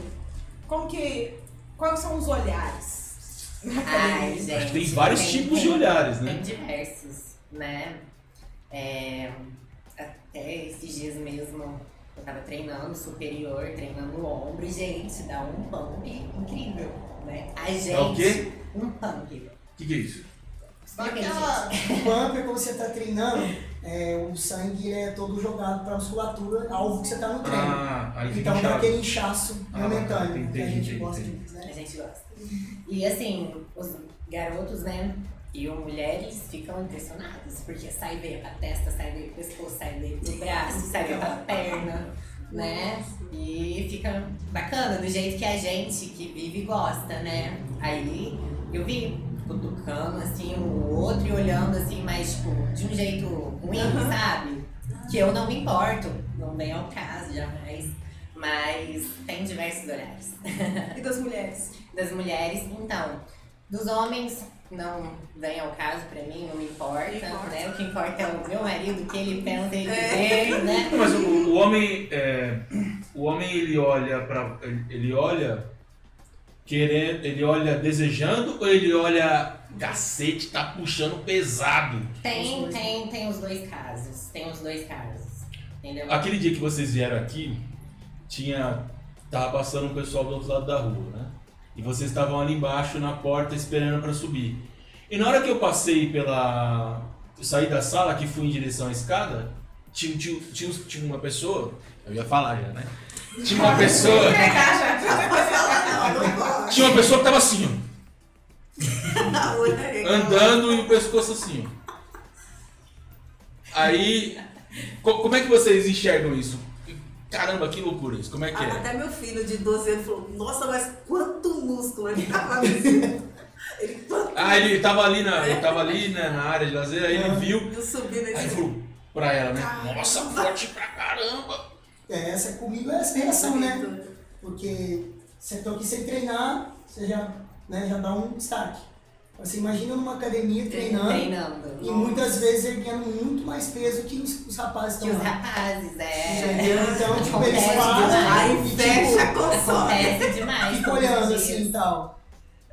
Speaker 3: Como que. Quais são os olhares? na
Speaker 4: Ai,
Speaker 3: academia?
Speaker 4: gente.
Speaker 1: Acho que tem vários
Speaker 4: tem-
Speaker 1: tipos de
Speaker 4: tem-
Speaker 1: olhares,
Speaker 4: Tem
Speaker 1: né?
Speaker 4: diversos, né? É, até esses dias mesmo, eu tava treinando superior, treinando o ombro, e, gente, dá um pump incrível, né? A gente.
Speaker 1: É o quê?
Speaker 4: Um pump.
Speaker 1: O que, que é isso?
Speaker 4: Explica aí,
Speaker 3: Aquela-
Speaker 4: gente.
Speaker 5: O pump é quando você está treinando, é, o sangue é todo jogado para a musculatura, alvo que você está no treino.
Speaker 1: Ah, aí fica
Speaker 5: É. então dá
Speaker 1: inchado.
Speaker 5: aquele inchaço
Speaker 1: Ah,
Speaker 5: momentâneo
Speaker 1: entendi,
Speaker 5: que a gente
Speaker 1: entendi,
Speaker 5: gosta
Speaker 1: entendi.
Speaker 5: de
Speaker 4: A
Speaker 5: né?
Speaker 4: gente gosta. E assim, os garotos, né? E ou mulheres ficam impressionados, porque sai veio pra testa, sai veio pro pescoço, sai veio pro braço, sai veio pra perna, né? E fica bacana, do jeito que a gente que vive gosta, né? Aí eu vi cutucando assim o outro e olhando assim, mas tipo, de um jeito ruim,
Speaker 3: Aham.
Speaker 4: sabe? Que eu não me importo, não vem ao caso jamais. Mas tem diversos horários
Speaker 3: E das mulheres?
Speaker 4: das mulheres. Então, dos homens não vem ao caso pra mim, não me importa,
Speaker 6: Não importa.
Speaker 4: né? O que importa é o meu marido, o que ele pensa, ele
Speaker 6: É.
Speaker 4: vê, né?
Speaker 1: Não, mas o, o homem, é, o homem ele olha para ele, ele olha querendo, ele olha desejando ou ele olha cacete, tá puxando pesado.
Speaker 4: Tem,
Speaker 5: Os dois.
Speaker 4: tem, tem os dois casos, tem os dois casos, entendeu?
Speaker 1: Aquele dia que vocês vieram aqui, tinha tava passando um pessoal do outro lado da rua, né? E vocês estavam ali embaixo na porta esperando pra subir. E na hora que eu passei pela eu saí da sala que fui em direção à escada, tinha, tinha, tinha, uns- tinha uma pessoa, eu ia falar já, né? Tinha uma pessoa Tinha uma pessoa que tava assim, ó,
Speaker 6: Tá né?
Speaker 1: andando e o pescoço assim. ó. Aí, co- como é que vocês enxergam isso? Caramba, que loucura isso. Como é que é?
Speaker 6: Até meu filho de 12 anos falou, nossa, mas quanto músculo! Ele tava assim. Ele quanto
Speaker 1: Ah, ele tava ali na, ele tava ali né, na área de lazer, aí ele viu,
Speaker 6: Eu subi
Speaker 1: aí ele
Speaker 6: nesse.
Speaker 1: falou pra ela, né? Nossa, forte pra caramba!
Speaker 5: É, essa comigo é essa reação, né? Porque você tô aqui sem treinar, você já, né, já dá um destaque. Você imagina numa academia treinando
Speaker 4: Treinando.
Speaker 5: e muitas vezes erguendo muito mais peso que os, os rapazes
Speaker 4: Que os
Speaker 5: estão lá.
Speaker 4: rapazes, é.
Speaker 5: Entendeu? Então, tipo, eles
Speaker 4: Acontece né?
Speaker 5: param
Speaker 6: Aí
Speaker 5: e
Speaker 6: fecha
Speaker 5: tipo,
Speaker 6: a console.
Speaker 4: Acontece demais.
Speaker 5: ficam
Speaker 4: todos os
Speaker 5: olhando
Speaker 4: dias.
Speaker 5: assim e tal.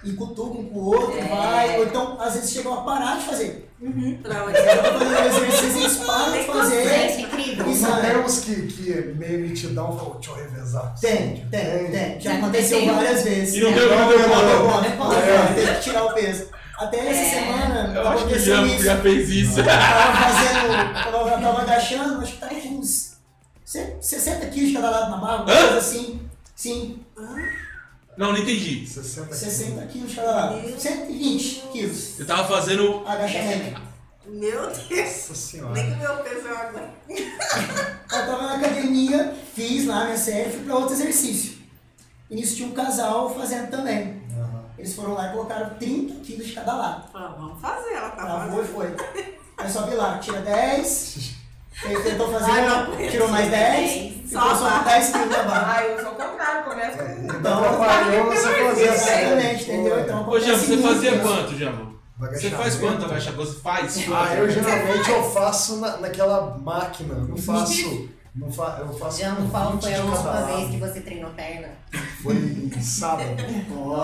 Speaker 5: E cutucam um com o outro,
Speaker 4: É.
Speaker 5: vai. Ou então, às vezes chegam a parar de fazer.
Speaker 1: é.
Speaker 6: Pra onde?
Speaker 5: Eles estão fazendo um exercício, eles param de fazer.
Speaker 4: Gente, incrível.
Speaker 5: Isso
Speaker 2: Não
Speaker 5: é.
Speaker 2: temos que, que meio mitidão falou, deixa eu revezar.
Speaker 5: Tem, tem, tem. Já aconteceu
Speaker 4: Tem.
Speaker 5: várias vezes.
Speaker 1: E não
Speaker 5: É,
Speaker 1: deu, não deu conta.
Speaker 5: bom, né?
Speaker 4: conta.
Speaker 5: É, Tem que tirar o peso. Até essa
Speaker 4: É.
Speaker 5: semana
Speaker 1: Eu
Speaker 5: tava
Speaker 1: acho que o Jean
Speaker 5: acontecendo isso.
Speaker 1: já fez isso.
Speaker 5: Tava fazendo. Tava, eu tava agachando, acho que tava com uns se- 60 quilos de cada lado na barra, uma
Speaker 1: Hã?
Speaker 5: coisa assim. Sim,
Speaker 1: Não, não entendi.
Speaker 2: 60
Speaker 5: 60 quilos de cada lado. 120 quilos.
Speaker 1: Você tava fazendo.
Speaker 5: Agachamento.
Speaker 6: Meu Deus!
Speaker 2: Nossa senhora.
Speaker 6: Nem que meu peso eu aguento.
Speaker 5: Eu tava na academia, fiz lá minha série, fui pra outro exercício. E nisso tinha um casal fazendo também.
Speaker 2: Aham.
Speaker 5: Eles foram lá e colocaram 30 quilos de cada lado.
Speaker 6: Falei, vamos fazer, ela tá
Speaker 5: Ela
Speaker 6: fazendo.
Speaker 5: foi, foi. Aí só vi lá, tira 10. Ele tentou fazer, um,
Speaker 6: Ai, não aguento.
Speaker 5: tirou mais 10. Ficou
Speaker 6: Só
Speaker 5: só
Speaker 6: lá.
Speaker 5: com 10 quilos da barra.
Speaker 3: Ah, eu sou o contrário, começa com.
Speaker 2: Então, trabalhou você fazer
Speaker 5: Exatamente, assim entendeu? Então
Speaker 1: Ô, Jean,
Speaker 5: acontece
Speaker 1: você
Speaker 5: muito
Speaker 1: fazia
Speaker 5: isso.
Speaker 1: quanto, Jean? Você faz quanto agachamento? Você faz?
Speaker 2: Ah, eu geralmente eu faço na, naquela máquina, não faço. Não fa, eu faço
Speaker 4: Já não falo,
Speaker 2: 20
Speaker 4: foi
Speaker 2: de
Speaker 4: a
Speaker 2: cada
Speaker 4: última
Speaker 2: lado.
Speaker 4: vez que você treinou perna.
Speaker 2: Foi sábado.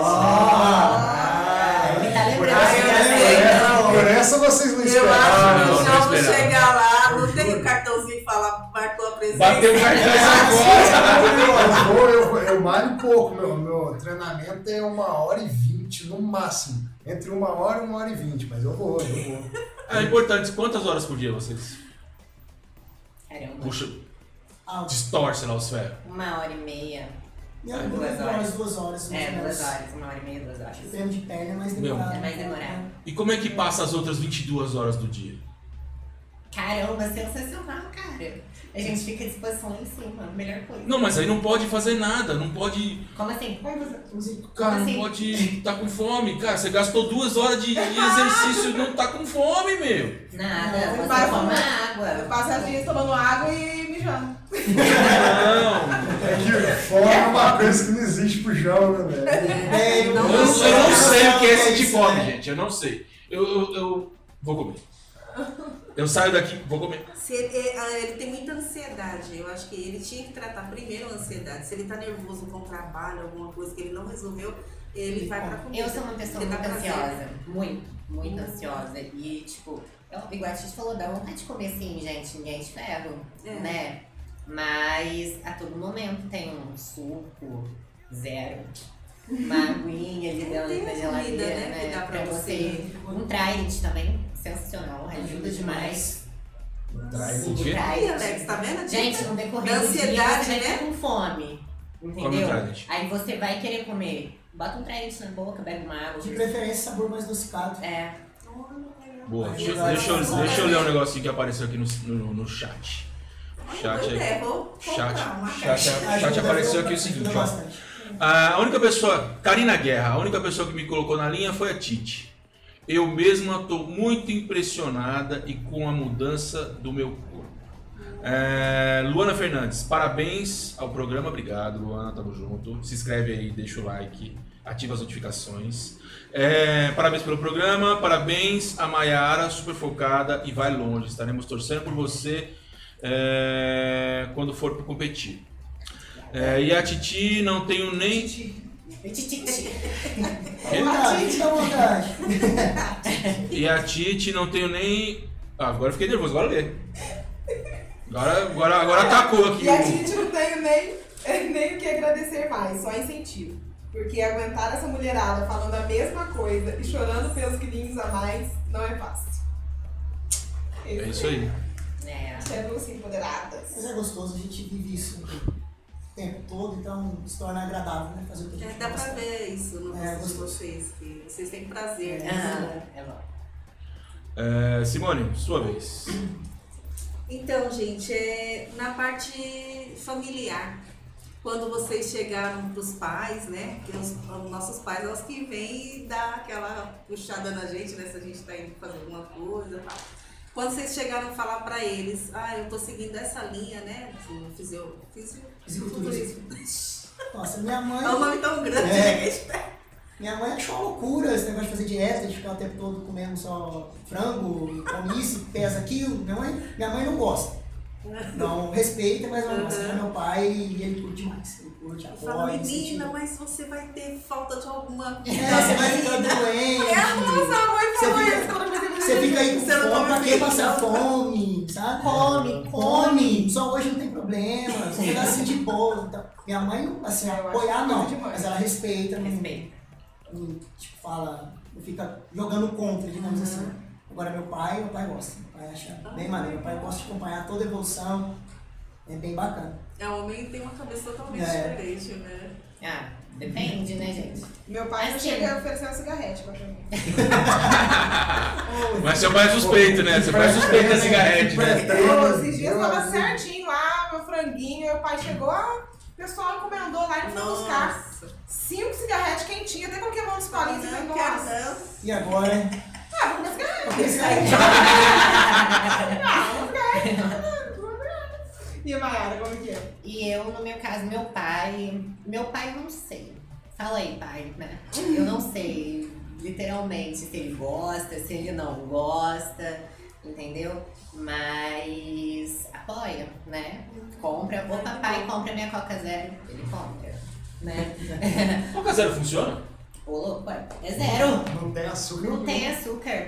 Speaker 5: Ah,
Speaker 4: Me tá
Speaker 2: Por
Speaker 4: lembrando.
Speaker 2: essa,
Speaker 6: eu
Speaker 4: né?
Speaker 2: é, por essa vocês não
Speaker 6: Eu
Speaker 1: Esperava,
Speaker 6: acho
Speaker 1: Ah, não,
Speaker 6: que
Speaker 1: não
Speaker 6: já vou
Speaker 1: esperava.
Speaker 6: chegar lá, não tem o cartãozinho que fala, marcou a presença.
Speaker 1: Bateu o cartaz agora!
Speaker 2: Eu, vou, eu, eu malho pouco, meu, meu treinamento é uma hora e vinte no máximo. Entre uma hora e uma hora e vinte, mas eu vou, eu vou.
Speaker 1: É importante, quantas horas por dia vocês
Speaker 4: Caramba.
Speaker 1: puxa,
Speaker 5: Ah,
Speaker 1: distorce lá os ferros?
Speaker 4: É, Uma hora e meia.
Speaker 5: Minha duas,
Speaker 4: Duas
Speaker 5: horas,
Speaker 4: horas.
Speaker 5: duas horas. mais
Speaker 4: É,
Speaker 5: ou menos.
Speaker 4: duas horas. Uma hora e meia, duas horas.
Speaker 5: O treino de perna é mais
Speaker 1: Meu.
Speaker 5: demorado.
Speaker 4: É mais demorado.
Speaker 1: E como é que passa as outras 22 horas do dia?
Speaker 4: Caramba, sensacional, cara. A gente fica à disposição lá em cima, melhor coisa.
Speaker 1: Não, mas aí não pode fazer nada, não pode.
Speaker 4: Como assim?
Speaker 5: Inclusive,
Speaker 1: Cara,
Speaker 4: Como assim?
Speaker 1: não pode estar com fome. Cara, você gastou duas horas de, de exercício e não tá com fome, meu.
Speaker 4: Nada,
Speaker 5: Não,
Speaker 4: você
Speaker 3: vai
Speaker 4: toma
Speaker 3: tomar. Eu
Speaker 4: água.
Speaker 3: passo as dias tomando água e mijando.
Speaker 1: Não!
Speaker 2: É que fome é uma coisa que não existe pro João, né, velho?
Speaker 5: É,
Speaker 1: Eu
Speaker 6: Não,
Speaker 1: não, sei- eu não sei o que é esse
Speaker 5: isso,
Speaker 1: tipo
Speaker 5: né?
Speaker 1: gente. Eu não sei. Eu, eu, eu vou comer. Eu saio daqui, vou comer.
Speaker 6: Se ele, é, ah, ele tem muita ansiedade, eu acho que ele tinha que tratar primeiro a ansiedade. Se ele tá nervoso com o trabalho, alguma coisa que ele não resolveu, ele vai pra comida.
Speaker 4: Eu sou uma pessoa
Speaker 6: Porque dá
Speaker 4: muito
Speaker 6: prazer.
Speaker 4: ansiosa. Muito, muito ansiosa. E, tipo, eu, igual a gente falou, dá vontade de comer assim, gente, ninguém de ferro,
Speaker 6: É.
Speaker 4: né? Mas a todo momento tem um suco, zero. Uma aguinha ali
Speaker 6: Tem
Speaker 4: dentro da
Speaker 6: comida,
Speaker 4: geladeira,
Speaker 6: né,
Speaker 4: né?
Speaker 6: que dá pra você.
Speaker 4: Um Trident também, sensacional, ajuda demais.
Speaker 2: Traz
Speaker 4: O
Speaker 2: o quê?
Speaker 6: Aí, Alex, tá vendo?
Speaker 4: Gente, no decorrer
Speaker 6: Da
Speaker 4: do dia,
Speaker 6: ansiedade,
Speaker 4: você vai
Speaker 6: né?
Speaker 4: ficar com fome.
Speaker 1: Come um
Speaker 4: Entendeu?
Speaker 1: Trident.
Speaker 4: Aí você vai querer comer. Bota um Trident na boca, bebe uma água.
Speaker 5: De preferência, sabor mais adocicado.
Speaker 4: É,
Speaker 1: Boa, deixa, deixa eu, deixa eu ler um negocinho que apareceu aqui no, no, no chat. Chat aí. Chat, chat, chat apareceu aqui o seguinte,
Speaker 5: Ajuda
Speaker 1: ó.
Speaker 5: bastante.
Speaker 1: A única pessoa, Karina Guerra, a única pessoa que me colocou na linha foi a Tite. Eu mesma estou muito impressionada e com a mudança do meu corpo. É, Luana Fernandes, parabéns ao programa, obrigado Luana, tamo junto. Se inscreve aí, deixa o like, ativa as notificações. É, parabéns pelo programa, parabéns a Mayara, super focada e vai longe. Estaremos torcendo por você é, quando for para competir. É, e a Titi, não tenho nem
Speaker 5: Fica à vontade, fica à vontade.
Speaker 1: E a Tite não tenho nem. Ah, agora eu fiquei nervoso, agora lê. Agora, agora, agora atacou aqui.
Speaker 3: E a gente não tem nem, nem o que agradecer mais, só incentivo. Porque aguentar essa mulherada falando a mesma coisa e chorando pelos quilinhos a mais não é fácil.
Speaker 1: É isso aí.
Speaker 4: é.
Speaker 3: Estamos empoderadas.
Speaker 5: Mas é gostoso, a gente vive isso o tempo todo, então se torna agradável, né? Fazer o que a gente
Speaker 6: É, Dá pra
Speaker 5: gosta.
Speaker 6: ver isso no
Speaker 5: É,
Speaker 6: rosto de vocês, que vocês têm prazer. né?
Speaker 4: Ah, é bom.
Speaker 1: É, Simone, sua vez.
Speaker 6: Então, gente, é na parte familiar. Quando vocês chegaram pros pais, né? Que os, os nossos pais, elas que vêm e dá aquela puxada na gente, né? Se a gente tá indo fazer alguma coisa e tal. Quando vocês chegaram a falar pra eles, ah, eu tô seguindo essa linha, né? De fisio, fisio,
Speaker 5: Fisiculturismo. Nossa, minha
Speaker 6: É um
Speaker 5: mãe,
Speaker 6: nome tão grande,
Speaker 5: É.
Speaker 6: né? gente?
Speaker 5: minha mãe achou uma loucura esse negócio de fazer dieta, de ficar o tempo todo comendo só frango, come isso, pesa aquilo. Minha mãe, minha mãe não gosta. Não respeita, mas não gosta.
Speaker 6: Uhum.
Speaker 5: Mas Meu pai, ele curte mais. Ele curte
Speaker 6: Eu falo,
Speaker 5: apoia.
Speaker 6: menina,
Speaker 5: incentiva.
Speaker 6: mas você vai ter falta de alguma
Speaker 5: É, você vai ficar
Speaker 6: vitamina."
Speaker 5: doente.
Speaker 6: Nossa, mãe,
Speaker 5: Você
Speaker 6: falou
Speaker 5: fica-
Speaker 6: isso quando você
Speaker 5: Você fica aí com
Speaker 6: Você não
Speaker 5: fome,
Speaker 6: come
Speaker 5: pra quem
Speaker 6: feijão.
Speaker 5: passar fome, sabe?
Speaker 4: Come,
Speaker 5: Come, só hoje não tem problema, você fica assim de boa. Então, minha mãe, assim,
Speaker 3: Eu acho
Speaker 5: apoiar
Speaker 3: que
Speaker 5: não,
Speaker 3: é demais.
Speaker 5: mas ela respeita, não,
Speaker 4: Respeito.
Speaker 5: não, tipo, fala, não fica jogando contra, digamos assim. Agora meu pai, meu pai gosta, meu pai acha bem maneiro, meu pai gosta de acompanhar toda a evolução, é bem bacana.
Speaker 6: É, o homem tem uma cabeça totalmente
Speaker 5: É.
Speaker 6: diferente, né?
Speaker 4: Ah, depende, né, gente?
Speaker 3: Meu pai não
Speaker 4: Assim.
Speaker 3: chega a oferecer uma cigarrete pra mim.
Speaker 1: Mas seu pai é suspeito, né? Seu pai é suspeito da cigarrete, né?
Speaker 3: Ô, Esses dias tava certinho lá, meu franguinho, meu pai chegou, ah, o pessoal encomendou lá e
Speaker 4: É,
Speaker 3: foi buscar cinco cigarretes quentinhas, até coloquei a mão nos colinhos e falei,
Speaker 6: Não quero
Speaker 3: nossa.
Speaker 6: não.
Speaker 5: E agora,
Speaker 3: Ah, vamos dar cigarrete.
Speaker 5: porque isso aí,
Speaker 3: Ah, vamos dar cigarrete. vamos dar. E a Mayara, como que é?
Speaker 4: E eu, no meu caso, meu pai. Meu pai, eu não sei. Fala aí, pai, né? Eu não sei, literalmente, se ele gosta, se ele não gosta, entendeu? Mas apoia, né? Compra. O papai compra minha Coca Zero, ele compra, né?
Speaker 1: Coca Zero funciona?
Speaker 4: Ô, louco, pai, é zero.
Speaker 2: Não tem açúcar.
Speaker 4: Não tem açúcar.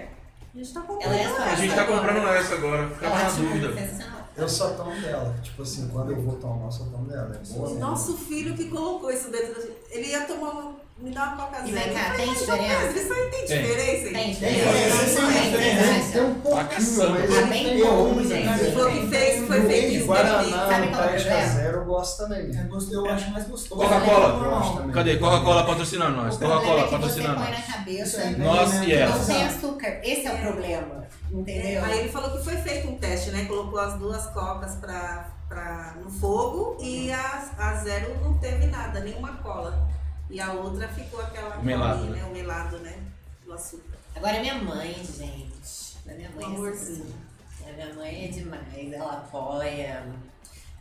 Speaker 6: A gente tá
Speaker 4: Ela é só.
Speaker 1: A gente tá comprando essa agora, ficava na
Speaker 4: É Ótimo,
Speaker 1: dúvida.
Speaker 4: sensacional.
Speaker 2: Eu só tomo dela. Tipo assim, quando eu vou tomar, eu só tomo dela. É boa mesmo.
Speaker 6: Nosso filho que colocou isso dentro da gente. Ele ia tomar uma. Me dá uma coca
Speaker 4: E
Speaker 6: zero.
Speaker 4: vem cá,
Speaker 6: Eu falei,
Speaker 4: tem diferença?
Speaker 6: "Mas Isso aí tem
Speaker 1: Tem.
Speaker 6: diferença, hein?
Speaker 4: Tem, tem,
Speaker 5: tem,
Speaker 4: tem,
Speaker 5: essa é a
Speaker 4: tem,
Speaker 5: diferença.
Speaker 4: tem,
Speaker 2: Tem um pouquinho,
Speaker 1: caçando.
Speaker 2: mas
Speaker 4: Tá bem
Speaker 2: eu
Speaker 4: bom,
Speaker 2: uso,
Speaker 4: gente. é
Speaker 2: cara.
Speaker 6: Ele falou que fez, foi
Speaker 2: Eu
Speaker 6: feito
Speaker 2: uso
Speaker 6: isso.
Speaker 2: Guaraná,
Speaker 4: Sabe qual que é?
Speaker 2: Antártica Zero, eu gosto também.
Speaker 5: eu é gosto- eu acho mais gostoso. É
Speaker 1: Coca-Cola.
Speaker 5: Eu acho também.
Speaker 1: Cadê? Coca-Cola patrocina nós.
Speaker 4: O problema é
Speaker 1: Coca-Cola
Speaker 4: que você
Speaker 1: patrocina
Speaker 4: põe na
Speaker 1: nós.
Speaker 5: Isso
Speaker 4: cabeça
Speaker 5: aí,
Speaker 1: Nós
Speaker 5: né?
Speaker 1: e ela.
Speaker 4: não tem açúcar. Esse é o problema,
Speaker 6: É,
Speaker 4: entendeu?
Speaker 6: aí ele falou que foi feito um teste, né? Colocou as duas cocas pra, pra, no fogo e
Speaker 4: Uhum.
Speaker 6: a, a zero não teve nada, nenhuma cola. E a outra ficou aquela
Speaker 1: O melado,
Speaker 6: colinha,
Speaker 1: né?
Speaker 6: O melado, né? Do açúcar.
Speaker 4: Agora é minha mãe, gente. A minha mãe
Speaker 6: Um
Speaker 4: é assim.
Speaker 6: amorzinho.
Speaker 4: A minha mãe é demais. Ela apoia.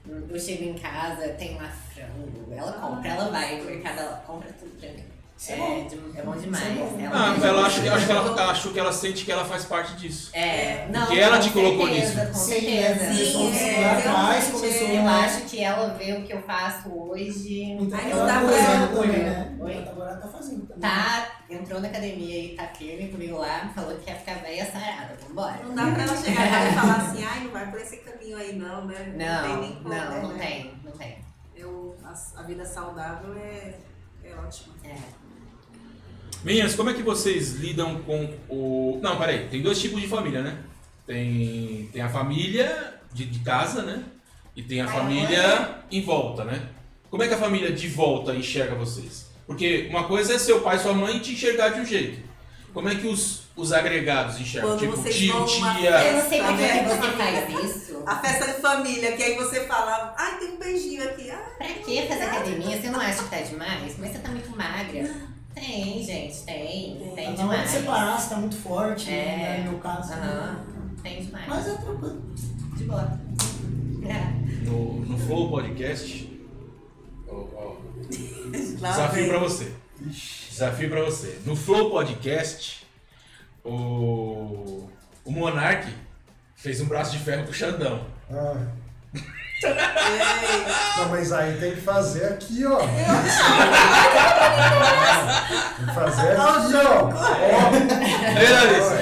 Speaker 4: Eu chego em casa, tem lá frango, ela compra, ela vai no mercado, ela compra tudo pra mim.
Speaker 5: Isso é
Speaker 4: É,
Speaker 5: bom.
Speaker 4: de- é bom demais.
Speaker 5: Isso é bom.
Speaker 1: Ah,
Speaker 4: mesmo-
Speaker 1: ela acho, que- acho que ela, acho que ela sente que ela faz parte disso.
Speaker 4: É, não.
Speaker 1: Porque ela
Speaker 4: com
Speaker 1: te colocou
Speaker 4: certeza, Com
Speaker 5: Sim,
Speaker 4: certeza.
Speaker 5: né? Começou
Speaker 6: Sim,
Speaker 5: a
Speaker 6: é,
Speaker 5: lá atrás,
Speaker 6: realmente,
Speaker 5: começou
Speaker 4: Eu
Speaker 5: lá.
Speaker 4: acho que ela vê o que eu faço hoje.
Speaker 5: Então,
Speaker 6: Aí
Speaker 5: ela
Speaker 6: não dá
Speaker 5: tá
Speaker 6: pra
Speaker 5: fazendo
Speaker 4: ela-
Speaker 5: também,
Speaker 4: Oi?
Speaker 5: né? Ela tá- Agora ela tá fazendo também.
Speaker 4: Tá, entrou na academia e tá firme comigo lá, falou que ia ficar velha sarada, vambora.
Speaker 6: Não dá pra ela chegar lá e falar assim, ai, não vai por esse caminho aí não, né?
Speaker 4: Não,
Speaker 6: tem nem como,
Speaker 4: não, não
Speaker 6: né?
Speaker 4: tem, não tem.
Speaker 6: Eu, a, a vida saudável é, é ótima.
Speaker 4: É.
Speaker 1: Meninas, como é que vocês lidam com o. Não, peraí, tem dois tipos de família, né? Tem, tem a família de, de casa, né? E tem a
Speaker 4: Ai,
Speaker 1: família em volta, né? Como é que a família de volta enxerga vocês? Porque uma coisa é seu pai e sua mãe te enxergar de um jeito. Como é que os, os agregados enxergam?
Speaker 6: Quando
Speaker 1: tipo,
Speaker 6: vocês
Speaker 1: tio,
Speaker 6: vão numa
Speaker 1: tia.
Speaker 4: Eu não sei
Speaker 6: Tá
Speaker 4: por que que
Speaker 6: vendo?
Speaker 4: você faz isso.
Speaker 6: A festa de família, que aí você fala, ai, tem um beijinho aqui. Ah,
Speaker 4: Pra que fazer academia? Você não acha que tá demais? Mas você tá muito magra. Tem, gente, tem. Tem
Speaker 5: Tá na hora de
Speaker 4: demais.
Speaker 5: separar, se tá muito forte,
Speaker 4: É.
Speaker 5: né, no meu caso.
Speaker 4: Aham, tem demais.
Speaker 5: Mas é tranquilo.
Speaker 4: de boa. É.
Speaker 1: No, no Flow Podcast. Ó, ó,
Speaker 6: lá
Speaker 1: Desafio
Speaker 6: vem.
Speaker 1: pra você. Desafio pra você. No Flow Podcast, o, o Monark fez um braço de ferro pro Xandão.
Speaker 2: Ah,
Speaker 6: É,
Speaker 2: não, mas aí tem que fazer aqui, ó. Tem que fazer aqui, ó. Ó,
Speaker 4: né?
Speaker 1: Aí, Larissa,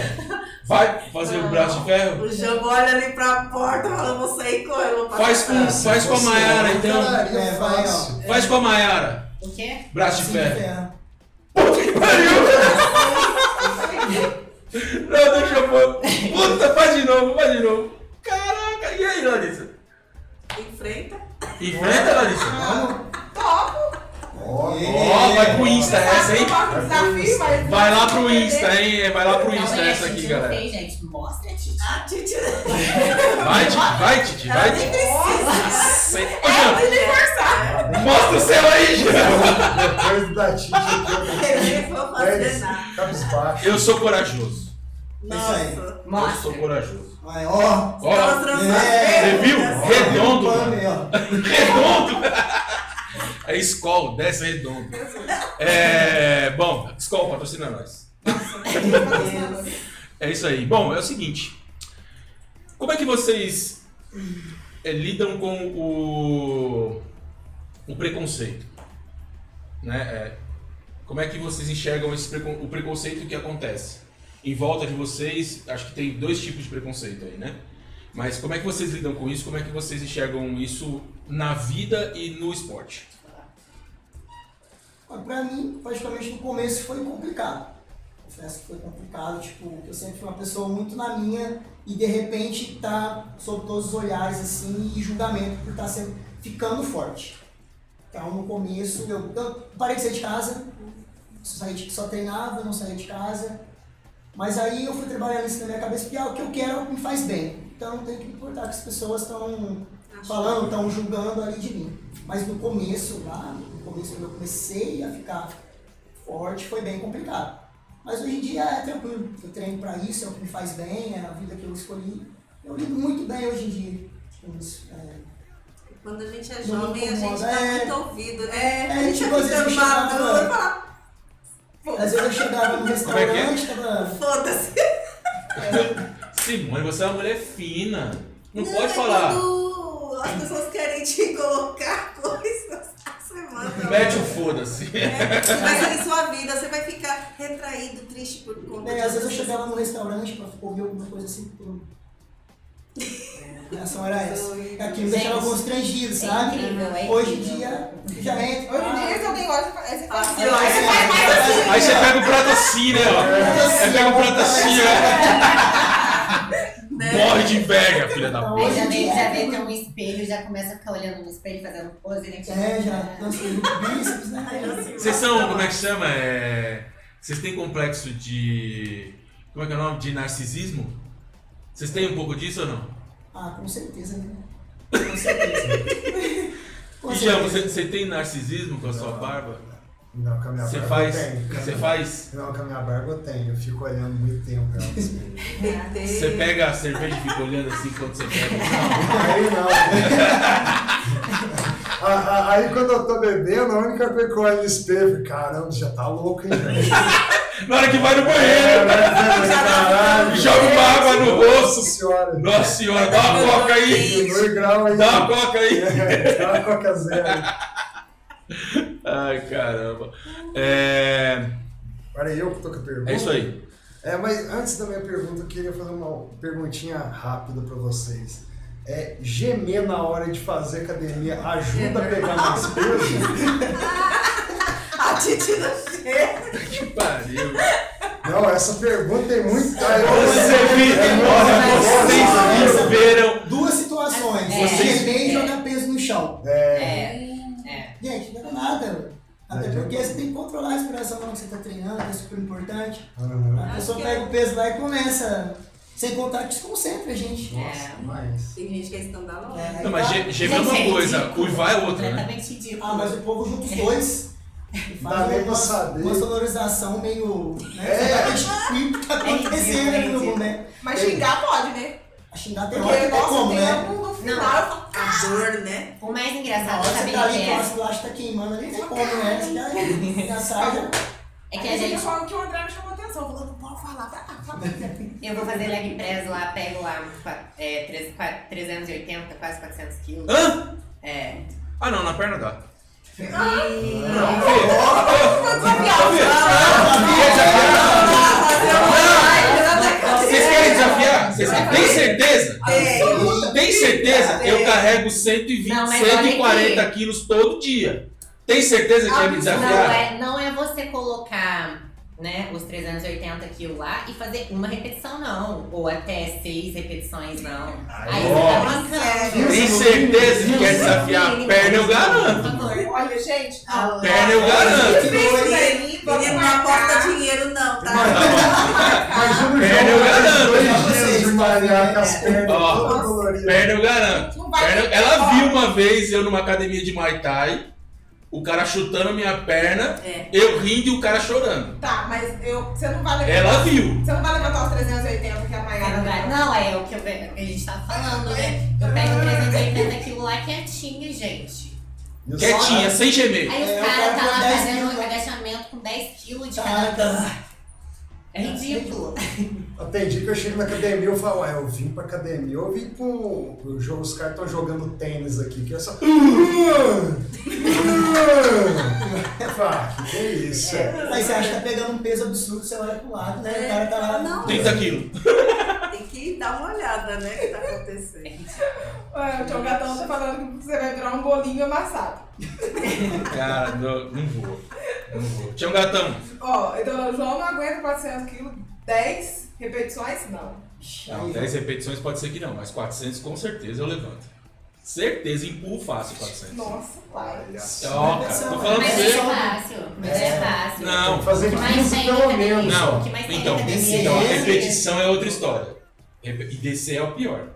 Speaker 1: vai fazer o braço de ferro?
Speaker 6: o Jambo olha ali pra porta e fala, eu vou sair com eu vou passar
Speaker 1: Faz com,
Speaker 6: pra-
Speaker 1: faz com a
Speaker 2: você
Speaker 1: Maiara,
Speaker 2: é
Speaker 1: então.
Speaker 2: uma
Speaker 5: É,
Speaker 2: É,
Speaker 5: vai, ó.
Speaker 2: fácil.
Speaker 1: Faz com a Maiara.
Speaker 4: O quê?
Speaker 1: Braço de
Speaker 5: Assim,
Speaker 1: ferro.
Speaker 5: ferro.
Speaker 1: Puta que pariu! Não, deixa eu pôr. Puta, faz de novo, faz de novo. Caraca, e aí, Larissa?
Speaker 6: Enfrenta.
Speaker 1: Enfrenta, Larissa.
Speaker 5: Vamos.
Speaker 2: Ó,
Speaker 1: Ó, vai pro Insta essa, hein?
Speaker 3: Sabe qual é o desafio, mas-
Speaker 1: Vai lá pro Insta, hein? Vai lá pro
Speaker 4: Calma
Speaker 1: Insta
Speaker 4: aí, a
Speaker 1: essa
Speaker 4: Titi
Speaker 1: aqui,
Speaker 4: não
Speaker 1: galera.
Speaker 4: Tem, gente. Mostra, Titi.
Speaker 6: Ah, Titi.
Speaker 1: Vai, Titi, vai, Titi,
Speaker 6: Ela
Speaker 1: vai, Titi.
Speaker 6: nem precisa.
Speaker 1: Sei- Ô, Jean, mostra o seu aí, Jean.
Speaker 2: depois da Tite
Speaker 6: Eu nem vou
Speaker 2: aqui,
Speaker 6: fazer
Speaker 2: dez
Speaker 6: é nada.
Speaker 2: cabisbaixo.
Speaker 1: Eu sou corajoso.
Speaker 5: aí.
Speaker 6: Nossa.
Speaker 1: Eu
Speaker 4: Mostra.
Speaker 1: sou corajoso.
Speaker 5: Vai, ó.
Speaker 1: Ó, você viu? Redondo,
Speaker 5: Ó,
Speaker 1: mano.
Speaker 5: aí, ó.
Speaker 1: Redondo. É escola, desce redondo. É, bom, escola patrocina nós. É isso aí. Bom, é o seguinte. Como é que vocês é, lidam com o, o preconceito? Né? É, como é que vocês enxergam esse precon- o preconceito que acontece? Em volta de vocês, acho que tem dois tipos de preconceito aí, né? Mas como é que vocês lidam com isso? Como é que vocês enxergam isso na vida e no esporte?
Speaker 5: Mas Pra mim, praticamente no começo foi complicado. Confesso que foi complicado, tipo, eu sempre fui uma pessoa muito na minha e de repente tá sob todos os olhares assim e julgamento por estar sendo ficando forte. Então no começo eu, eu parei de sair de casa, só, saí de- só treinava, não saía de casa. Mas aí eu fui trabalhando isso na minha cabeça, porque ah, o que eu quero é o que me faz bem. Então não tem que me importar que as pessoas então, estão falando, estão julgando ali de mim. Mas no começo, lá, no começo, quando eu comecei a ficar forte, foi bem complicado. Mas hoje em dia é tranquilo, eu treino pra isso, é o que me faz bem, é a vida que eu escolhi. Eu lido muito bem hoje em dia com isso. É,
Speaker 6: Quando a gente é
Speaker 5: Não
Speaker 6: jovem, a gente tá
Speaker 5: incomoda, é.
Speaker 6: muito ouvido, né?
Speaker 5: É,
Speaker 6: a gente
Speaker 5: tipo,
Speaker 6: é
Speaker 5: às vezes
Speaker 6: muito
Speaker 5: me chamaram,
Speaker 6: maduro, fala,
Speaker 5: Às vezes eu chegava no
Speaker 1: Como é que é?
Speaker 5: restaurante, tava.
Speaker 6: foda-se.
Speaker 1: Simone, você é uma mulher fina. Não,
Speaker 6: Não,
Speaker 1: pode
Speaker 6: é
Speaker 1: falar.
Speaker 6: quando As pessoas querem te colocar coisas. Você manda.
Speaker 1: Mete o foda-se.
Speaker 6: É, você vai sair sua vida, você vai ficar retraído, triste por conta
Speaker 5: Bem,
Speaker 6: de
Speaker 5: às vezes eu
Speaker 6: outras
Speaker 5: chegava no restaurante pra ouvir alguma coisa assim. Pô. A reação era essa. Aqui me deixava
Speaker 4: Gente,
Speaker 5: constrangido,
Speaker 4: É
Speaker 5: sabe?
Speaker 4: incrível, é
Speaker 5: Hoje em
Speaker 4: incrível.
Speaker 5: dia, já entra.
Speaker 3: Hoje em dia, se alguém gosta, você fala assim,
Speaker 6: Ah,
Speaker 3: ó,
Speaker 6: sim,
Speaker 3: você
Speaker 1: é.
Speaker 6: sim.
Speaker 3: faz mais assim.
Speaker 1: Aí você pega o prato assim, né? Ó. Aí pega o prato assim, ó.
Speaker 6: Né?
Speaker 1: Morre de inveja, filha da
Speaker 5: Hoje
Speaker 4: Aí
Speaker 1: puta.
Speaker 4: já
Speaker 5: em
Speaker 4: vem,
Speaker 5: dia
Speaker 4: já
Speaker 5: é
Speaker 4: vem ter
Speaker 5: muito-
Speaker 4: um espelho, já começa a ficar olhando no espelho, fazendo pose, né?
Speaker 5: É, já dançou bíceps, né?
Speaker 1: Vocês são, como é que chama? É... Vocês têm complexo de. Como é que é o nome? De narcisismo? Vocês têm um pouco disso ou não?
Speaker 5: Ah, com certeza, né? Com certeza. Com
Speaker 1: E Jean,
Speaker 5: certeza.
Speaker 1: você, você tem narcisismo com a sua barba?
Speaker 2: Não, com a minha
Speaker 1: Você
Speaker 2: barba
Speaker 1: faz.
Speaker 2: eu tenho.
Speaker 1: Você faz.
Speaker 2: Não, com a minha barba eu tenho. Eu fico olhando muito tempo pra ela.
Speaker 6: Tentei.
Speaker 1: Você pega a cerveja e fica olhando assim quando você bebe. Não.
Speaker 2: Aí não. né? A- a- aí quando eu tô bebendo, a única coisa que eu olho no espelho, caramba, já tá louco, hein, velho?
Speaker 1: Na hora que vai no banheiro,
Speaker 2: Caralho.
Speaker 1: tá joga uma água no rosto.
Speaker 2: Nossa senhora.
Speaker 1: Nossa senhora, dá uma coca aí.
Speaker 2: Dois graus aí. É,
Speaker 1: Dá uma coca aí.
Speaker 2: Dá uma coca zero.
Speaker 1: Ai, caramba. É,
Speaker 2: Agora eu que tô com a pergunta.
Speaker 1: é isso aí.
Speaker 2: É, mas antes da minha pergunta, eu queria fazer uma perguntinha rápida pra vocês. É, gemer na hora de fazer academia ajuda a pegar mais peso?
Speaker 6: A Titi não chega.
Speaker 1: Que pariu.
Speaker 2: Não, essa pergunta tem muito... Ah, eu-
Speaker 1: Você viu,
Speaker 2: É muito-
Speaker 5: Nossa,
Speaker 1: vocês
Speaker 5: nossa.
Speaker 1: viveram.
Speaker 5: Duas situações.
Speaker 4: É.
Speaker 5: Você bem
Speaker 4: É.
Speaker 5: jogar peso no chão.
Speaker 4: É, é.
Speaker 5: Gente, não é nada. Até
Speaker 1: É.
Speaker 2: Não
Speaker 5: porque você tem que controlar a respiração na hora que você tá treinando, é super importante.
Speaker 2: Aham.
Speaker 5: A pessoa
Speaker 6: que
Speaker 5: pega
Speaker 6: é.
Speaker 5: o peso lá e começa. Sem contar que desconcentra, gente.
Speaker 2: Nossa, mas...
Speaker 6: Tem gente que é escandalosa.
Speaker 5: É.
Speaker 1: Não, mas ge- gemer é uma
Speaker 4: Gente,
Speaker 1: coisa,
Speaker 4: ridículo.
Speaker 1: uivar é outra, né?
Speaker 4: Completamente ridículo.
Speaker 5: Ah, mas o povo junta os dois. e
Speaker 2: Dá
Speaker 5: faz
Speaker 2: nem pra
Speaker 5: uma,
Speaker 2: saber.
Speaker 5: uma sonorização meio. Né?
Speaker 2: É.
Speaker 5: Você tá meio que tá acontecendo ali no né?
Speaker 3: Mas xingar pode, né?
Speaker 5: A xingar tem hora
Speaker 3: Porque,
Speaker 5: que não tem
Speaker 3: nossa,
Speaker 5: como,
Speaker 3: tem
Speaker 5: né?
Speaker 3: algum no final, eu falo,
Speaker 6: A dor, né?
Speaker 4: O mais
Speaker 5: Na
Speaker 4: engraçado
Speaker 5: hora
Speaker 4: também
Speaker 5: você tá ali
Speaker 4: é,
Speaker 5: com as bolachas tá queimando ali, tem como, né? Você já- já sai, já-
Speaker 4: é que a gente
Speaker 3: falou que o André me chamou atenção. Falou, pode falar, vai
Speaker 1: Tá
Speaker 3: lá, fala.
Speaker 4: Eu vou fazer leg press lá, pego lá qua- é, três- qua- 380, quase 400 quilos.
Speaker 1: Hã?
Speaker 4: É.
Speaker 1: Ah, não, na perna dá.
Speaker 4: E...
Speaker 1: Não, Fê. Tá Vocês querem desafiar? Vocês querem- Tem certeza? Tem certeza? Eu carrego 120,
Speaker 4: Não, mas olha
Speaker 1: 140 quilos todo dia. Tem certeza que vai me
Speaker 4: Não,
Speaker 1: desafiar?
Speaker 4: é, não é você colocar né, os 380 quilos lá e fazer uma repetição, não. Ou até seis repetições, não. Aí você
Speaker 1: ó.
Speaker 4: tá brincando.
Speaker 1: Tem certeza que quer desafiar a perna? Eu garanto.
Speaker 4: Por favor.
Speaker 3: Olha, gente,
Speaker 1: Perna eu garanto.
Speaker 6: Ele não aposta dinheiro, não, tá?
Speaker 2: Imagina o
Speaker 1: Perna eu garanto.
Speaker 2: João dois dias de malhar com as pernas
Speaker 1: Ó.
Speaker 2: todas doloridas.
Speaker 1: Perna eu garanto.
Speaker 3: não vai
Speaker 1: Perna-
Speaker 3: ter
Speaker 1: ela
Speaker 3: que-
Speaker 1: viu uma vez eu numa academia de Muay Thai, o cara chutando minha perna,
Speaker 6: É.
Speaker 1: eu rindo e o cara chorando.
Speaker 3: Tá, mas eu, você não vai levantar.
Speaker 1: Ela viu.
Speaker 3: Você não vai levantar os 380 que a
Speaker 4: Aí
Speaker 3: Maiara
Speaker 4: não vai-
Speaker 3: levantou.
Speaker 4: Não, é o que eu ve- o que a gente tá falando, né? Eu pego 380 quilos lá quietinha, gente.
Speaker 2: E o
Speaker 1: Quietinha,
Speaker 2: saco-
Speaker 1: sem gemer.
Speaker 4: Aí
Speaker 5: É,
Speaker 4: os
Speaker 5: eu quero
Speaker 4: caras tá lá
Speaker 5: com 10
Speaker 4: fazendo
Speaker 5: quilos. né? Tá.
Speaker 4: um agachamento com 10 quilos de
Speaker 5: já-
Speaker 4: cada
Speaker 5: já-
Speaker 4: É ridículo.
Speaker 2: Tem dia que eu chego na academia e eu falo, ah, eu vim pra academia, eu vim com. o jogo- Os caras estão jogando tênis aqui, que é só. Ah, que é isso? é?
Speaker 5: Aí você acha que tá pegando um peso absurdo, você olha pro lado, né? O cara tá lá.
Speaker 6: Não.
Speaker 1: 30 quilos.
Speaker 6: Tem que dar uma olhada, né? O que tá acontecendo.
Speaker 3: Ué, o Tio Gatão tá falando que você vai virar um bolinho amassado.
Speaker 1: Cara, Ah, não, não vou. Não vou. Tinha um gatão.
Speaker 3: Ó, então o João não aguenta 400 quilos, 10 repetições? Não.
Speaker 1: Não, 10 repetições pode ser que não, mas 400 com certeza eu levanto. Certeza, empurro fácil 400.
Speaker 3: Nossa, pai.
Speaker 2: Olha só.
Speaker 1: Ó, cara, tô falando pra
Speaker 4: Mas é
Speaker 1: você.
Speaker 4: fácil, mas é, fácil.
Speaker 1: Não.
Speaker 2: Tem que fazer
Speaker 4: O que mais
Speaker 2: 15
Speaker 4: tem
Speaker 2: pelo
Speaker 4: na academia?
Speaker 2: menos.
Speaker 1: Não,
Speaker 4: O que mais tem
Speaker 1: então,
Speaker 4: na academia?
Speaker 1: então a
Speaker 5: Esse-
Speaker 1: repetição é outra história. Repe- E descer é o pior.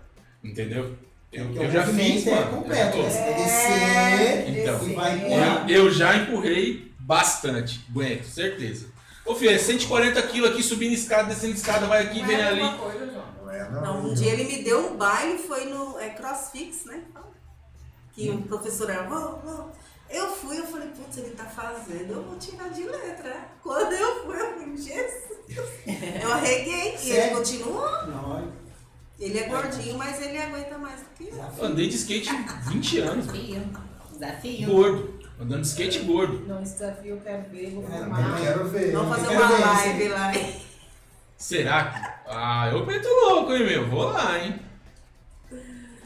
Speaker 1: Entendeu? Eu, eu já fiz,
Speaker 5: movimento é
Speaker 1: mano. Eu já
Speaker 5: completo,
Speaker 1: tô.
Speaker 5: né? Você descer
Speaker 1: Então.
Speaker 5: e vai empurrar.
Speaker 1: Eu, eu já empurrei bastante, aguento, certeza. Ô filho, é 140 quilos aqui, subindo escada, descendo escada, vai aqui,
Speaker 3: Não
Speaker 1: vem
Speaker 3: é
Speaker 1: ali.
Speaker 3: alguma coisa, João.
Speaker 2: Não é, não.
Speaker 6: Não, um dia ele me deu um baile, foi no é, CrossFix, né? Que o professor era, vamos, vamos. Eu fui, eu falei, putz, ele tá fazendo, eu vou tirar de letra. né? Quando eu fui, eu falei, Jesus. Eu arreguei. E ele
Speaker 5: Sério?
Speaker 6: continuou.
Speaker 5: Não, olha.
Speaker 6: Ele é gordinho, mas ele aguenta mais do que eu.
Speaker 1: Eu Andei de skate 20 anos,
Speaker 4: Desafio. Desafio.
Speaker 1: gordo. Andando de skate gordo.
Speaker 3: Não, esse desafio eu quero ver, vou
Speaker 5: É,
Speaker 3: filmar.
Speaker 2: Eu quero ver.
Speaker 6: Vamos
Speaker 2: hein?
Speaker 6: fazer uma
Speaker 5: quero ver isso,
Speaker 6: live lá.
Speaker 1: Será que. Ah, eu meto louco, hein, meu? Vou lá, hein?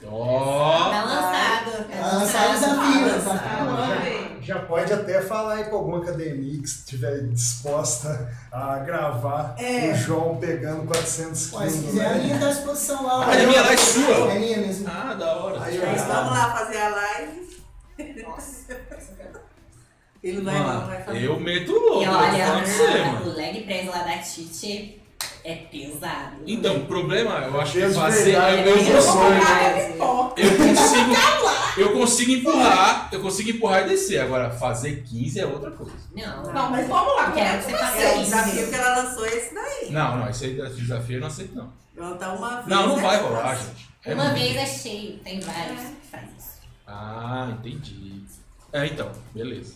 Speaker 1: Ó.
Speaker 4: Tá lançado. tá
Speaker 5: Ah, sai o desafio, né? desafio.
Speaker 3: Ah, amei.
Speaker 2: Já pode até falar aí com alguma academia que estiver disposta a gravar
Speaker 3: É.
Speaker 2: o João pegando 400
Speaker 5: Mas se
Speaker 2: quilos.
Speaker 5: quiser, a
Speaker 2: né?
Speaker 5: linha tá à disposição lá.
Speaker 1: Ah, a minha lá é sua.
Speaker 5: É minha mesmo.
Speaker 1: Ah, da hora.
Speaker 2: Aí eu
Speaker 6: Mas É vamos lá fazer a live.
Speaker 3: Nossa, essa cara.
Speaker 6: Ele vai não, vai
Speaker 1: Mano,
Speaker 6: fazer.
Speaker 1: eu meto louco,
Speaker 4: E
Speaker 1: eu tô
Speaker 4: olha, né?
Speaker 1: falando pra você,
Speaker 4: a- o
Speaker 1: mano.
Speaker 4: leg press lá da Tite é pesado.
Speaker 1: Então, o problema, eu acho que
Speaker 2: Deus
Speaker 1: fazer.
Speaker 2: verdade,
Speaker 1: Eu, eu
Speaker 2: Deus
Speaker 5: um-
Speaker 1: consigo-
Speaker 2: sonho.
Speaker 3: Ah, é pipoca.
Speaker 1: eu consigo. Eu consigo empurrar, eu consigo empurrar e descer. Agora, fazer 15 é outra coisa.
Speaker 4: Não.
Speaker 3: Não, mas vamos lá, como
Speaker 4: Porque
Speaker 3: é
Speaker 4: era
Speaker 3: que
Speaker 4: pra você
Speaker 3: você
Speaker 4: pagar
Speaker 6: É, o
Speaker 4: isso.
Speaker 6: desafio que ela lançou é esse daí.
Speaker 1: Não, não, esse aí, esse desafio eu não aceito, não.
Speaker 6: Ela tá uma vez.
Speaker 1: Não, não
Speaker 6: né?
Speaker 1: vai rolar, gente. É
Speaker 4: Uma
Speaker 1: muito.
Speaker 4: vez é cheio, tem vários que fazem isso.
Speaker 1: Ah, entendi. É, então, beleza.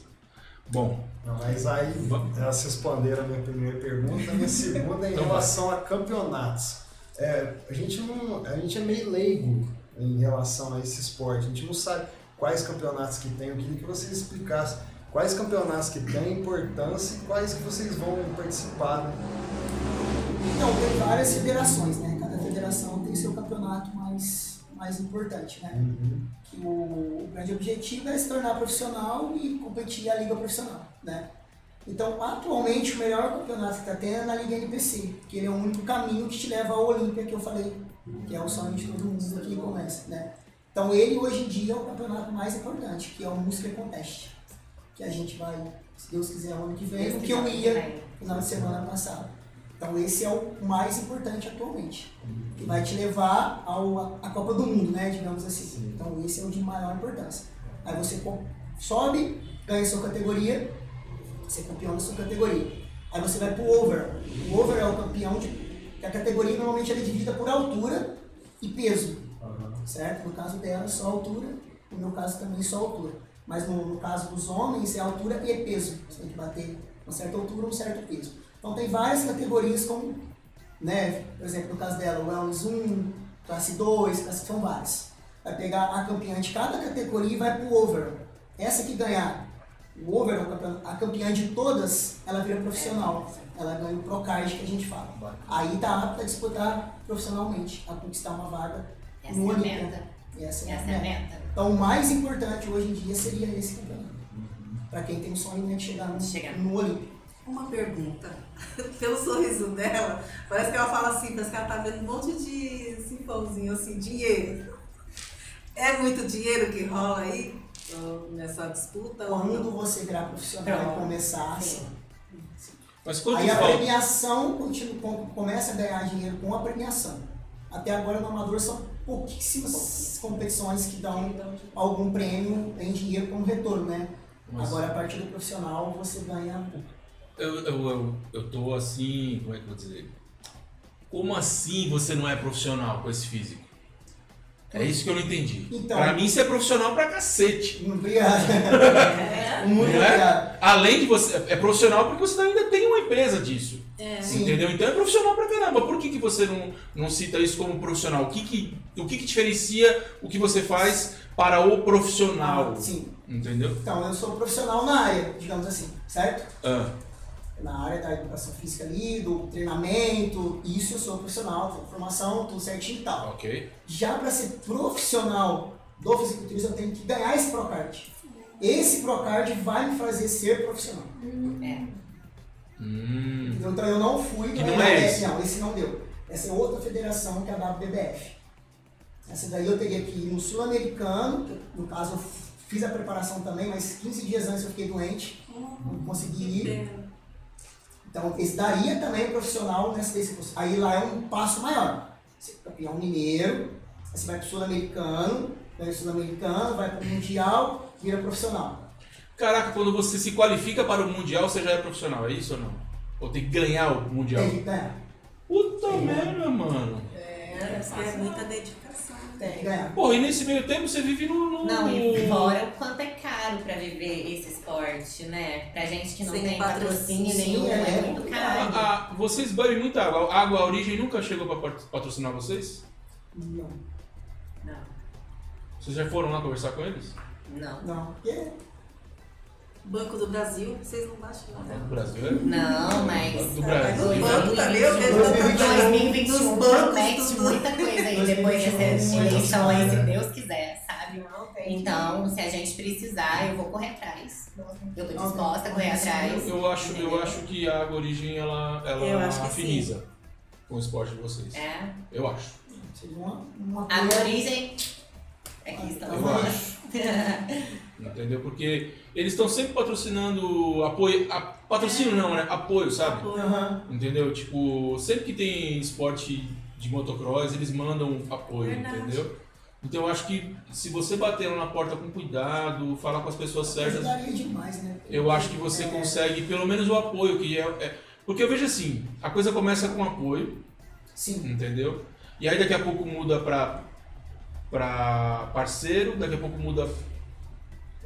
Speaker 1: Bom,
Speaker 2: Não, mas aí
Speaker 1: Vamos.
Speaker 2: elas responderam a minha primeira pergunta, a minha segunda é em
Speaker 1: Então vai.
Speaker 2: relação a campeonatos. É, a, gente não, a gente é meio leigo em relação a esse esporte, a gente não sabe quais campeonatos que tem, eu queria que vocês explicassem quais campeonatos que tem importância e quais que vocês vão participar. né?
Speaker 5: Então, tem várias federações, né? Cada federação tem seu campeonato mais, mais importante, né? que o, o grande objetivo é se tornar profissional e competir a liga profissional, né? Então, atualmente, o melhor campeonato que está tendo é na Liga NPC, que ele é o único caminho que te leva ao Olímpia, que eu falei, que é o sonho de todo mundo que começa, né? Então, ele, hoje em dia, é o campeonato mais importante, que é o Muscle Contest, que a gente vai, se Deus quiser, né? ano que vem, o que eu ia no final de semana passado. Então esse é o mais importante atualmente, que vai te levar ao, à Copa do Mundo, né, digamos assim. Então esse é o de maior importância. Aí você co- sobe, ganha sua categoria, você é campeão da sua categoria. Aí você vai pro over. O over é o campeão de... que a categoria normalmente ela é dividida por altura e peso, certo? No caso dela, só altura. No meu caso também, só altura. Mas no, no caso dos homens, é altura e peso. Você tem que bater uma certa altura, um certo peso. Então tem várias categorias como, né? Por exemplo, no caso dela, o Wellness 1, classe 2, classe, são várias. Vai pegar a campeã de cada categoria e vai pro over. Essa que ganhar o over, a campeã- a campeã de todas, ela vira profissional. Ela ganha o Procard que a gente fala. Aí tá apta a disputar profissionalmente, a conquistar uma vaga
Speaker 4: Essa
Speaker 5: no
Speaker 4: é a
Speaker 5: Olímpia.
Speaker 4: meta.
Speaker 5: Essa é a
Speaker 4: Essa é a
Speaker 5: meta.
Speaker 4: meta.
Speaker 5: Então, o mais importante hoje em dia seria esse campeonato. Pra quem tem o sonho né, de chegar no,
Speaker 4: Chegar.
Speaker 5: no Olímpia.
Speaker 6: Uma pergunta. Pelo sorriso dela, parece que ela fala assim, parece que ela tá vendo um monte de cifãozinho assim, dinheiro. É muito dinheiro que rola aí ó, nessa disputa? ou
Speaker 5: Quando
Speaker 6: não?
Speaker 5: você virar profissional e
Speaker 4: Pronto.
Speaker 5: começar,
Speaker 4: Sim.
Speaker 1: mas quanto
Speaker 5: aí a
Speaker 1: falta?
Speaker 5: premiação continua, com- começa a ganhar dinheiro com a premiação. Até agora no Amador são pouquíssimas competições que dão algum prêmio em dinheiro como retorno, né?
Speaker 1: Mas
Speaker 5: Agora, a partir do profissional, você ganha pouco.
Speaker 1: Eu, eu, eu, eu tô assim, como é que eu vou dizer? Como assim você não é profissional com esse físico? É isso que eu não entendi.
Speaker 5: Então-
Speaker 1: pra mim, você é profissional pra cacete.
Speaker 5: Muito obrigado. um Muito
Speaker 1: Não é?
Speaker 5: obrigado.
Speaker 1: Além de você. É profissional porque você ainda tem uma empresa disso.
Speaker 5: Sim.
Speaker 1: Entendeu? Então é profissional pra caramba. Por que, que você não, não cita isso como profissional? O que que, o que que diferencia o que você faz para o profissional?
Speaker 5: Sim.
Speaker 1: Entendeu?
Speaker 5: Então, eu sou profissional na área, digamos assim, certo?
Speaker 1: Ah,
Speaker 5: na área da educação física ali, do treinamento, isso eu sou profissional, tenho formação, tudo certinho e tal.
Speaker 1: ok.
Speaker 5: Já para ser profissional do fisiculturismo, eu tenho que ganhar esse Procard. Esse Procard vai me fazer ser profissional.
Speaker 4: É.
Speaker 1: Hum,
Speaker 5: Entendeu? Então eu não fui
Speaker 1: Que
Speaker 5: na
Speaker 1: não é
Speaker 5: WBF,
Speaker 1: esse.
Speaker 5: não, esse não deu. Essa é outra federação que é a WBF. Essa daí eu teria que ir no Sul-Americano, que, no caso eu fiz a preparação também, mas 15 dias antes eu fiquei doente, não consegui ir. Então, esse daria também profissional nessa desse curso. Aí lá é um passo maior. Você é campeão mineiro, aí você vai pro sul-americano, ganha o sul-americano, vai pro mundial, vira profissional.
Speaker 1: Caraca, quando você se qualifica para o Mundial, você já é profissional, é isso ou não? Ou tem que ganhar o Mundial?
Speaker 5: Tem que ganhar.
Speaker 1: Puta merda, mano.
Speaker 6: É, porque é muita dedicação. né?
Speaker 5: Tem que ganhar.
Speaker 1: Porra, e nesse meio tempo você vive no. no-
Speaker 4: Não, e fora o quanto é caro pra viver esse esporte, né? Pra gente que não
Speaker 6: Sem
Speaker 4: tem
Speaker 6: patrocínio,
Speaker 4: patrocínio nenhum, é,
Speaker 5: é.
Speaker 4: muito caro.
Speaker 1: A- a- vocês bebem muita água. A água a origem nunca chegou pra pat- patrocinar vocês?
Speaker 5: Não,
Speaker 4: Não,
Speaker 1: Vocês já foram lá conversar com eles?
Speaker 4: não.
Speaker 5: não. Porque
Speaker 6: Banco do Brasil, vocês não né? baixam nada.
Speaker 1: Do Brasil é?
Speaker 4: Não, mas.
Speaker 1: Do Brasil.
Speaker 6: Mas o banco também, eu vejo tá
Speaker 5: Brasil.
Speaker 6: tanta coisa.
Speaker 4: 2021
Speaker 6: Dos bancos,
Speaker 4: promete
Speaker 6: tudo.
Speaker 4: muita coisa aí depois dessas
Speaker 5: 2021,
Speaker 4: eleições, se
Speaker 5: né?
Speaker 4: Deus quiser, sabe? Então, se a gente precisar, eu vou correr atrás.
Speaker 3: assim.
Speaker 4: Eu tô disposta a correr atrás.
Speaker 1: Eu acho, eu acho que a água origem ela,
Speaker 6: Eu
Speaker 1: ela
Speaker 6: acho que
Speaker 1: afiniza com o esporte de vocês.
Speaker 4: É.
Speaker 1: Eu acho.
Speaker 5: seria uma, uma
Speaker 4: A
Speaker 5: coisa-
Speaker 4: origem. Aqui estamos.
Speaker 1: Eu acho. Entendeu? Porque eles estão sempre patrocinando apoio. a- patrocínio não, né? Apoio, sabe?
Speaker 5: Aham.
Speaker 1: Entendeu? Tipo, sempre que tem esporte de motocross, eles mandam apoio,
Speaker 6: Verdade.
Speaker 1: entendeu? Então eu acho que se você bater lá na porta com cuidado, falar com as pessoas certas,
Speaker 5: Ajudaria demais, né?
Speaker 1: eu acho que você consegue pelo menos o apoio que é, é- porque eu vejo assim, a coisa começa com apoio,
Speaker 5: É, Sim.
Speaker 1: entendeu? E aí daqui a pouco muda pra para parceiro, daqui a pouco muda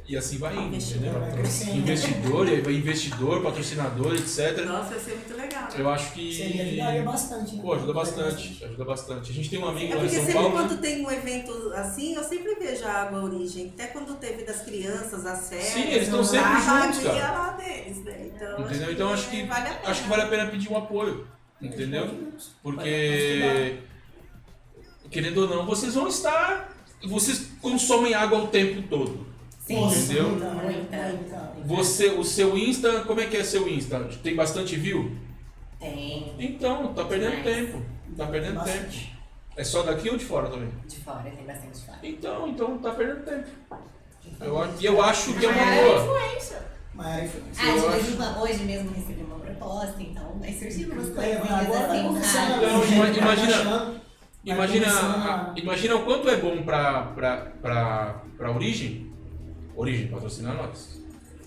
Speaker 1: e assim vai indo,
Speaker 6: Investidor, né?
Speaker 1: entendeu?
Speaker 5: vai crescendo.
Speaker 1: Investidor, e aí vai investidor, patrocinador, etc.
Speaker 6: Nossa, ia ser muito legal. né?
Speaker 1: Eu acho que
Speaker 5: Seria ajudaria bastante, né?
Speaker 1: Pô, ajuda bastante, ajuda bastante. A gente tem um amigo
Speaker 6: É
Speaker 1: lá em
Speaker 6: porque
Speaker 1: São
Speaker 6: sempre
Speaker 1: Paulo. né?
Speaker 6: quando tem um evento assim, eu sempre vejo a água origem. Até quando teve das crianças, as férias.
Speaker 1: Sim, eles
Speaker 6: eu
Speaker 1: estão sempre
Speaker 6: lá,
Speaker 1: juntos,
Speaker 6: eu ia
Speaker 1: cara.
Speaker 6: lá deles, né? Então,
Speaker 1: Entendeu? Então, acho que-
Speaker 6: vale a pena.
Speaker 1: Acho que vale a pena pedir um apoio, entendeu? Porque, querendo ou não, vocês vão estar. Vocês consomem água o tempo todo.
Speaker 4: Sim,
Speaker 1: Entendeu?
Speaker 5: Muita,
Speaker 4: Muita.
Speaker 5: muita.
Speaker 1: Você, o seu Insta, como é que é seu Insta? Tem bastante view?
Speaker 4: Tem,
Speaker 1: Então, tá perdendo
Speaker 4: Mas-
Speaker 1: tempo. Tá perdendo tempo.
Speaker 5: Bastante.
Speaker 1: É só daqui ou de fora também?
Speaker 4: de fora, tem bastante de fora.
Speaker 1: Então, então tá perdendo tempo. Eu, acho- e eu acho que é uma
Speaker 3: Ela
Speaker 1: boa.
Speaker 3: influencer.
Speaker 5: Maior influência.
Speaker 4: Ah,
Speaker 1: Eu
Speaker 4: de vez em quando, hoje mesmo recebi uma proposta, então vai surgindo umas
Speaker 5: É,
Speaker 4: coisinhas
Speaker 5: agora vai
Speaker 4: assim,
Speaker 5: começando
Speaker 4: sabe?
Speaker 5: a-
Speaker 1: Então, ima-
Speaker 5: vai
Speaker 1: imagina-
Speaker 5: baixando, vai
Speaker 1: Imagina,
Speaker 5: começando a-
Speaker 1: imagina o quanto é bom pra, pra, pra, pra Origem. Origem, patrocina nós.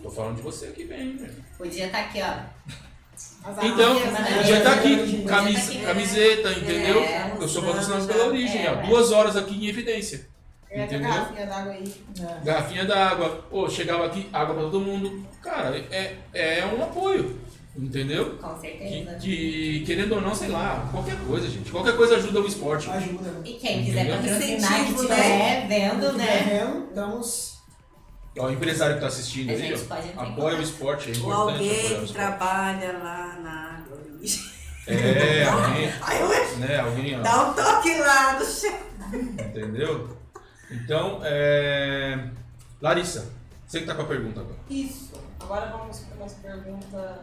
Speaker 1: Tô falando de você aqui bem, né?
Speaker 4: Podia estar aqui, ó.
Speaker 1: Então,
Speaker 4: né?
Speaker 1: já tá
Speaker 5: Podia
Speaker 1: aqui,
Speaker 4: tá
Speaker 1: camis-
Speaker 4: aqui, né?
Speaker 1: camiseta, entendeu?
Speaker 4: É,
Speaker 1: Eu sou patrocinado
Speaker 6: mostrando,
Speaker 1: pela
Speaker 6: já-
Speaker 1: Origem,
Speaker 4: é,
Speaker 1: ó.
Speaker 4: é.
Speaker 1: Duas horas aqui em evidência.
Speaker 3: É a
Speaker 1: Entendeu?
Speaker 3: garrafinha d'água aí.
Speaker 5: É.
Speaker 1: Garrafinha d'água, ou chegava aqui, água pra todo mundo. Cara, é, é um apoio, entendeu?
Speaker 4: Com
Speaker 1: Que,
Speaker 4: certeza.
Speaker 1: que, querendo ou não, sei lá, qualquer coisa, gente. Qualquer coisa ajuda o esporte.
Speaker 5: Ajuda. né?
Speaker 4: E quem quiser patrocinar, que
Speaker 6: Incentivo,
Speaker 4: tiver vendo,
Speaker 5: Tiver
Speaker 4: né?
Speaker 5: vendo, Estamos.
Speaker 1: Ó, o empresário que tá assistindo
Speaker 4: A
Speaker 1: aí,
Speaker 4: gente
Speaker 1: ó.
Speaker 4: pode entrar em
Speaker 1: Apoia o
Speaker 4: contato.
Speaker 1: esporte, é
Speaker 6: Ou
Speaker 1: importante apoiar o
Speaker 6: alguém que
Speaker 1: esporte.
Speaker 6: trabalha lá na água origem.
Speaker 1: É, alguém,
Speaker 6: Aí eu
Speaker 1: né? Alguém, ó,
Speaker 6: Dá um toque lá no chefe.
Speaker 1: entendeu? Então, é... Larissa, você que tá com a pergunta agora.
Speaker 3: Isso. Agora vamos para a nossa pergunta.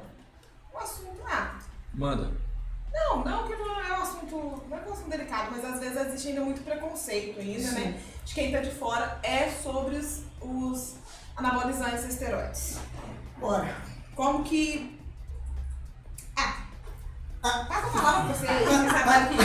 Speaker 3: O assunto. Ah,
Speaker 1: Manda.
Speaker 3: não, não que não é um assunto. Não é um assunto delicado, mas às vezes existe ainda muito preconceito ainda, né? De quem tá de fora é sobre os, os anabolizantes e esteroides.
Speaker 5: Bora.
Speaker 3: Como que. Ah! Passa a palavra pra você, você sabe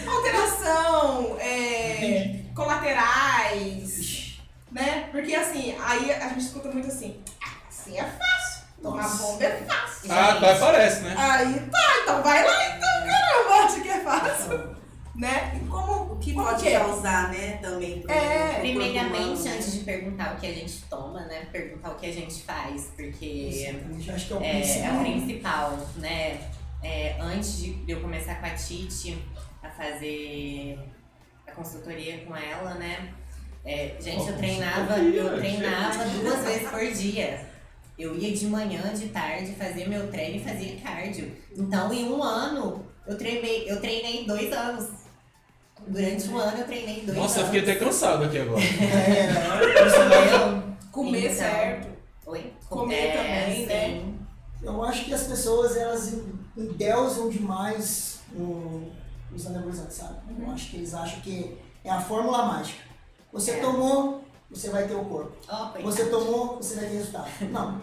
Speaker 3: que- Alteração, é, colaterais, né? Porque assim, aí a gente escuta muito assim, ah, assim é fácil, tomar
Speaker 5: Nossa.
Speaker 3: bomba é fácil.
Speaker 1: Ah, tá, parece, né?
Speaker 3: Aí tá, então vai lá então, caramba, acho que é fácil, né? E como
Speaker 6: O que
Speaker 3: como
Speaker 6: pode
Speaker 3: que é?
Speaker 6: causar, né? Também. pro- né?
Speaker 3: É.
Speaker 6: pro corpo
Speaker 4: Primeiramente,
Speaker 6: humano.
Speaker 4: antes de perguntar o que a gente toma, né? Perguntar o que a gente faz, porque
Speaker 5: Isso, Acho que é o
Speaker 4: é, é o
Speaker 5: principal.
Speaker 4: principal, né? É, antes de eu começar com a Titi a fazer a consultoria com ela, né? É, gente, eu treinava, eu treinava duas vezes por dia. Eu ia de manhã, de tarde, fazia meu treino e fazia cardio. Então, em um ano, eu treinei, eu treinei dois anos. Durante um ano, eu treinei dois
Speaker 1: Nossa, eu
Speaker 4: anos.
Speaker 1: fiquei até cansado aqui agora.
Speaker 5: É,
Speaker 4: Entendeu?
Speaker 3: Comer
Speaker 4: Então,
Speaker 3: certo.
Speaker 4: Oi?
Speaker 3: Comer
Speaker 4: É,
Speaker 3: também, né?
Speaker 4: sim.
Speaker 5: eu acho que as pessoas elas endeusam demais o- os anabolizantes, sabe? Eu acho que eles acham que é a fórmula mágica. Você
Speaker 4: É.
Speaker 5: tomou, você vai ter o corpo.
Speaker 4: Ó, coitado.
Speaker 5: Você tomou, você vai ter resultado. Não.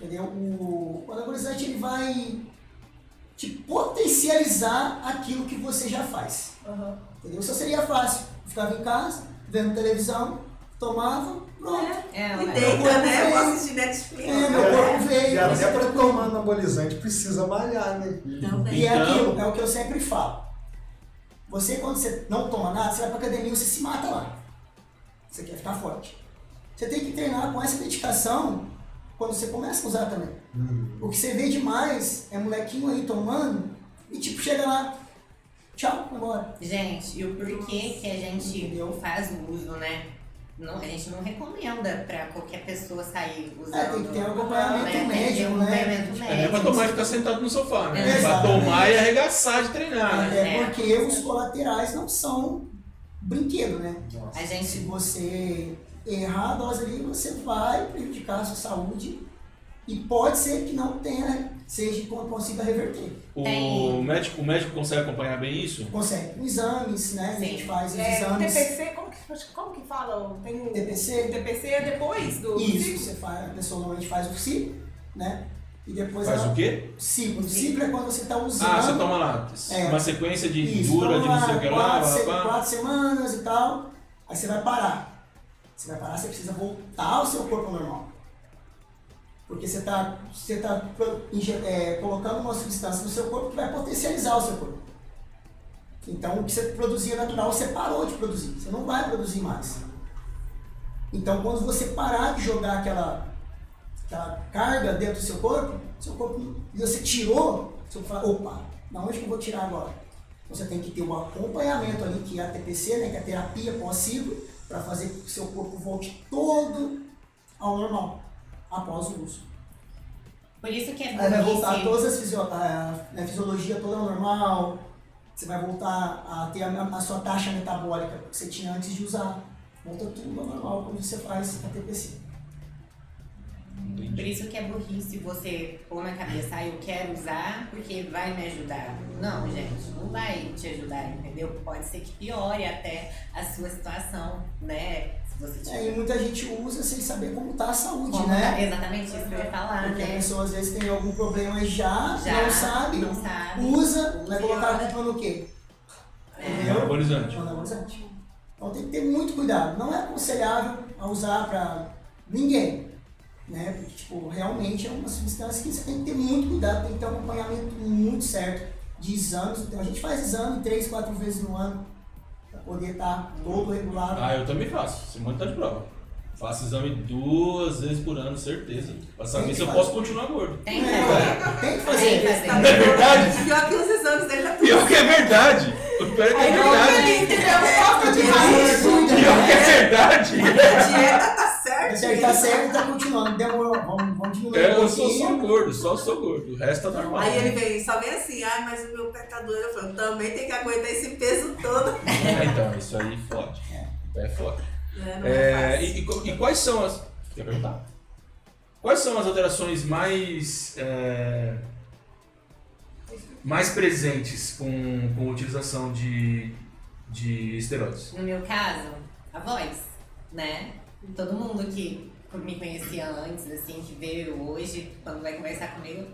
Speaker 5: Entendeu? O, o anabolizante ele vai te potencializar aquilo que você já faz.
Speaker 3: Aham.
Speaker 5: Entendeu? Só seria fácil. Ficava em casa, vendo televisão, tomava, pronto.
Speaker 4: É,
Speaker 6: E
Speaker 4: ué.
Speaker 6: deita, né? Eu vou assistir Netflix.
Speaker 5: É, meu corpo
Speaker 2: E
Speaker 5: veio, mas
Speaker 2: até
Speaker 5: eu
Speaker 2: pra
Speaker 5: falei,
Speaker 2: tomar anabolizante precisa malhar, né?
Speaker 6: Também.
Speaker 5: E é
Speaker 1: Então-
Speaker 5: aquilo, é o que eu sempre falo. Você, quando você não toma nada, você vai pra academia e você se mata lá. Você quer ficar forte. Você tem que treinar com essa dedicação quando você começa a usar também. O que você vê demais é molequinho aí tomando e tipo, chega lá, tchau, vai embora.
Speaker 4: Gente, e o porquê que a gente não
Speaker 5: Uhum.
Speaker 4: faz o uso, né? Não, a gente não recomenda pra qualquer pessoa sair usando.
Speaker 5: É, tem que ter um acompanhamento
Speaker 4: Tem que ter
Speaker 5: médico,
Speaker 4: um
Speaker 5: né?
Speaker 4: acompanhamento
Speaker 1: É, não é pra
Speaker 4: médico.
Speaker 1: tomar e ficar sentado no sofá, né? É pra
Speaker 5: Exatamente.
Speaker 1: tomar e arregaçar de treinar, né?
Speaker 5: Até
Speaker 4: é.
Speaker 5: porque os colaterais não são brinquedo, né?
Speaker 2: Nossa.
Speaker 4: A
Speaker 5: Se
Speaker 4: gente.
Speaker 5: você errar a dose ali, você vai prejudicar a sua saúde e pode ser que não tenha, seja que consiga reverter.
Speaker 1: O
Speaker 4: Tem.
Speaker 1: médico, o médico consegue acompanhar bem isso?
Speaker 5: Consegue com exames, né? A gente
Speaker 4: Sim.
Speaker 5: faz os
Speaker 3: É, o
Speaker 5: exames.
Speaker 3: TPC, como que, como que fala? Tem um
Speaker 5: TPC?
Speaker 3: TPC é depois do
Speaker 5: Isso, você faz, a pessoa normalmente faz o ciclo, né? E depois
Speaker 1: Faz
Speaker 5: ela-
Speaker 1: o quê?
Speaker 5: Ciclo. Ciclo é quando você está usando.
Speaker 1: Ah, você toma lá
Speaker 5: É.
Speaker 1: uma sequência de
Speaker 5: Isso,
Speaker 1: dura, de
Speaker 5: vamos
Speaker 1: não sei o que lá,
Speaker 5: quatro,
Speaker 1: pá,
Speaker 5: se-
Speaker 1: pá.
Speaker 5: quatro semanas e tal. Aí você vai parar. Você vai parar, você precisa voltar ao seu corpo ao normal. Porque você está você tá pro- inje- é, colocando uma substância no seu corpo que vai potencializar o seu corpo. Então o que você produzia natural, você parou de produzir. Você não vai produzir mais. Então quando você parar de jogar aquela, aquela carga dentro do seu corpo, seu corpo e você tirou, você fala, opa, da onde que eu vou tirar agora? Você tem que ter um acompanhamento ali, que é a TPC, né, que é a terapia pós-ciclo, para fazer com que o seu corpo volte todo ao normal após o uso.
Speaker 4: Por isso que é
Speaker 5: Aí vai
Speaker 4: burrice-
Speaker 5: voltar todas as fisio- a, a fisiologia toda ao normal, você vai voltar a ter a, a sua taxa metabólica que você tinha antes de usar. Volta tudo ao normal quando você faz a TPC.
Speaker 4: Por isso que é burrice você pôr na cabeça, ah, eu quero usar porque vai me ajudar. Não, gente, não vai te ajudar, entendeu? Pode ser que piore até a sua situação, né? Se você
Speaker 5: E aí
Speaker 4: tiver.
Speaker 5: muita gente usa sem saber como tá a saúde,
Speaker 4: Como-
Speaker 5: né?
Speaker 4: Exatamente isso que eu ia falar,
Speaker 5: Porque a
Speaker 4: né?
Speaker 5: pessoa às vezes tem algum problema já,
Speaker 4: Já
Speaker 5: não sabe,
Speaker 4: Não sabe.
Speaker 5: usa,
Speaker 4: Usa.
Speaker 5: vai colocar a culpa no quê?
Speaker 1: É.
Speaker 5: Entendeu?
Speaker 1: Anabolizante.
Speaker 5: anabolizante. Então tem que ter muito cuidado. Não é aconselhável a usar para ninguém. Né? Porque, tipo, realmente é uma substância que você tem que ter muito cuidado, tem que ter um acompanhamento muito certo de exames. Então a gente faz exame três, quatro vezes no ano para poder estar todo regulado.
Speaker 1: Ah, eu também faço. Semana tá de prova. Faço exame duas vezes por ano, certeza. Pra saber
Speaker 5: Tem que
Speaker 1: se eu
Speaker 5: fazer.
Speaker 1: posso continuar gordo.
Speaker 4: Tem que
Speaker 5: É,
Speaker 4: fazer.
Speaker 5: tem que
Speaker 4: Tem que
Speaker 5: fazer.
Speaker 4: fazer.
Speaker 6: Tá bom.
Speaker 1: é verdade?
Speaker 6: Pior que os exames dele é tudo.
Speaker 1: Pior que é verdade. O pior é que é
Speaker 6: Aí eu
Speaker 1: verdade.
Speaker 6: falei, entendeu? Falta
Speaker 5: É
Speaker 6: de
Speaker 5: Mas
Speaker 6: raiz.
Speaker 5: cuida,
Speaker 1: Pior que
Speaker 5: né?
Speaker 1: é verdade.
Speaker 6: A dieta tá certa.
Speaker 5: Deve estar certo, tá continuando. Demorou, vamos, vamos diminuir
Speaker 1: É,
Speaker 5: um
Speaker 1: eu sou só
Speaker 5: pouquinho.
Speaker 1: gordo, só sou gordo. O resto tá normal.
Speaker 6: Aí ele vem, só vem assim, ai, mas o meu pé tá doendo. Eu falo, também tem que aguentar esse peso todo.
Speaker 1: É, então, isso aí fode. É fode.
Speaker 6: Né? Não é,
Speaker 1: É,
Speaker 6: fácil.
Speaker 1: e, e co- e quais são as. Quer perguntar? Quais são as alterações mais. é, mais presentes com, com a utilização de, de esteroides?
Speaker 4: No meu caso, a voz, né? Todo mundo que me conhecia antes, assim, que veio hoje, quando vai conversar comigo,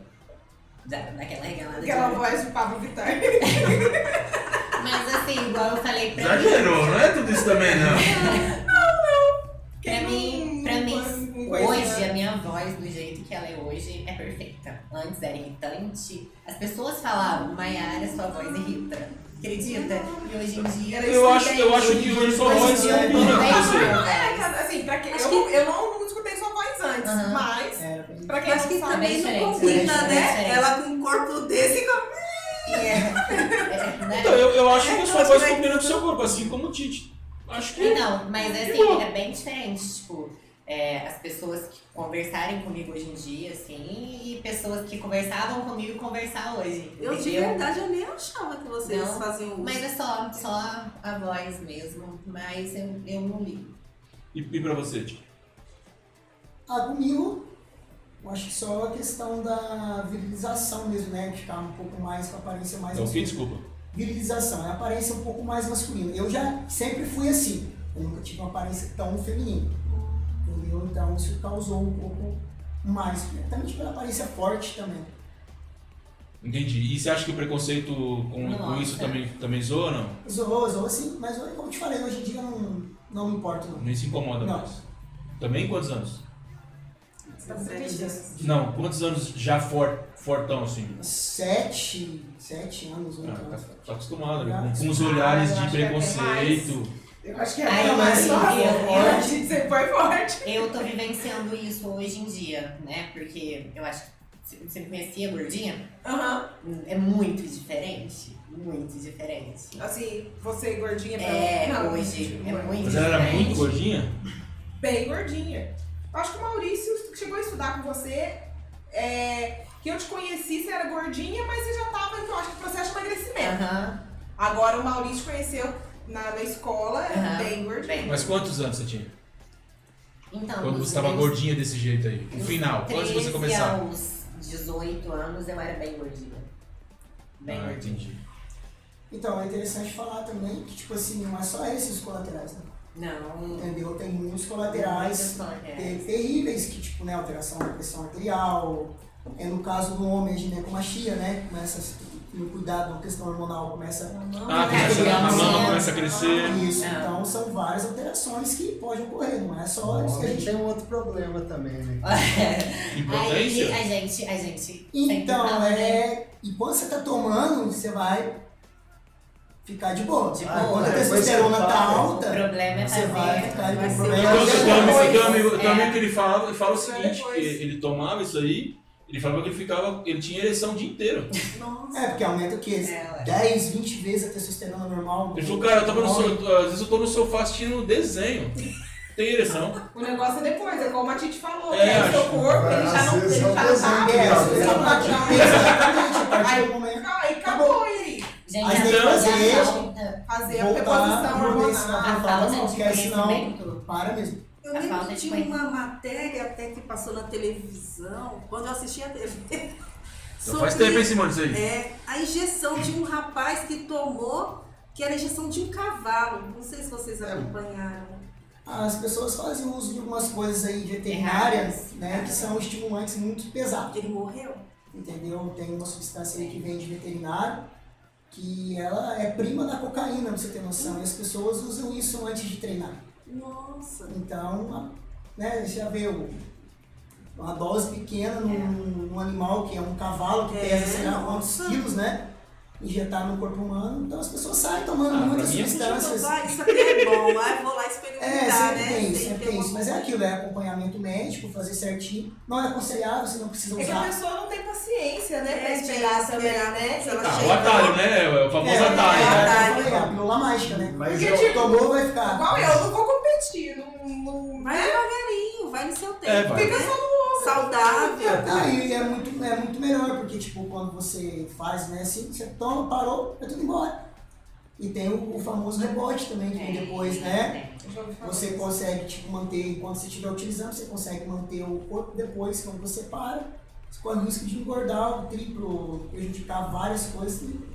Speaker 4: dá, dá aquela regalada de
Speaker 3: Aquela
Speaker 4: olho.
Speaker 3: voz do Pablo Vittar.
Speaker 4: Mas assim, igual eu falei pra mim,
Speaker 1: Exagerou, não é tudo isso também, não.
Speaker 4: pra mim, pra mim,
Speaker 3: Não conhecia.
Speaker 4: hoje a minha voz, do jeito que ela é hoje, é perfeita. Antes era irritante. As pessoas falavam, Maiara, sua voz é irrita. Acredita? E hoje em dia.
Speaker 1: Eu acho, eu acho que hoje sua voz
Speaker 5: Hoje em dia,
Speaker 1: combina
Speaker 4: não
Speaker 1: com
Speaker 4: tem
Speaker 1: você.
Speaker 4: como.
Speaker 3: É, cara, assim, pra quem,
Speaker 6: Acho
Speaker 3: eu,
Speaker 6: que-
Speaker 3: eu não, não escutei sua voz antes,
Speaker 4: Aham.
Speaker 3: mas
Speaker 5: Era pra gente-
Speaker 3: pra quem
Speaker 6: Acho que
Speaker 3: não sabe,
Speaker 6: também
Speaker 4: diferente,
Speaker 6: não
Speaker 4: né?
Speaker 6: combina, né?
Speaker 4: Diferente.
Speaker 6: Ela com um corpo desse. com-
Speaker 4: E é- é, né?
Speaker 1: Então, eu, eu acho que a sua
Speaker 6: Eu
Speaker 1: voz
Speaker 6: acho que-
Speaker 1: combina com o seu corpo, assim como o Tite. Acho que.
Speaker 4: Então, mas assim, é bem diferente, tipo, é, as pessoas que conversarem comigo hoje em dia, assim, e pessoas que conversavam comigo conversar hoje,
Speaker 6: Eu de
Speaker 4: entendeu?
Speaker 6: verdade eu nem achava que vocês
Speaker 4: Não.
Speaker 6: faziam uso.
Speaker 4: Mas é só, só a voz mesmo, mas eu, eu não ligo.
Speaker 1: E, e pra você, Tite?
Speaker 5: Ah, comigo, eu acho que só a questão da virilização mesmo, né? Que tá um pouco mais com a aparência mais um
Speaker 1: Então, que
Speaker 5: masculina.
Speaker 1: desculpa.
Speaker 5: Virilização, é a aparência um pouco mais masculina. Eu já sempre fui assim. Eu nunca tive uma aparência tão feminina. Entendeu? Então isso causou um pouco mais. né, Também pela aparência forte também.
Speaker 1: Entendi. E você acha que o preconceito com, com
Speaker 4: Nossa.
Speaker 1: isso também, também zoa ou não?
Speaker 5: Zoou, zoou assim, mas eu- como eu te falei, hoje em dia eu não, não me importo não.
Speaker 1: Nem se incomoda
Speaker 5: Não.
Speaker 1: mais. Também quantos anos?
Speaker 6: Tá certo.
Speaker 1: Não, quantos anos já for, fortão assim?
Speaker 5: Sete, sete anos, oito
Speaker 1: Ah, tá,
Speaker 5: anos.
Speaker 1: tá acostumado, né?
Speaker 5: Ah,
Speaker 1: com, com os olhares
Speaker 3: eu
Speaker 1: de
Speaker 3: acho que é até
Speaker 1: preconceito.
Speaker 3: Eu acho que
Speaker 4: Aí,
Speaker 3: é mais
Speaker 4: assim,
Speaker 3: só
Speaker 4: eu-
Speaker 3: forte, você foi forte.
Speaker 4: Eu tô vivenciando isso hoje em dia, né? Porque eu acho que você me conhecia gordinha,
Speaker 3: Aham.
Speaker 4: é muito diferente. Muito diferente.
Speaker 3: Assim, você gordinha pra
Speaker 4: É,
Speaker 3: Não,
Speaker 4: hoje
Speaker 3: tipo,
Speaker 4: é muito
Speaker 1: Mas ela era muito
Speaker 4: diferente.
Speaker 1: gordinha?
Speaker 3: Bem gordinha. Acho que o Maurício chegou a estudar com você. é, que eu te conheci, você era gordinha, mas você já tava, então acho que processo de emagrecimento.
Speaker 4: Aham.
Speaker 3: Agora o Maurício conheceu na, na escola, era
Speaker 4: Aham.
Speaker 3: bem gordinha.
Speaker 4: Bem.
Speaker 1: Mas quantos anos você tinha?
Speaker 4: Então,
Speaker 1: Quando
Speaker 4: nos
Speaker 1: você tava
Speaker 4: meus-
Speaker 1: gordinha desse jeito aí? O
Speaker 4: Dos
Speaker 1: final, antes de
Speaker 4: 13
Speaker 1: você começar.
Speaker 4: aos 18 anos eu era bem gordinha. Bem
Speaker 1: Ah,
Speaker 4: gordinha.
Speaker 1: entendi.
Speaker 5: Então, é interessante falar também que, tipo assim, não é só esses os colaterais, né?
Speaker 4: Não.
Speaker 5: Entendeu? Tem muitos colaterais
Speaker 4: muitas colaterais.
Speaker 5: ter- terríveis, que tipo, né, alteração da pressão arterial, É no caso do homem, a ginecomastia, né? Começa a se- no cuidado, a questão hormonal começa.
Speaker 1: Ah, começa, a mama começa a crescer.
Speaker 5: Isso,
Speaker 4: É.
Speaker 5: então são várias alterações que podem ocorrer, não é só isso que a
Speaker 2: Homem
Speaker 5: gente.
Speaker 2: tem um outro problema também, né?
Speaker 4: Aí
Speaker 1: Impotência?
Speaker 4: a gente, a gente.
Speaker 5: Então,
Speaker 4: sempre fala, né?
Speaker 5: é. E quando você tá tomando, você vai ficar de boa.
Speaker 4: De
Speaker 5: Ah,
Speaker 4: boa.
Speaker 5: Quando a
Speaker 2: Depois
Speaker 5: testosterona
Speaker 2: você
Speaker 5: tá
Speaker 2: fala.
Speaker 4: O
Speaker 5: alta,
Speaker 4: problema é
Speaker 5: você
Speaker 4: fazer.
Speaker 5: vai ficar
Speaker 6: vai
Speaker 5: de
Speaker 6: ser
Speaker 5: boa.
Speaker 1: Então,
Speaker 6: Mas
Speaker 1: você
Speaker 6: é
Speaker 1: tem um amigo-
Speaker 6: depois,
Speaker 2: né?
Speaker 1: tem um amigo, tem um
Speaker 4: é.
Speaker 1: amigo que ele falava, ele fala o seguinte,
Speaker 6: depois.
Speaker 1: que ele tomava isso aí, ele falava que ele ficava, ele tinha ereção o dia inteiro.
Speaker 6: Nossa.
Speaker 5: É, porque aumenta o quê?
Speaker 4: Ela.
Speaker 5: 10, 20 vezes a testosterona normal.
Speaker 1: Ele falou, cara, eu tava no
Speaker 5: Homem.
Speaker 1: so- às vezes eu tô no sofá assistindo um desenho. Tem ereção.
Speaker 3: O negócio é depois, é como a Titi falou,
Speaker 1: É,
Speaker 3: né? o seu
Speaker 1: acho-
Speaker 3: corpo, ele já
Speaker 2: às
Speaker 3: Ah, não
Speaker 2: vezes
Speaker 3: ele
Speaker 2: é
Speaker 3: já
Speaker 2: um
Speaker 3: né? não
Speaker 2: desenho,
Speaker 3: sabe.
Speaker 5: É,
Speaker 2: Não,
Speaker 5: você tá
Speaker 2: não.
Speaker 5: lá de exatamente, a partir do momento.
Speaker 3: Aí acabou, e aí?
Speaker 4: Gente,
Speaker 5: Aí tem
Speaker 1: que
Speaker 5: fazer
Speaker 4: a
Speaker 5: isso.
Speaker 4: falta,
Speaker 3: Fazer a
Speaker 5: Voltar,
Speaker 3: reposição hormonal.
Speaker 4: a
Speaker 5: hormonal,
Speaker 4: falta de
Speaker 5: porque aí senão
Speaker 4: conhecimento.
Speaker 5: para mesmo.
Speaker 6: Eu
Speaker 4: A
Speaker 6: lembro
Speaker 4: falta
Speaker 6: que
Speaker 4: de
Speaker 6: tinha
Speaker 4: conhecimento.
Speaker 6: uma matéria até que passou na televisão, quando eu assistia a TV.
Speaker 1: Então faz tempo, hein, Simone, isso aí.
Speaker 6: é, a injeção de um rapaz que tomou, que era a injeção de um cavalo. Não sei se vocês
Speaker 1: É.
Speaker 6: acompanharam.
Speaker 5: As pessoas fazem uso de algumas coisas aí veterinárias,
Speaker 4: Erradas.
Speaker 5: né, que são estimulantes muito pesados,
Speaker 6: Ele morreu?
Speaker 5: entendeu? Tem uma substância aí que vem de veterinário, que ela é prima da cocaína, pra você ter noção, e as pessoas usam isso antes de treinar.
Speaker 6: Nossa.
Speaker 5: Então, né, já veio uma dose pequena
Speaker 3: É.
Speaker 5: num, num animal que é um cavalo que
Speaker 6: É,
Speaker 5: pesa, sei lá, quantos
Speaker 3: Ah.
Speaker 6: nossa.
Speaker 5: quilos, né? Injetar no corpo humano, então as pessoas saem
Speaker 1: Ah,
Speaker 5: tomando
Speaker 1: pra
Speaker 5: muitas
Speaker 1: mim é
Speaker 5: substâncias.
Speaker 6: Ah, isso aqui é bom, ah, eu vou lá experimentar,
Speaker 5: É,
Speaker 6: né?
Speaker 5: sempre tem isso,
Speaker 6: Tem que
Speaker 5: sempre
Speaker 6: ter
Speaker 5: tem
Speaker 6: uma-
Speaker 5: isso. Mas é aquilo, é acompanhamento médico, fazer certinho. Não é aconselhável, você não precisa
Speaker 3: É que a
Speaker 5: usar.
Speaker 3: pessoa não tem paciência, né? Pra
Speaker 6: É,
Speaker 3: esperar
Speaker 6: tem que
Speaker 3: também,
Speaker 6: esperar,
Speaker 3: né?
Speaker 6: se ela
Speaker 3: Tem que
Speaker 1: Ah, o
Speaker 3: chegar.
Speaker 1: atalho, né? O famoso
Speaker 5: É,
Speaker 1: atalho,
Speaker 5: é,
Speaker 1: né?
Speaker 5: é, eu falei, a pílula mágica, né?
Speaker 2: Mas
Speaker 3: Porque,
Speaker 2: eu-
Speaker 3: tipo,
Speaker 5: Tomou, vai ficar.
Speaker 3: Igual eu, não vou competir. Não, não...
Speaker 6: Vai devagarinho, vai no seu
Speaker 1: É,
Speaker 6: tempo.
Speaker 1: vai.
Speaker 3: Fica só no
Speaker 6: Saudável.
Speaker 5: Ah, e é muito, é muito melhor, porque tipo, quando você faz, né, assim, você toma, parou, é tudo embora. E tem o, o famoso rebote também, que
Speaker 4: É.
Speaker 5: vem depois, né? Você consegue tipo, manter, enquanto você estiver utilizando, você consegue manter o corpo depois, quando você para, você corre o risco de engordar o triplo, prejudicar várias coisas e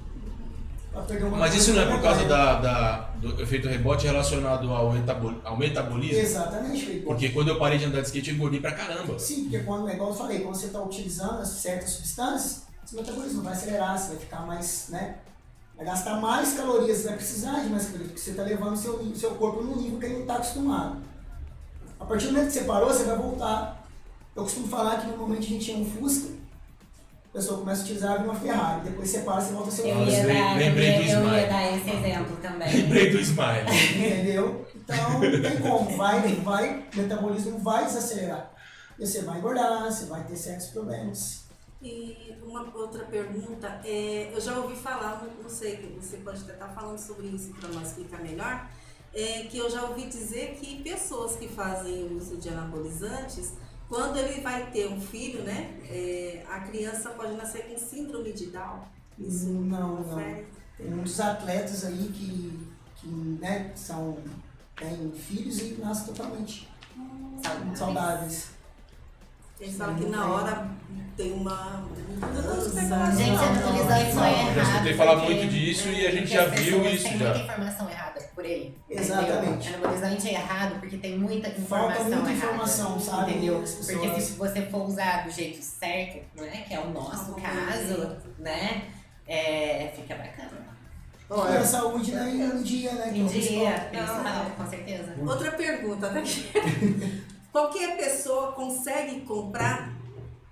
Speaker 5: pra perder uma
Speaker 1: Mas
Speaker 5: coisa
Speaker 1: isso não é
Speaker 5: que
Speaker 1: por causa
Speaker 5: vai.
Speaker 1: da, da- do efeito rebote relacionado ao, etabol- ao metabolismo?
Speaker 5: Exatamente, Felipe.
Speaker 1: Porque quando eu parei de andar de skate, eu engordei pra caramba.
Speaker 5: Sim, porque quando, é igual eu falei, quando você está utilizando as certas substâncias, seu metabolismo vai acelerar, você vai ficar mais, né? Vai gastar mais calorias, você vai precisar de mais calorias, porque você está levando seu, ni- seu corpo num nível que ele não está acostumado. A partir do momento que você parou, você vai voltar. Eu costumo falar que normalmente a gente tinha um Fusca, a pessoa começa a utilizar uma Ferrari, depois você para, você volta ao seu
Speaker 4: Eu
Speaker 1: Nossa,
Speaker 4: ia né?
Speaker 5: Fusca,
Speaker 1: lem-
Speaker 4: dar,
Speaker 1: lembrei
Speaker 4: eu
Speaker 1: do
Speaker 4: ia, eu
Speaker 1: Smile.
Speaker 4: ia dar esse exemplo também.
Speaker 1: Lembrei do smile.
Speaker 5: entendeu? Então, não tem como, vai, vai, o metabolismo vai desacelerar. E você vai engordar, você vai ter certos problemas.
Speaker 6: E uma outra pergunta, é, eu já ouvi falar, não- não sei, você pode até estar falando sobre isso para nós explicar melhor, é, que eu já ouvi dizer que pessoas que fazem uso de anabolizantes, quando ele vai ter um filho, né, é, a criança pode nascer com síndrome de Down. Isso
Speaker 5: Não, não.
Speaker 6: confere?
Speaker 5: Tem muitos atletas aí que, que né, são, têm filhos e nascem totalmente um
Speaker 4: Saudável.
Speaker 5: saudáveis.
Speaker 6: Eles falam que na hora tem uma mudança.
Speaker 4: Gente, a anabolizante não é
Speaker 1: Não,
Speaker 4: errado.
Speaker 1: já escutei falar
Speaker 4: porque-
Speaker 1: muito disso e a gente
Speaker 4: porque
Speaker 1: já
Speaker 4: as
Speaker 1: viu
Speaker 4: pessoas
Speaker 1: isso
Speaker 4: Tem
Speaker 1: já.
Speaker 4: muita informação errada por aí. entendeu?
Speaker 5: Exatamente.
Speaker 4: Anabolizante é errado porque tem muita informação
Speaker 5: Falta muita
Speaker 4: errada.
Speaker 5: informação, sabe?
Speaker 4: Entendeu?
Speaker 5: As
Speaker 4: Porque
Speaker 5: pessoas...
Speaker 4: se você for usar do jeito certo, né, que é o nosso
Speaker 6: Ah,
Speaker 4: caso,
Speaker 5: assim.
Speaker 4: né, é, fica bacana.
Speaker 2: Não,
Speaker 5: E a
Speaker 2: é.
Speaker 5: saúde né, em dia, né? que é
Speaker 4: Em
Speaker 5: o principal.
Speaker 4: dia, principal, com certeza.
Speaker 6: Outra pergunta, né? Qualquer pessoa consegue comprar?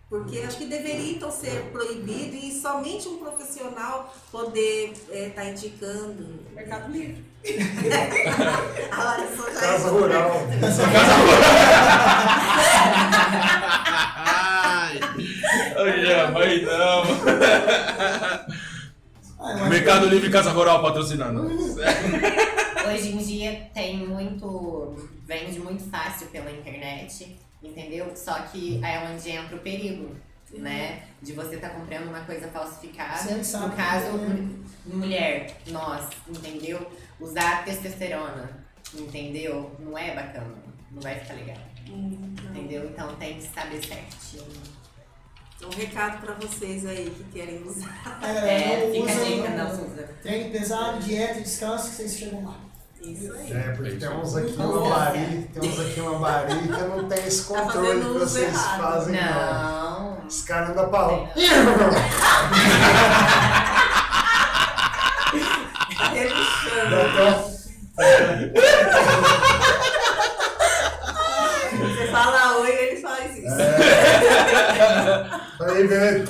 Speaker 6: Porque acho que deveria então ser proibido e somente um profissional poder estar indicando.
Speaker 3: Mercado Livre.
Speaker 6: A Larissa já
Speaker 2: Casa rural.
Speaker 1: Ai, olha, mas não.
Speaker 5: Ah, eu acho
Speaker 1: Mercado Livre e Casa Rural patrocinando.
Speaker 4: Hoje em dia tem muito. vende muito fácil pela internet, entendeu? Só que é onde entra o perigo, né? De você estar comprando uma coisa
Speaker 5: Você
Speaker 4: falsificada.
Speaker 5: nem sabe
Speaker 4: no caso,
Speaker 5: o que é.
Speaker 4: mu- mulher, nós, entendeu? Usar testosterona, entendeu? Não é bacana. Não vai ficar legal,
Speaker 6: é.
Speaker 4: entendeu? Então tem que saber certinho.
Speaker 6: Um recado para vocês aí que querem usar.
Speaker 5: que- é,
Speaker 4: É,
Speaker 5: não
Speaker 4: fica a dica,
Speaker 5: usa,
Speaker 4: não
Speaker 5: não-
Speaker 4: usa.
Speaker 5: Treino pesado, dieta, descanso, que vocês chegam lá.
Speaker 6: Isso aí.
Speaker 2: É, porque tem uns aqui em
Speaker 4: Nossa.
Speaker 2: Lambari, tem uns aqui em Lambari que não tem esse
Speaker 6: Tá
Speaker 2: controle
Speaker 6: fazendo
Speaker 2: que
Speaker 6: uso
Speaker 2: vocês
Speaker 6: errado.
Speaker 2: fazem, não.
Speaker 4: Não,
Speaker 2: Os caras andam pra lá.
Speaker 6: Tá Relaxando.
Speaker 2: Então,
Speaker 6: Você fala oi, ele faz isso.
Speaker 2: Aí, velho.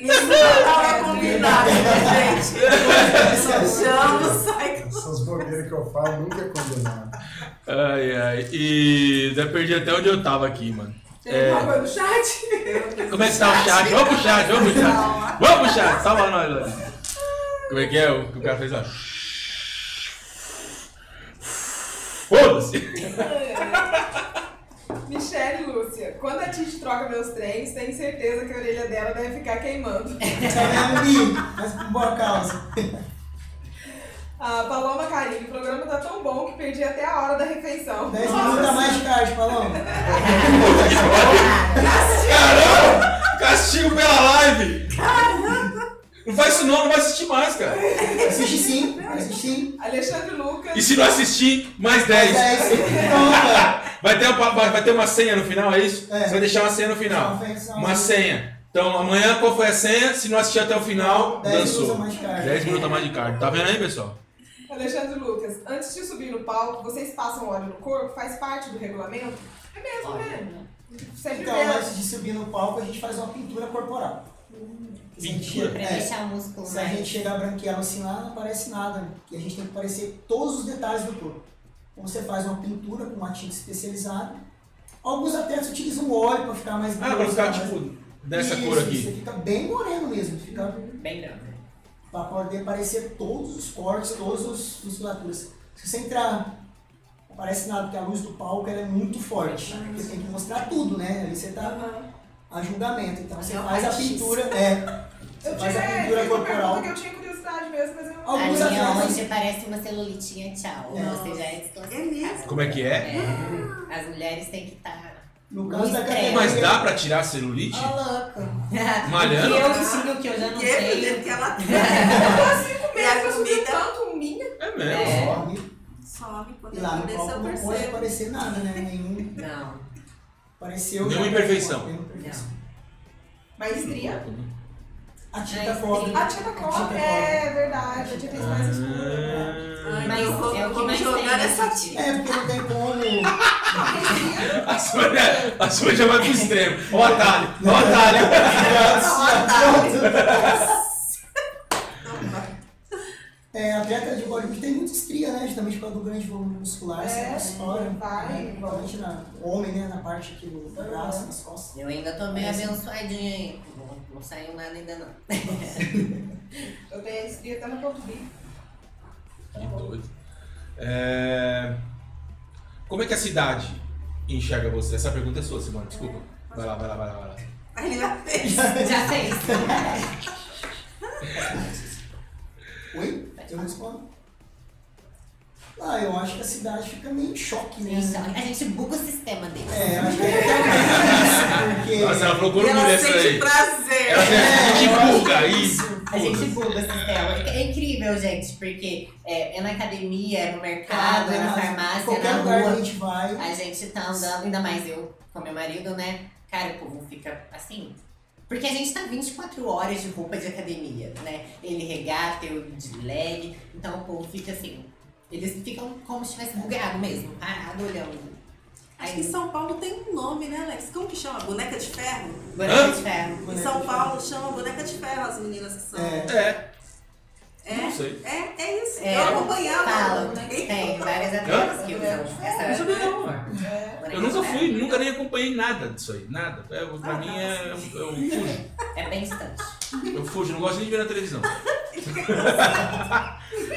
Speaker 6: Isso não é combinado, né, gente?
Speaker 2: Essas-
Speaker 6: Chama, sai.
Speaker 2: Essas bobeiras que eu falo nunca é combinado.
Speaker 1: Ai, ai. E já perdi até onde eu tava aqui, mano.
Speaker 6: Tem uma coisa no chat?
Speaker 1: Como é que tá o chat? Vamos pro chat, vamos pro chat. Vamos pro chat, salva nós, Lani. Como é que é? O que o cara fez, ó. Foda-se!
Speaker 3: Michelle Lúcia, quando a Tite troca meus trens, tenho certeza que a orelha dela deve ficar queimando.
Speaker 5: Amigo, é mas por boa causa.
Speaker 3: A Paloma Carilho, o programa tá tão bom que perdi até a hora da refeição.
Speaker 5: 10 minutos a mais de tarde, Paloma.
Speaker 1: Caramba! Castigo pela live! Não faz isso não, não vai assistir mais, cara.
Speaker 5: Assiste sim, assiste sim.
Speaker 3: Alexandre Lucas.
Speaker 1: E se não assistir, mais 10.
Speaker 5: Dez. Toma.
Speaker 1: Vai ter, uma, vai vai ter uma senha no final, é isso?
Speaker 5: É.
Speaker 1: Você vai deixar uma senha no final.
Speaker 5: Confecção.
Speaker 1: Uma senha. Então, amanhã qual foi a senha? Se não assistir até o final,
Speaker 5: 10 minutos a
Speaker 1: dançou.
Speaker 5: mais de tarde.
Speaker 1: 10 minutos a mais de carta. Tá vendo aí, pessoal?
Speaker 3: Alexandre Lucas, antes de subir no palco, vocês passam óleo no corpo? Faz parte do regulamento? É mesmo, né? Sempre
Speaker 5: Então,
Speaker 3: mesmo.
Speaker 5: antes de subir no palco, a gente faz uma pintura corporal. Se a gente-
Speaker 1: Pintura?
Speaker 4: Hum. Pra
Speaker 5: é,
Speaker 4: deixar o músculo
Speaker 5: se a gente
Speaker 4: mais.
Speaker 5: chegar a branquear no sinal, não aparece nada. né? Porque a gente tem que aparecer todos os detalhes do corpo. Então, você faz uma pintura com uma tinta especializada. Alguns atletas utilizam óleo para ficar mais
Speaker 1: Ah, pra
Speaker 5: grosso,
Speaker 1: ficar
Speaker 5: mais-
Speaker 1: tipo dessa
Speaker 5: Isso,
Speaker 1: cor aqui.
Speaker 5: Você fica bem moreno mesmo. Fica
Speaker 4: Bem branco.
Speaker 5: para poder aparecer todos os cortes, todas as musculaturas. Se você entrar, não aparece nada, porque a luz do palco ela é muito forte. Você tem que mostrar tudo, né? Ali você tá a julgamento. Então você
Speaker 6: É um
Speaker 5: faz a
Speaker 6: artista.
Speaker 5: pintura, é. Você
Speaker 3: Eu
Speaker 5: faz a
Speaker 3: tinha,
Speaker 5: pintura
Speaker 3: fiz uma pergunta
Speaker 5: corporal.
Speaker 3: que eu tinha curiosidade mesmo, mas eu não.
Speaker 5: Ó,
Speaker 4: A
Speaker 5: Alguns
Speaker 4: minha
Speaker 5: atletas-
Speaker 4: hoje parece uma celulitinha, tchau.
Speaker 5: É.
Speaker 4: Você já é
Speaker 6: É mesmo?
Speaker 4: desclassificada.
Speaker 1: Como é que é?
Speaker 4: É, as mulheres têm que tá. estar.
Speaker 5: No caso da
Speaker 4: Mas
Speaker 5: categoria.
Speaker 1: Mas dá pra tirar celulite?
Speaker 4: Ó, louco!
Speaker 1: Malhando?
Speaker 4: E eu vestindo o que eu já não
Speaker 6: Porque é
Speaker 4: sei.
Speaker 6: porque ela
Speaker 3: Cinco
Speaker 6: E a
Speaker 3: meses eu subi
Speaker 6: comida?
Speaker 3: tanto minha.
Speaker 1: É mesmo.
Speaker 4: É.
Speaker 5: Some,
Speaker 6: some quando
Speaker 5: né? E
Speaker 6: eu
Speaker 5: lá no
Speaker 6: começo
Speaker 5: palco
Speaker 6: eu
Speaker 5: não pode
Speaker 6: percebo.
Speaker 5: aparecer nada, né? Nenhum.
Speaker 4: Não,
Speaker 5: Apareceu.
Speaker 1: Nenhuma
Speaker 5: já-
Speaker 1: imperfeição.
Speaker 5: Nenhuma imperfeição.
Speaker 3: Maestria.
Speaker 5: A tinta
Speaker 4: Mas-
Speaker 5: cobre.
Speaker 3: A tinta cobre. É verdade, a tinta é mais escura.
Speaker 1: Ah,
Speaker 6: Ai,
Speaker 4: Mas
Speaker 6: eu vou,
Speaker 4: é o que
Speaker 6: vou
Speaker 4: mais
Speaker 6: jogar
Speaker 4: tem,
Speaker 6: essa
Speaker 4: né?
Speaker 6: tia.
Speaker 5: É, porque não tem como.
Speaker 3: Maestria.
Speaker 1: A sua, a sua já vai pro extremo. Ó o atalho, ó o atalho.
Speaker 5: assim, É, atleta de bodybuilding tem muita estria, né? Justamente por causa do grande volume muscular, se
Speaker 3: É,
Speaker 5: estoura.
Speaker 3: vai,
Speaker 5: né? Principalmente na homem, né? Na parte aqui do do braço, nas costas.
Speaker 4: eu ainda tô meio abençoadinha aí. Não, não saiu nada ainda não.
Speaker 3: Eu tenho a estria até no ponto B.
Speaker 1: Que doido. É, Como é que a cidade enxerga você? Essa pergunta é sua, Simone, desculpa. Vai lá, vai lá, vai lá, vai lá.
Speaker 6: Aí ela fez.
Speaker 4: Já fez.
Speaker 5: Oi? Eu não respondo. Ah, eu acho que a cidade fica meio em choque, né?
Speaker 4: Então, a gente buga o sistema dele.
Speaker 5: É, eu acho que é até isso,
Speaker 1: Nossa,
Speaker 5: porque...
Speaker 1: ela falou
Speaker 6: E
Speaker 1: orgulho
Speaker 6: ela
Speaker 1: dessa
Speaker 6: sente
Speaker 1: aí.
Speaker 6: prazer.
Speaker 1: Ela tem
Speaker 5: É, eu
Speaker 1: que
Speaker 5: acho
Speaker 1: pulga
Speaker 5: que é
Speaker 1: aí.
Speaker 5: isso.
Speaker 4: A gente buga o sistema. É incrível, gente, porque é, é na academia, é no mercado, é na
Speaker 5: Em
Speaker 4: farmácia, é
Speaker 5: qualquer
Speaker 4: na
Speaker 5: lugar
Speaker 4: rua.
Speaker 5: que a gente vai,
Speaker 4: A gente tá andando, ainda mais eu com meu marido, né? Cara, o povo fica assim. Porque a gente tá 24 horas de roupa de academia, né? Ele regata, eu de leg. Então o povo fica assim. Eles ficam como se tivesse bugado mesmo, parado olhando.
Speaker 6: Acho que em
Speaker 4: Aí,
Speaker 6: São Paulo tem um nome, né, Alex? Como que chama? Boneca de ferro?
Speaker 4: boneca de ferro.
Speaker 6: Em São Paulo chama boneca de ferro as meninas que são.
Speaker 5: É.
Speaker 1: É,
Speaker 6: É,
Speaker 1: não sei.
Speaker 6: é, é isso.
Speaker 4: É.
Speaker 6: Eu acompanhava.
Speaker 4: Fala,
Speaker 6: né?
Speaker 4: tem várias atletas que usam
Speaker 1: Eu
Speaker 4: essa.
Speaker 1: sabia não, mano.
Speaker 3: É.
Speaker 4: boneca
Speaker 1: Eu
Speaker 4: de
Speaker 1: nunca
Speaker 4: ferro.
Speaker 1: fui, nunca nem acompanhei nada disso aí, nada. É, pra mim é. Eu, eu fujo.
Speaker 4: É bem distante.
Speaker 1: Eu fujo, não gosto nem de ver na televisão.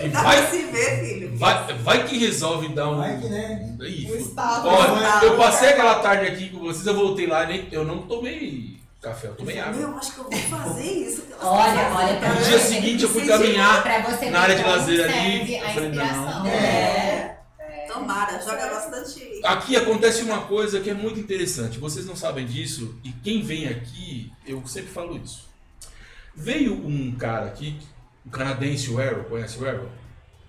Speaker 1: E
Speaker 6: Dá
Speaker 1: vai,
Speaker 6: pra se ver, filho.
Speaker 1: vai, vai que resolve dar um.
Speaker 5: vai que, né?
Speaker 1: Ih,
Speaker 3: O
Speaker 1: foda.
Speaker 3: estado. é
Speaker 1: Olha, eu passei aquela tarde aqui com vocês, eu voltei lá e nem, eu não tomei café, eu tomei água.
Speaker 6: Meu, acho que eu vou fazer isso. que elas
Speaker 4: Olha,
Speaker 6: fazem.
Speaker 4: olha, pra
Speaker 1: No
Speaker 4: você
Speaker 1: dia
Speaker 4: ver-
Speaker 1: seguinte eu fui
Speaker 4: Sim, gente,
Speaker 1: caminhar
Speaker 4: pra você
Speaker 1: na
Speaker 4: ver
Speaker 1: área de
Speaker 4: como
Speaker 1: lazer ali,
Speaker 4: serve
Speaker 1: eu
Speaker 4: A
Speaker 1: falei, não.
Speaker 4: inspiração.
Speaker 5: É.
Speaker 6: Tomara, joga bastante.
Speaker 1: Aqui acontece uma coisa que é muito interessante, vocês não sabem disso, e quem vem aqui, eu sempre falo isso. Veio um cara aqui, um canadense, o Arrow, conhece o Arrow?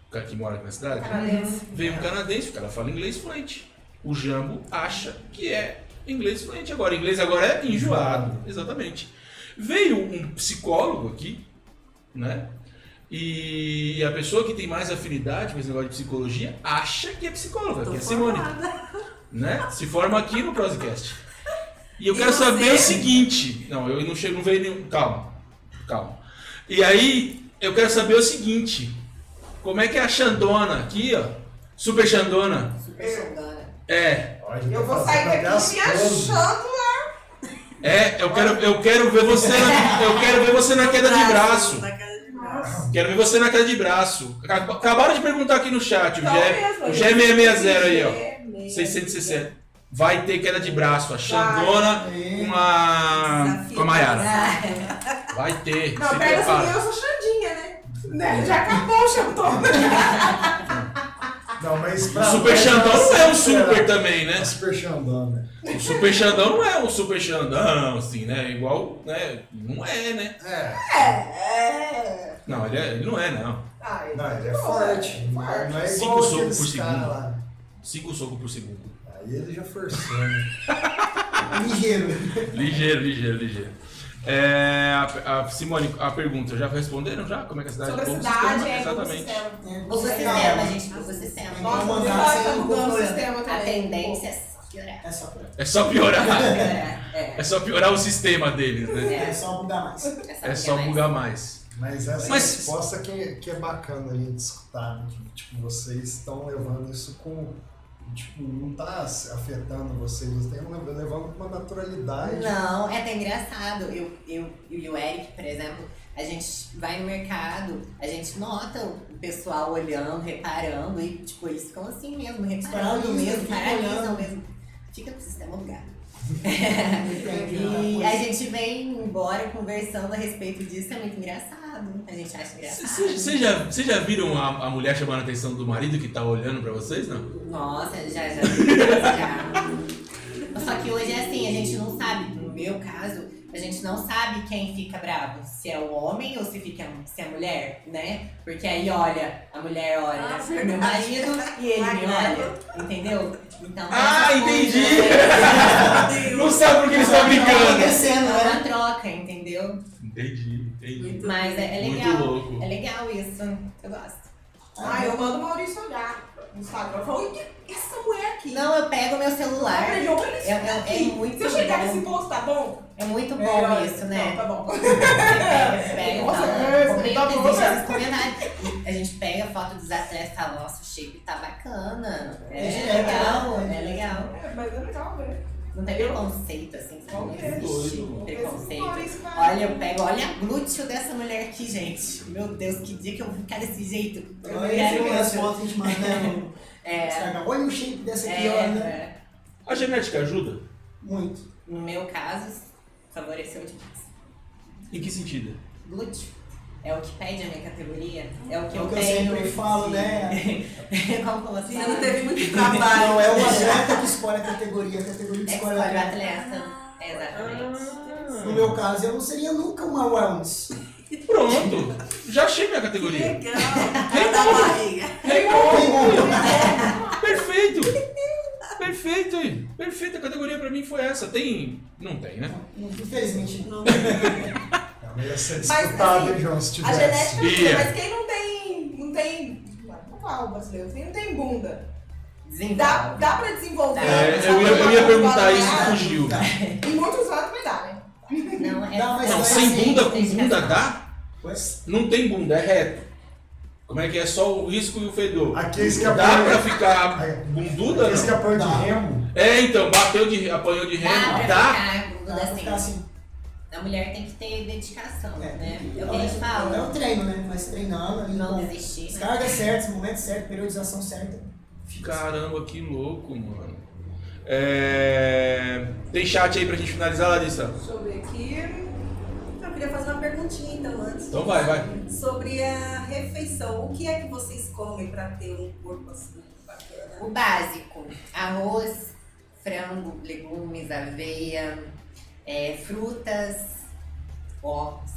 Speaker 1: O cara que mora aqui na cidade.
Speaker 6: Canadense.
Speaker 1: Veio um canadense, o cara fala inglês fluente. O Jambo acha que é inglês fluente agora. Inglês agora é enjoado. Exatamente. Veio um psicólogo aqui, né? E a pessoa que tem mais afinidade com esse negócio de psicologia acha que é psicóloga,
Speaker 6: Tô
Speaker 1: que é Simone,
Speaker 6: formada.
Speaker 1: né? Se forma aqui no Proscast. E eu
Speaker 6: E
Speaker 1: quero
Speaker 6: você?
Speaker 1: saber o seguinte. Não, eu não chego, não veio nenhum. Calma, calma. E aí, eu quero saber o seguinte. Como é que é a Xandona aqui, ó? Super Xandona.
Speaker 4: Super xandona.
Speaker 1: É,
Speaker 2: Olha,
Speaker 3: Eu
Speaker 2: tá
Speaker 3: vou sair
Speaker 2: fazendo até as
Speaker 3: daqui me
Speaker 2: poses.
Speaker 3: achando
Speaker 1: é, eu quero, eu quero ver você na, eu quero ver você na queda de braço.
Speaker 6: Na queda de braço.
Speaker 1: Quero ver você na queda de braço. Acab- Acabaram de perguntar aqui no chat, o
Speaker 3: Então
Speaker 1: Jé-
Speaker 3: mesmo,
Speaker 1: o
Speaker 3: gente.
Speaker 1: G660 é aí, ó.
Speaker 3: G660.
Speaker 1: 660. Vai ter queda de braço, a Xandona com a, com a Maiara.
Speaker 4: Ah,
Speaker 1: Vai ter,
Speaker 3: Não,
Speaker 1: se
Speaker 3: pega assim,
Speaker 1: prepara.
Speaker 3: eu sou Xandinha, né? né? Já acabou o Xandona.
Speaker 2: Não, mas
Speaker 1: O
Speaker 2: pra
Speaker 1: Super
Speaker 2: nós,
Speaker 1: Xandão
Speaker 2: tá
Speaker 1: não é um
Speaker 2: superado.
Speaker 1: super também, né?
Speaker 2: É Super Xandão, né?
Speaker 1: O Super Xandão não é um Super Xandão, assim, né? Igual, né? Não é, né?
Speaker 2: É,
Speaker 3: É. Ah,
Speaker 1: Não, ele, é- ele não é, não.
Speaker 3: Ai,
Speaker 2: não, ele é
Speaker 3: não,
Speaker 2: forte. Não
Speaker 3: forte.
Speaker 2: é
Speaker 1: Cinco
Speaker 2: igual
Speaker 1: socos por
Speaker 2: aqueles
Speaker 1: segundo.
Speaker 2: caras lá.
Speaker 1: Cinco socos por segundo.
Speaker 2: Aí ele já forçou, né?
Speaker 5: é Ligeiro.
Speaker 1: Ligeiro, ligeiro, ligeiro. É, a, a- Simone, a pergunta, já responderam já? Como é que a cidade
Speaker 3: Sobre a
Speaker 1: como
Speaker 3: cidade,
Speaker 1: sistema?
Speaker 3: é como
Speaker 1: Exatamente.
Speaker 3: sistema.
Speaker 5: É,
Speaker 4: O sistema, gente, o sistema.
Speaker 3: Nossa,
Speaker 5: Vamos
Speaker 3: o
Speaker 5: mandar
Speaker 3: Vitória
Speaker 5: sem
Speaker 3: tá mudando o
Speaker 5: concordar.
Speaker 3: sistema
Speaker 4: A
Speaker 3: também.
Speaker 4: tendência é só piorar.
Speaker 5: É só pra-
Speaker 1: É só piorar.
Speaker 4: Piorar, É,
Speaker 1: É só piorar o sistema deles, né?
Speaker 5: É
Speaker 4: É.
Speaker 5: só mudar mais.
Speaker 1: É só
Speaker 4: piorar.
Speaker 1: bugar mais.
Speaker 2: Mas essa
Speaker 1: Mas-
Speaker 2: resposta que, que é bacana a gente escutar, né? que, tipo, vocês estão levando isso com... Tipo, não tá afetando vocês, vocês estão levando com uma naturalidade.
Speaker 4: Não, é até engraçado. Eu, eu, eu e o Eric, por exemplo, a gente vai no mercado, a gente nota o pessoal olhando, reparando, e tipo, eles ficam assim mesmo, reparando
Speaker 5: Paralisam,
Speaker 4: mesmo,
Speaker 5: ficam
Speaker 4: paralisam
Speaker 5: olhando.
Speaker 4: mesmo. Fica pro sistema lugar.
Speaker 5: Entende?
Speaker 4: E a gente vem embora conversando a respeito disso, é muito engraçado. A gente acha engraçado.
Speaker 1: Vocês já, cê já viram a, a mulher chamando a atenção do marido que tá olhando pra vocês, não?
Speaker 4: Nossa, já, já, já. Só que hoje é assim, a gente não sabe, no meu caso, a gente não sabe quem fica bravo, se é o homem ou se, fica, se é a mulher, né? Porque aí olha, a mulher olha
Speaker 6: Ah,
Speaker 4: pro meu marido e ele me olha, entendeu? Então,
Speaker 1: Ah,
Speaker 4: essa coisa-
Speaker 1: entendi! Não sabe por que ele
Speaker 4: Tá
Speaker 1: está brincando.
Speaker 4: É uma troca, entendeu?
Speaker 1: Entendi, entendi.
Speaker 6: Muito
Speaker 4: Mas é, é
Speaker 1: Muito
Speaker 4: legal.
Speaker 1: louco.
Speaker 4: É legal isso, eu gosto.
Speaker 3: Ai, Ah, eu mando o Maurício olhar no Instagram. Eu falo, "Ih, essa mulher aqui.
Speaker 4: Não, eu pego meu celular.
Speaker 3: Olha, olha
Speaker 4: É,
Speaker 3: isso
Speaker 4: é, é
Speaker 3: aqui.
Speaker 4: muito
Speaker 3: Se eu chegar nesse
Speaker 4: bom.
Speaker 3: ponto, tá bom?
Speaker 4: É muito bom
Speaker 3: É,
Speaker 4: isso,
Speaker 3: não,
Speaker 4: né?
Speaker 3: tá bom.
Speaker 4: Você pega e
Speaker 3: Nossa,
Speaker 4: fala,
Speaker 3: é,
Speaker 4: comenta,
Speaker 3: tá bom,
Speaker 4: deixa
Speaker 3: né?
Speaker 4: nos comentários. E a gente pega a foto dos atletas e fala, nossa, o shape tá bacana. É,
Speaker 5: É,
Speaker 4: legal,
Speaker 5: é.
Speaker 4: é legal.
Speaker 3: É, mas é legal, né?
Speaker 4: Não tem preconceito, assim, sabe? Não
Speaker 3: Doido,
Speaker 4: existe
Speaker 1: mano.
Speaker 4: preconceito.
Speaker 3: Maurício, vai.
Speaker 4: Olha, eu pego, olha a glúteo dessa mulher aqui, gente. Meu Deus, que dia que eu vou ficar desse jeito. Eu
Speaker 5: Agora
Speaker 4: quero
Speaker 5: ele as
Speaker 4: isso.
Speaker 5: fotos que a gente manda né, no
Speaker 4: É,
Speaker 5: Instagram. Olha o shape dessa aqui, olha.
Speaker 4: é,
Speaker 1: A genética ajuda?
Speaker 5: Muito.
Speaker 4: no meu caso, favoreceu demais.
Speaker 1: Em que sentido?
Speaker 4: glúteo. É o que pede a minha categoria. É o que
Speaker 5: É
Speaker 4: eu,
Speaker 5: o que eu
Speaker 4: tenho
Speaker 5: sempre
Speaker 4: de-
Speaker 5: falo, né?
Speaker 4: Como que eu vou assim?
Speaker 6: Você não
Speaker 4: É
Speaker 6: teve muito trabalho.
Speaker 5: Não, é o atleta que escolhe a categoria, a categoria que
Speaker 4: que escolhe
Speaker 5: escolhe a
Speaker 4: o
Speaker 5: atleta.
Speaker 4: atleta. Exatamente.
Speaker 5: No meu caso, eu não seria nunca um uma Wellness.
Speaker 1: Pronto! Já achei minha
Speaker 6: Que
Speaker 1: categoria. É
Speaker 6: legal. Da barriga.
Speaker 1: Perfeito! Perfeito! aí. Perfeita categoria pra mim foi essa. Tem. Não tem, né?
Speaker 5: Infelizmente,
Speaker 6: Não.
Speaker 2: É melhor ser
Speaker 3: Mas,
Speaker 2: disputado,
Speaker 3: assim,
Speaker 2: hein, João, se
Speaker 3: A
Speaker 2: tivesse.
Speaker 3: genética ajuda,
Speaker 1: Bia.
Speaker 3: mas quem não tem. Não tem. Não falo brasileiro, quem não tem bunda. Dá,
Speaker 4: Desenvolve.
Speaker 3: dá pra desenvolver.
Speaker 1: É, eu, ia, eu ia perguntar isso e fugiu.
Speaker 3: E muitos lados vai dar, né?
Speaker 4: Não, é
Speaker 5: Não, mas
Speaker 1: Não,
Speaker 5: é
Speaker 1: sem
Speaker 5: assim,
Speaker 1: bunda com
Speaker 4: tem que
Speaker 1: bunda
Speaker 4: casar.
Speaker 1: dá?
Speaker 5: pois,
Speaker 1: Não tem bunda, é reto. Como é que é só o risco e o fedor?
Speaker 2: Aqueles que
Speaker 1: Dá pra
Speaker 2: apanham,
Speaker 1: ficar bunduda?
Speaker 2: aqueles que
Speaker 1: Não?
Speaker 2: apanham
Speaker 5: Dá.
Speaker 3: Tá.
Speaker 2: de remo,
Speaker 1: É, então, bateu de apanhou de
Speaker 4: Dá
Speaker 1: remo,
Speaker 4: pra
Speaker 1: né? dá.
Speaker 4: ficar com
Speaker 5: dá pra ficar
Speaker 4: bunda assim.
Speaker 5: assim.
Speaker 4: A mulher tem que ter dedicação,
Speaker 5: É.
Speaker 4: né? É o que eles
Speaker 5: É
Speaker 4: falam.
Speaker 5: um treino, né? Mas treinando, ali,
Speaker 4: Não
Speaker 5: com
Speaker 4: desistir.
Speaker 5: as
Speaker 4: né?
Speaker 5: cargas certas, momento certo, periodização certa.
Speaker 1: Caramba, que louco, mano. É... Tem chat aí pra gente finalizar, Larissa?
Speaker 3: Deixa eu ver aqui.
Speaker 6: Eu queria fazer uma perguntinha então antes.
Speaker 1: Então vai, vai.
Speaker 6: Sobre a refeição. O que é que vocês comem pra ter um corpo assim bacana?
Speaker 4: O básico: arroz, frango, legumes, aveia, é, frutas, ovos.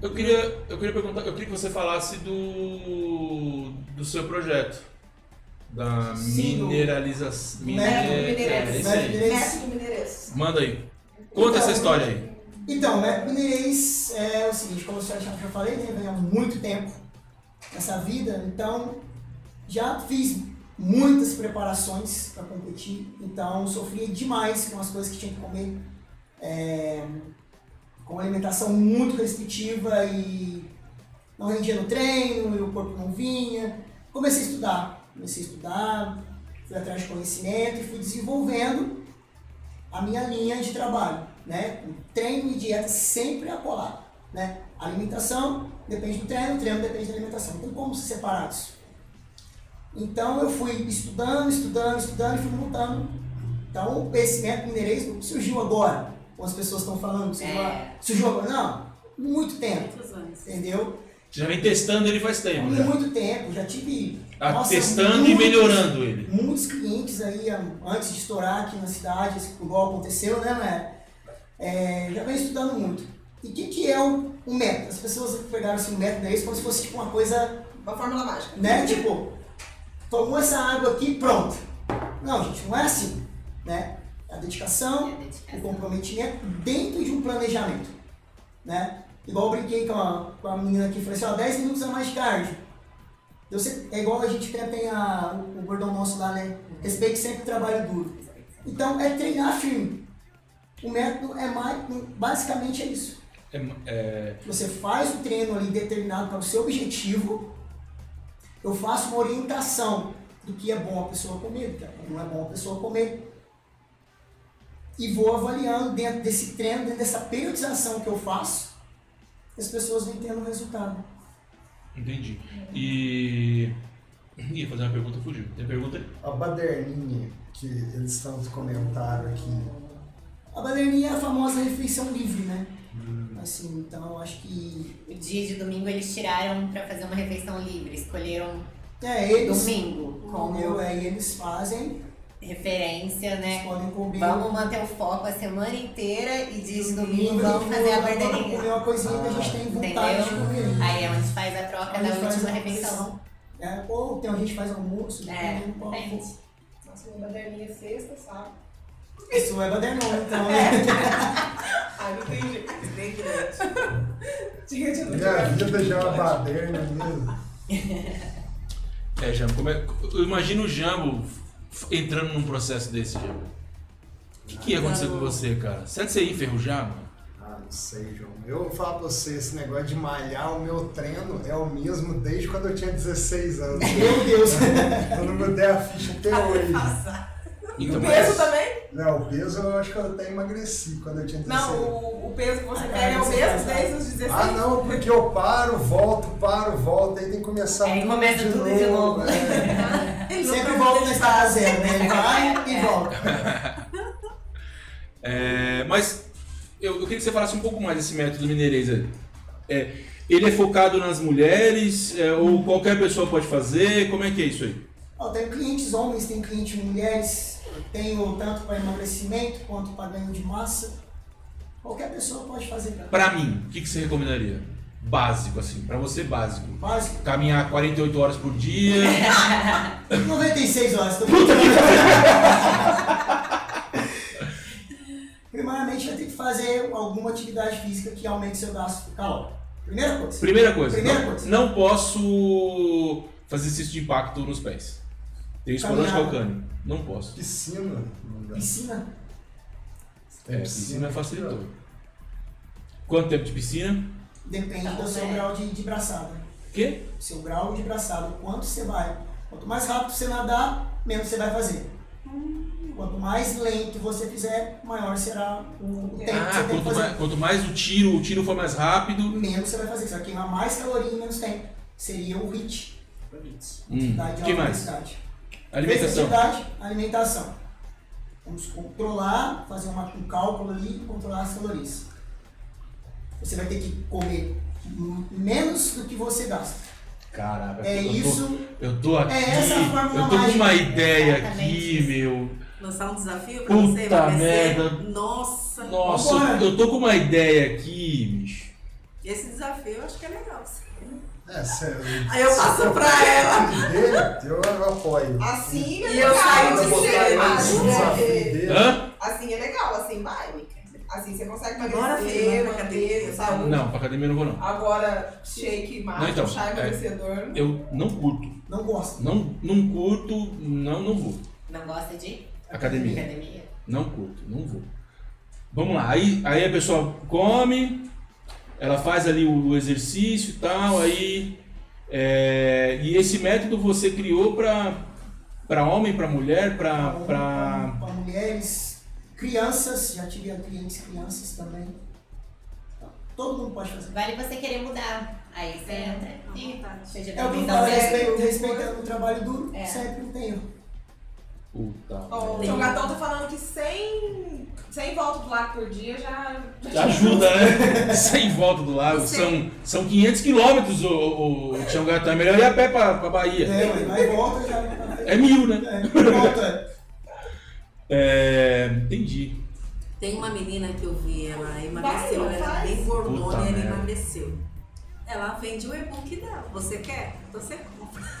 Speaker 1: Eu queria, eu queria perguntar, eu queria que você falasse do, do seu projeto. Da
Speaker 5: Sim, do-
Speaker 1: mineralização.
Speaker 5: Método
Speaker 3: Mineirês. Método Mineirês.
Speaker 1: Manda aí. Conta essa história aí.
Speaker 5: Então, o método mineirês é o seguinte, como eu já, já falei, né, eu venho há muito tempo nessa vida, então já fiz muitas preparações para competir, então sofria demais com as coisas que tinha que comer, é, com uma alimentação muito restritiva e não rendia no treino, e o corpo não vinha. Comecei a estudar, comecei a estudar, fui atrás de conhecimento e fui desenvolvendo a minha linha de trabalho, né? Treino e dieta sempre a colar, né? Alimentação depende do treino, treino depende da alimentação. Não tem como se separar disso. Então eu fui estudando, estudando, estudando e fui montando. Então esse método mineirês não surgiu agora, como as pessoas estão falando, surgiu,
Speaker 4: É.
Speaker 5: surgiu agora. Não, muito tempo,
Speaker 6: Muitos anos.
Speaker 5: entendeu?
Speaker 1: Você já vem testando ele faz tempo. né? Já.
Speaker 5: Muito tempo, já tive.
Speaker 1: Tá
Speaker 5: nossa,
Speaker 1: testando e
Speaker 5: muitos-
Speaker 1: melhorando ele.
Speaker 5: Muitos clientes aí, antes de estourar aqui na cidade, igual aconteceu, né, Maia? É, já vem estudando muito. E o que, que é o, o método? As pessoas pegaram assim, o método deles como se fosse tipo, uma coisa,
Speaker 3: Uma fórmula mágica.
Speaker 5: né? Tipo, tomou essa água aqui pronto. Não, gente, não é assim. Né? A dedicação,
Speaker 4: Minha
Speaker 5: o
Speaker 4: é dedicação.
Speaker 5: comprometimento dentro de um planejamento, né? Igual eu brinquei com a, com a menina aqui, falei assim, ó, 10 minutos a mais de cardio. Então, você- é igual a gente tem, tem a, o, o gordão nosso lá, né? Respeite sempre o trabalho duro. Então, é treinar firme. O método é mais, basicamente é isso.
Speaker 1: É, é,
Speaker 5: Você faz o treino ali determinado para o seu objetivo. Eu faço uma orientação do que é bom a pessoa comer, do que não é bom a pessoa comer. E vou avaliando dentro desse treino, dentro dessa periodização que eu faço, as pessoas vêm tendo resultado.
Speaker 1: entendi. E. Ia fazer uma pergunta, fugiu. Tem pergunta aí?
Speaker 2: A baderninha que eles tanto comentaram aqui.
Speaker 5: A baderninha é a famosa refeição livre, né? Assim, então eu acho que.
Speaker 4: O dia de domingo eles tiraram pra fazer uma refeição livre. Escolheram
Speaker 5: É, eles.
Speaker 4: domingo
Speaker 5: Como
Speaker 4: como
Speaker 5: aí eles fazem,
Speaker 4: referência,
Speaker 5: eles
Speaker 4: né?
Speaker 5: podem comer.
Speaker 4: Vamos manter o foco a semana inteira e dia de domingo
Speaker 5: Domingo,
Speaker 4: vamos fazer a
Speaker 5: vamos
Speaker 4: barbearia.
Speaker 5: comer uma coisinha que a gente tem vontade de comer.
Speaker 4: Entendeu? Aí é onde faz a troca
Speaker 5: Onde
Speaker 4: da
Speaker 5: faz
Speaker 4: última
Speaker 5: a-
Speaker 4: refeição.
Speaker 5: É, ou tem a gente que faz almoço,
Speaker 4: É,
Speaker 5: tem um pau.
Speaker 4: gente.
Speaker 3: Nossa, minha baderninha é sexta, sabe?
Speaker 5: Isso é badernão, então, né?
Speaker 3: Ai, não entendi.
Speaker 6: Bem grande.
Speaker 3: Diga de novo.
Speaker 2: Minha vida já é uma baderna mesmo.
Speaker 1: É, Jambo, como é- eu imagino o Jambo f- entrando num processo desse, Jambo. O que, que ia acontecer com você, cara? Será que você ia enferrujar, mano?
Speaker 2: Ah, não sei, João. Eu falo pra você, esse negócio de malhar, o meu treino é o mesmo desde quando eu tinha 16 anos.
Speaker 4: É.
Speaker 5: Meu Deus.
Speaker 2: Eu não mudei a ficha até hoje.
Speaker 1: Então,
Speaker 3: O
Speaker 1: mas-
Speaker 3: peso também?
Speaker 2: Não, o peso eu acho que eu até emagreci quando eu tinha 16
Speaker 3: Não, o, o peso que você
Speaker 5: Ah,
Speaker 3: pega é o
Speaker 5: você
Speaker 3: mesmo
Speaker 5: tá-
Speaker 3: desde os 16.
Speaker 2: Ah, não, porque eu paro, volto, paro, volto, aí tem que começar
Speaker 4: Aí começa tudo de novo.
Speaker 2: é.
Speaker 6: Ele
Speaker 5: Sempre
Speaker 6: nunca
Speaker 5: volta
Speaker 6: me deixa-
Speaker 5: na escala zero, né? Ele vai e volta.
Speaker 1: É, mas eu, eu queria que você falasse um pouco mais desse método mineirês aí. É, ele é focado nas mulheres, é, ou qualquer pessoa pode fazer? Como é que é isso aí?
Speaker 5: Ó, tem clientes homens, tem clientes mulheres, tem o tanto para emagrecimento quanto para ganho de massa. Qualquer pessoa pode fazer, cara.
Speaker 1: Pra mim, o que, que você recomendaria? Básico, assim, pra você, básico.
Speaker 5: Básico.
Speaker 1: Caminhar 48 horas por dia.
Speaker 5: 96 horas. Tô... Primeiramente, vai ter que fazer alguma atividade física que aumente seu gasto calórico. Primeira coisa.
Speaker 1: Primeira coisa,
Speaker 5: Primeira
Speaker 1: não,
Speaker 5: coisa.
Speaker 1: não posso fazer exercício de impacto nos pés. Tenho escolante
Speaker 5: Caminhada.
Speaker 1: calcâneo. Não posso.
Speaker 2: Piscina. não dá.
Speaker 5: Piscina.
Speaker 1: É,
Speaker 2: Tem
Speaker 1: piscina é facilitou. Quanto tempo de piscina?
Speaker 5: Depende
Speaker 4: Tá
Speaker 5: do seu
Speaker 1: É.
Speaker 4: bom, né?
Speaker 5: grau de, de braçada.
Speaker 1: Quê?
Speaker 5: Seu grau de braçada. Quanto você vai. Quanto mais rápido você nadar, menos você vai fazer.
Speaker 1: Hum.
Speaker 5: Quanto mais lento você fizer, maior será o o tempo que
Speaker 1: Ah,
Speaker 5: você tem que
Speaker 1: quanto
Speaker 5: fazer.
Speaker 1: mais, quanto mais o tiro, o tiro for mais rápido.
Speaker 5: Menos você vai fazer. Você vai queimar mais caloria em menos tempo. Seria o HIIT.
Speaker 1: Hum,
Speaker 5: atividade de
Speaker 1: que
Speaker 5: alta
Speaker 1: mais?
Speaker 5: intensidade.
Speaker 1: Alimentação.
Speaker 5: Flexibilidade, alimentação. Vamos controlar, fazer uma- um cálculo ali e controlar as calorias. Você vai ter que comer m- menos do que você gasta.
Speaker 1: Caraca,
Speaker 5: É
Speaker 1: eu tô-
Speaker 5: isso.
Speaker 1: Eu tô aqui.
Speaker 5: É essa a fórmula
Speaker 1: eu tô com uma
Speaker 5: mágica.
Speaker 1: ideia aqui,
Speaker 5: né,
Speaker 4: Exatamente.
Speaker 1: meu.
Speaker 6: Lançar um desafio pra
Speaker 1: Puta
Speaker 6: você emagrecer.
Speaker 1: merda.
Speaker 6: Nossa.
Speaker 1: Nossa,
Speaker 5: Vambora.
Speaker 1: eu tô com uma ideia aqui, bicho.
Speaker 6: Esse desafio eu acho que é legal. sim.
Speaker 2: É, sério.
Speaker 6: Aí eu passo pra ela.
Speaker 2: Eu, eu apoio.
Speaker 3: Assim é
Speaker 6: E eu
Speaker 3: legal.
Speaker 6: saio
Speaker 2: Vou
Speaker 6: de
Speaker 3: você
Speaker 2: botar
Speaker 6: cena,
Speaker 2: mais um
Speaker 3: vai, né?
Speaker 2: desafio dele.
Speaker 1: Hã?
Speaker 3: Assim é legal, assim vai, Mica. Assim você consegue
Speaker 6: Bora,
Speaker 3: emagrecer,
Speaker 6: filho, na
Speaker 3: manter,
Speaker 6: academia.
Speaker 3: saúde.
Speaker 1: Não, pra academia eu não vou não.
Speaker 3: Agora, shake,
Speaker 1: Não,
Speaker 3: mate,
Speaker 1: então,
Speaker 3: chá
Speaker 1: é.
Speaker 3: emagrecedor.
Speaker 1: Eu não curto.
Speaker 5: Não gosto.
Speaker 1: Não, não curto, não, não vou.
Speaker 4: Não gosta de
Speaker 1: Academia.
Speaker 4: academia?
Speaker 1: Não curto, não vou. Vamos lá, aí, aí a pessoa come, ela faz ali o exercício e tal, aí. é, e esse método você criou pra, pra homem, pra mulher, pra. Ah, pra...
Speaker 5: Para Então, mulheres, crianças, já tive clientes crianças também. Então, Todo mundo pode fazer.
Speaker 4: Vale você querer mudar. Aí você entra
Speaker 6: À
Speaker 4: e
Speaker 6: vontade.
Speaker 4: seja
Speaker 5: É o que eu
Speaker 4: bem-vindo
Speaker 5: falo,
Speaker 4: ao
Speaker 5: respeito-
Speaker 4: século.
Speaker 5: respeitando o trabalho duro,
Speaker 4: É.
Speaker 5: sempre não tem erro.
Speaker 1: Puta.
Speaker 3: Ó, o seu gatão tá falando que 100, 100 voltas do lago por dia já. já
Speaker 1: Ajuda, né? Sem volta do lago.
Speaker 6: Você-
Speaker 1: São, são 500 quilômetros, o, o, o Tião Gatão. É melhor ir a pé pra, pra Bahia.
Speaker 5: É, ué, vai e volta, já. É,
Speaker 1: É mil, né?
Speaker 5: volta.
Speaker 1: É, entendi.
Speaker 6: Tem uma menina que eu vi, ela emagreceu,
Speaker 3: Vai,
Speaker 6: ela era
Speaker 3: faz.
Speaker 6: bem
Speaker 1: Puta
Speaker 6: gordona e ela
Speaker 1: merda.
Speaker 6: emagreceu. Ela vende o e-book dela. Você quer? Então você compra.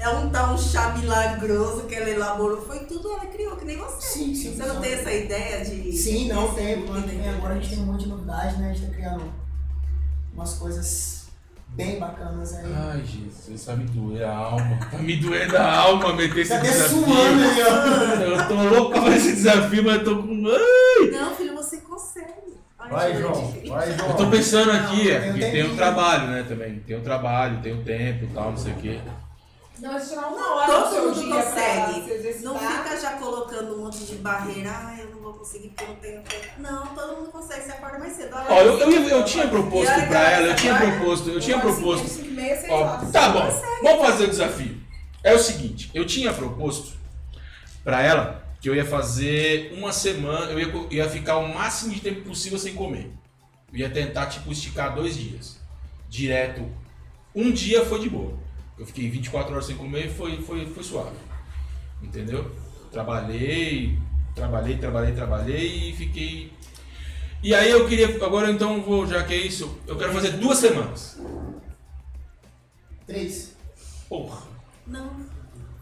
Speaker 6: É um tal chá milagroso que ela elaborou. Foi tudo ela criou, que nem você.
Speaker 5: Sim, sim.
Speaker 6: Você não tem essa ideia de.
Speaker 5: Sim, não
Speaker 6: desse
Speaker 5: tem.
Speaker 6: mundo
Speaker 5: mano,
Speaker 6: da
Speaker 5: tem. Agora a gente
Speaker 6: internet?
Speaker 5: tem um monte de novidade, né? A gente tá criando umas coisas bem bacanas aí.
Speaker 1: Ai, Jesus, isso vai me doer a alma. Tá me doendo a alma meter esse
Speaker 5: Tá até
Speaker 1: desafio.
Speaker 5: suando ali, ó.
Speaker 1: Eu tô louco pra fazer esse desafio, mas eu tô com. Ah!
Speaker 6: Não, filho, você consegue. Ai,
Speaker 2: Vai,
Speaker 6: gente.
Speaker 2: João. Vai, João.
Speaker 1: Eu tô pensando aqui, é,
Speaker 5: Tem um
Speaker 1: porque tem o
Speaker 5: tempinho.
Speaker 1: trabalho, né, também. Tem o trabalho, tem o tempo e tal, não sei o quê.
Speaker 3: Não, mas tirar uma hora
Speaker 6: Todo
Speaker 3: do seu
Speaker 6: mundo
Speaker 3: dia pra
Speaker 6: consegue.
Speaker 3: se exercitar.
Speaker 6: Não fica já colocando um monte de barreira. Ah, eu não vou conseguir porque eu não tenho tempo. Não, todo mundo consegue. Você acorda mais cedo. Olha,
Speaker 1: Ó, eu, eu, eu tinha proposto
Speaker 6: E olha que
Speaker 1: pra ela,
Speaker 6: ela
Speaker 1: eu tinha
Speaker 6: trabalha,
Speaker 1: proposto, eu tinha
Speaker 3: Uma hora e
Speaker 1: proposto.
Speaker 3: cinquenta, cinco e meia, seis
Speaker 1: Ó,
Speaker 3: horas.
Speaker 1: tá bom, vamos fazer o desafio. É o seguinte, eu tinha proposto pra ela que eu ia fazer uma semana, eu ia, co- ia ficar o máximo de tempo possível sem comer. Eu ia tentar, tipo, esticar dois dias. Direto. Um dia foi de boa. Eu fiquei 24 horas sem comer e foi, foi, foi suave. Entendeu? Trabalhei, trabalhei, trabalhei, trabalhei e fiquei. E aí eu queria, agora então eu vou, já que é isso, eu quero fazer duas semanas.
Speaker 5: Três.
Speaker 1: Porra.
Speaker 6: Não.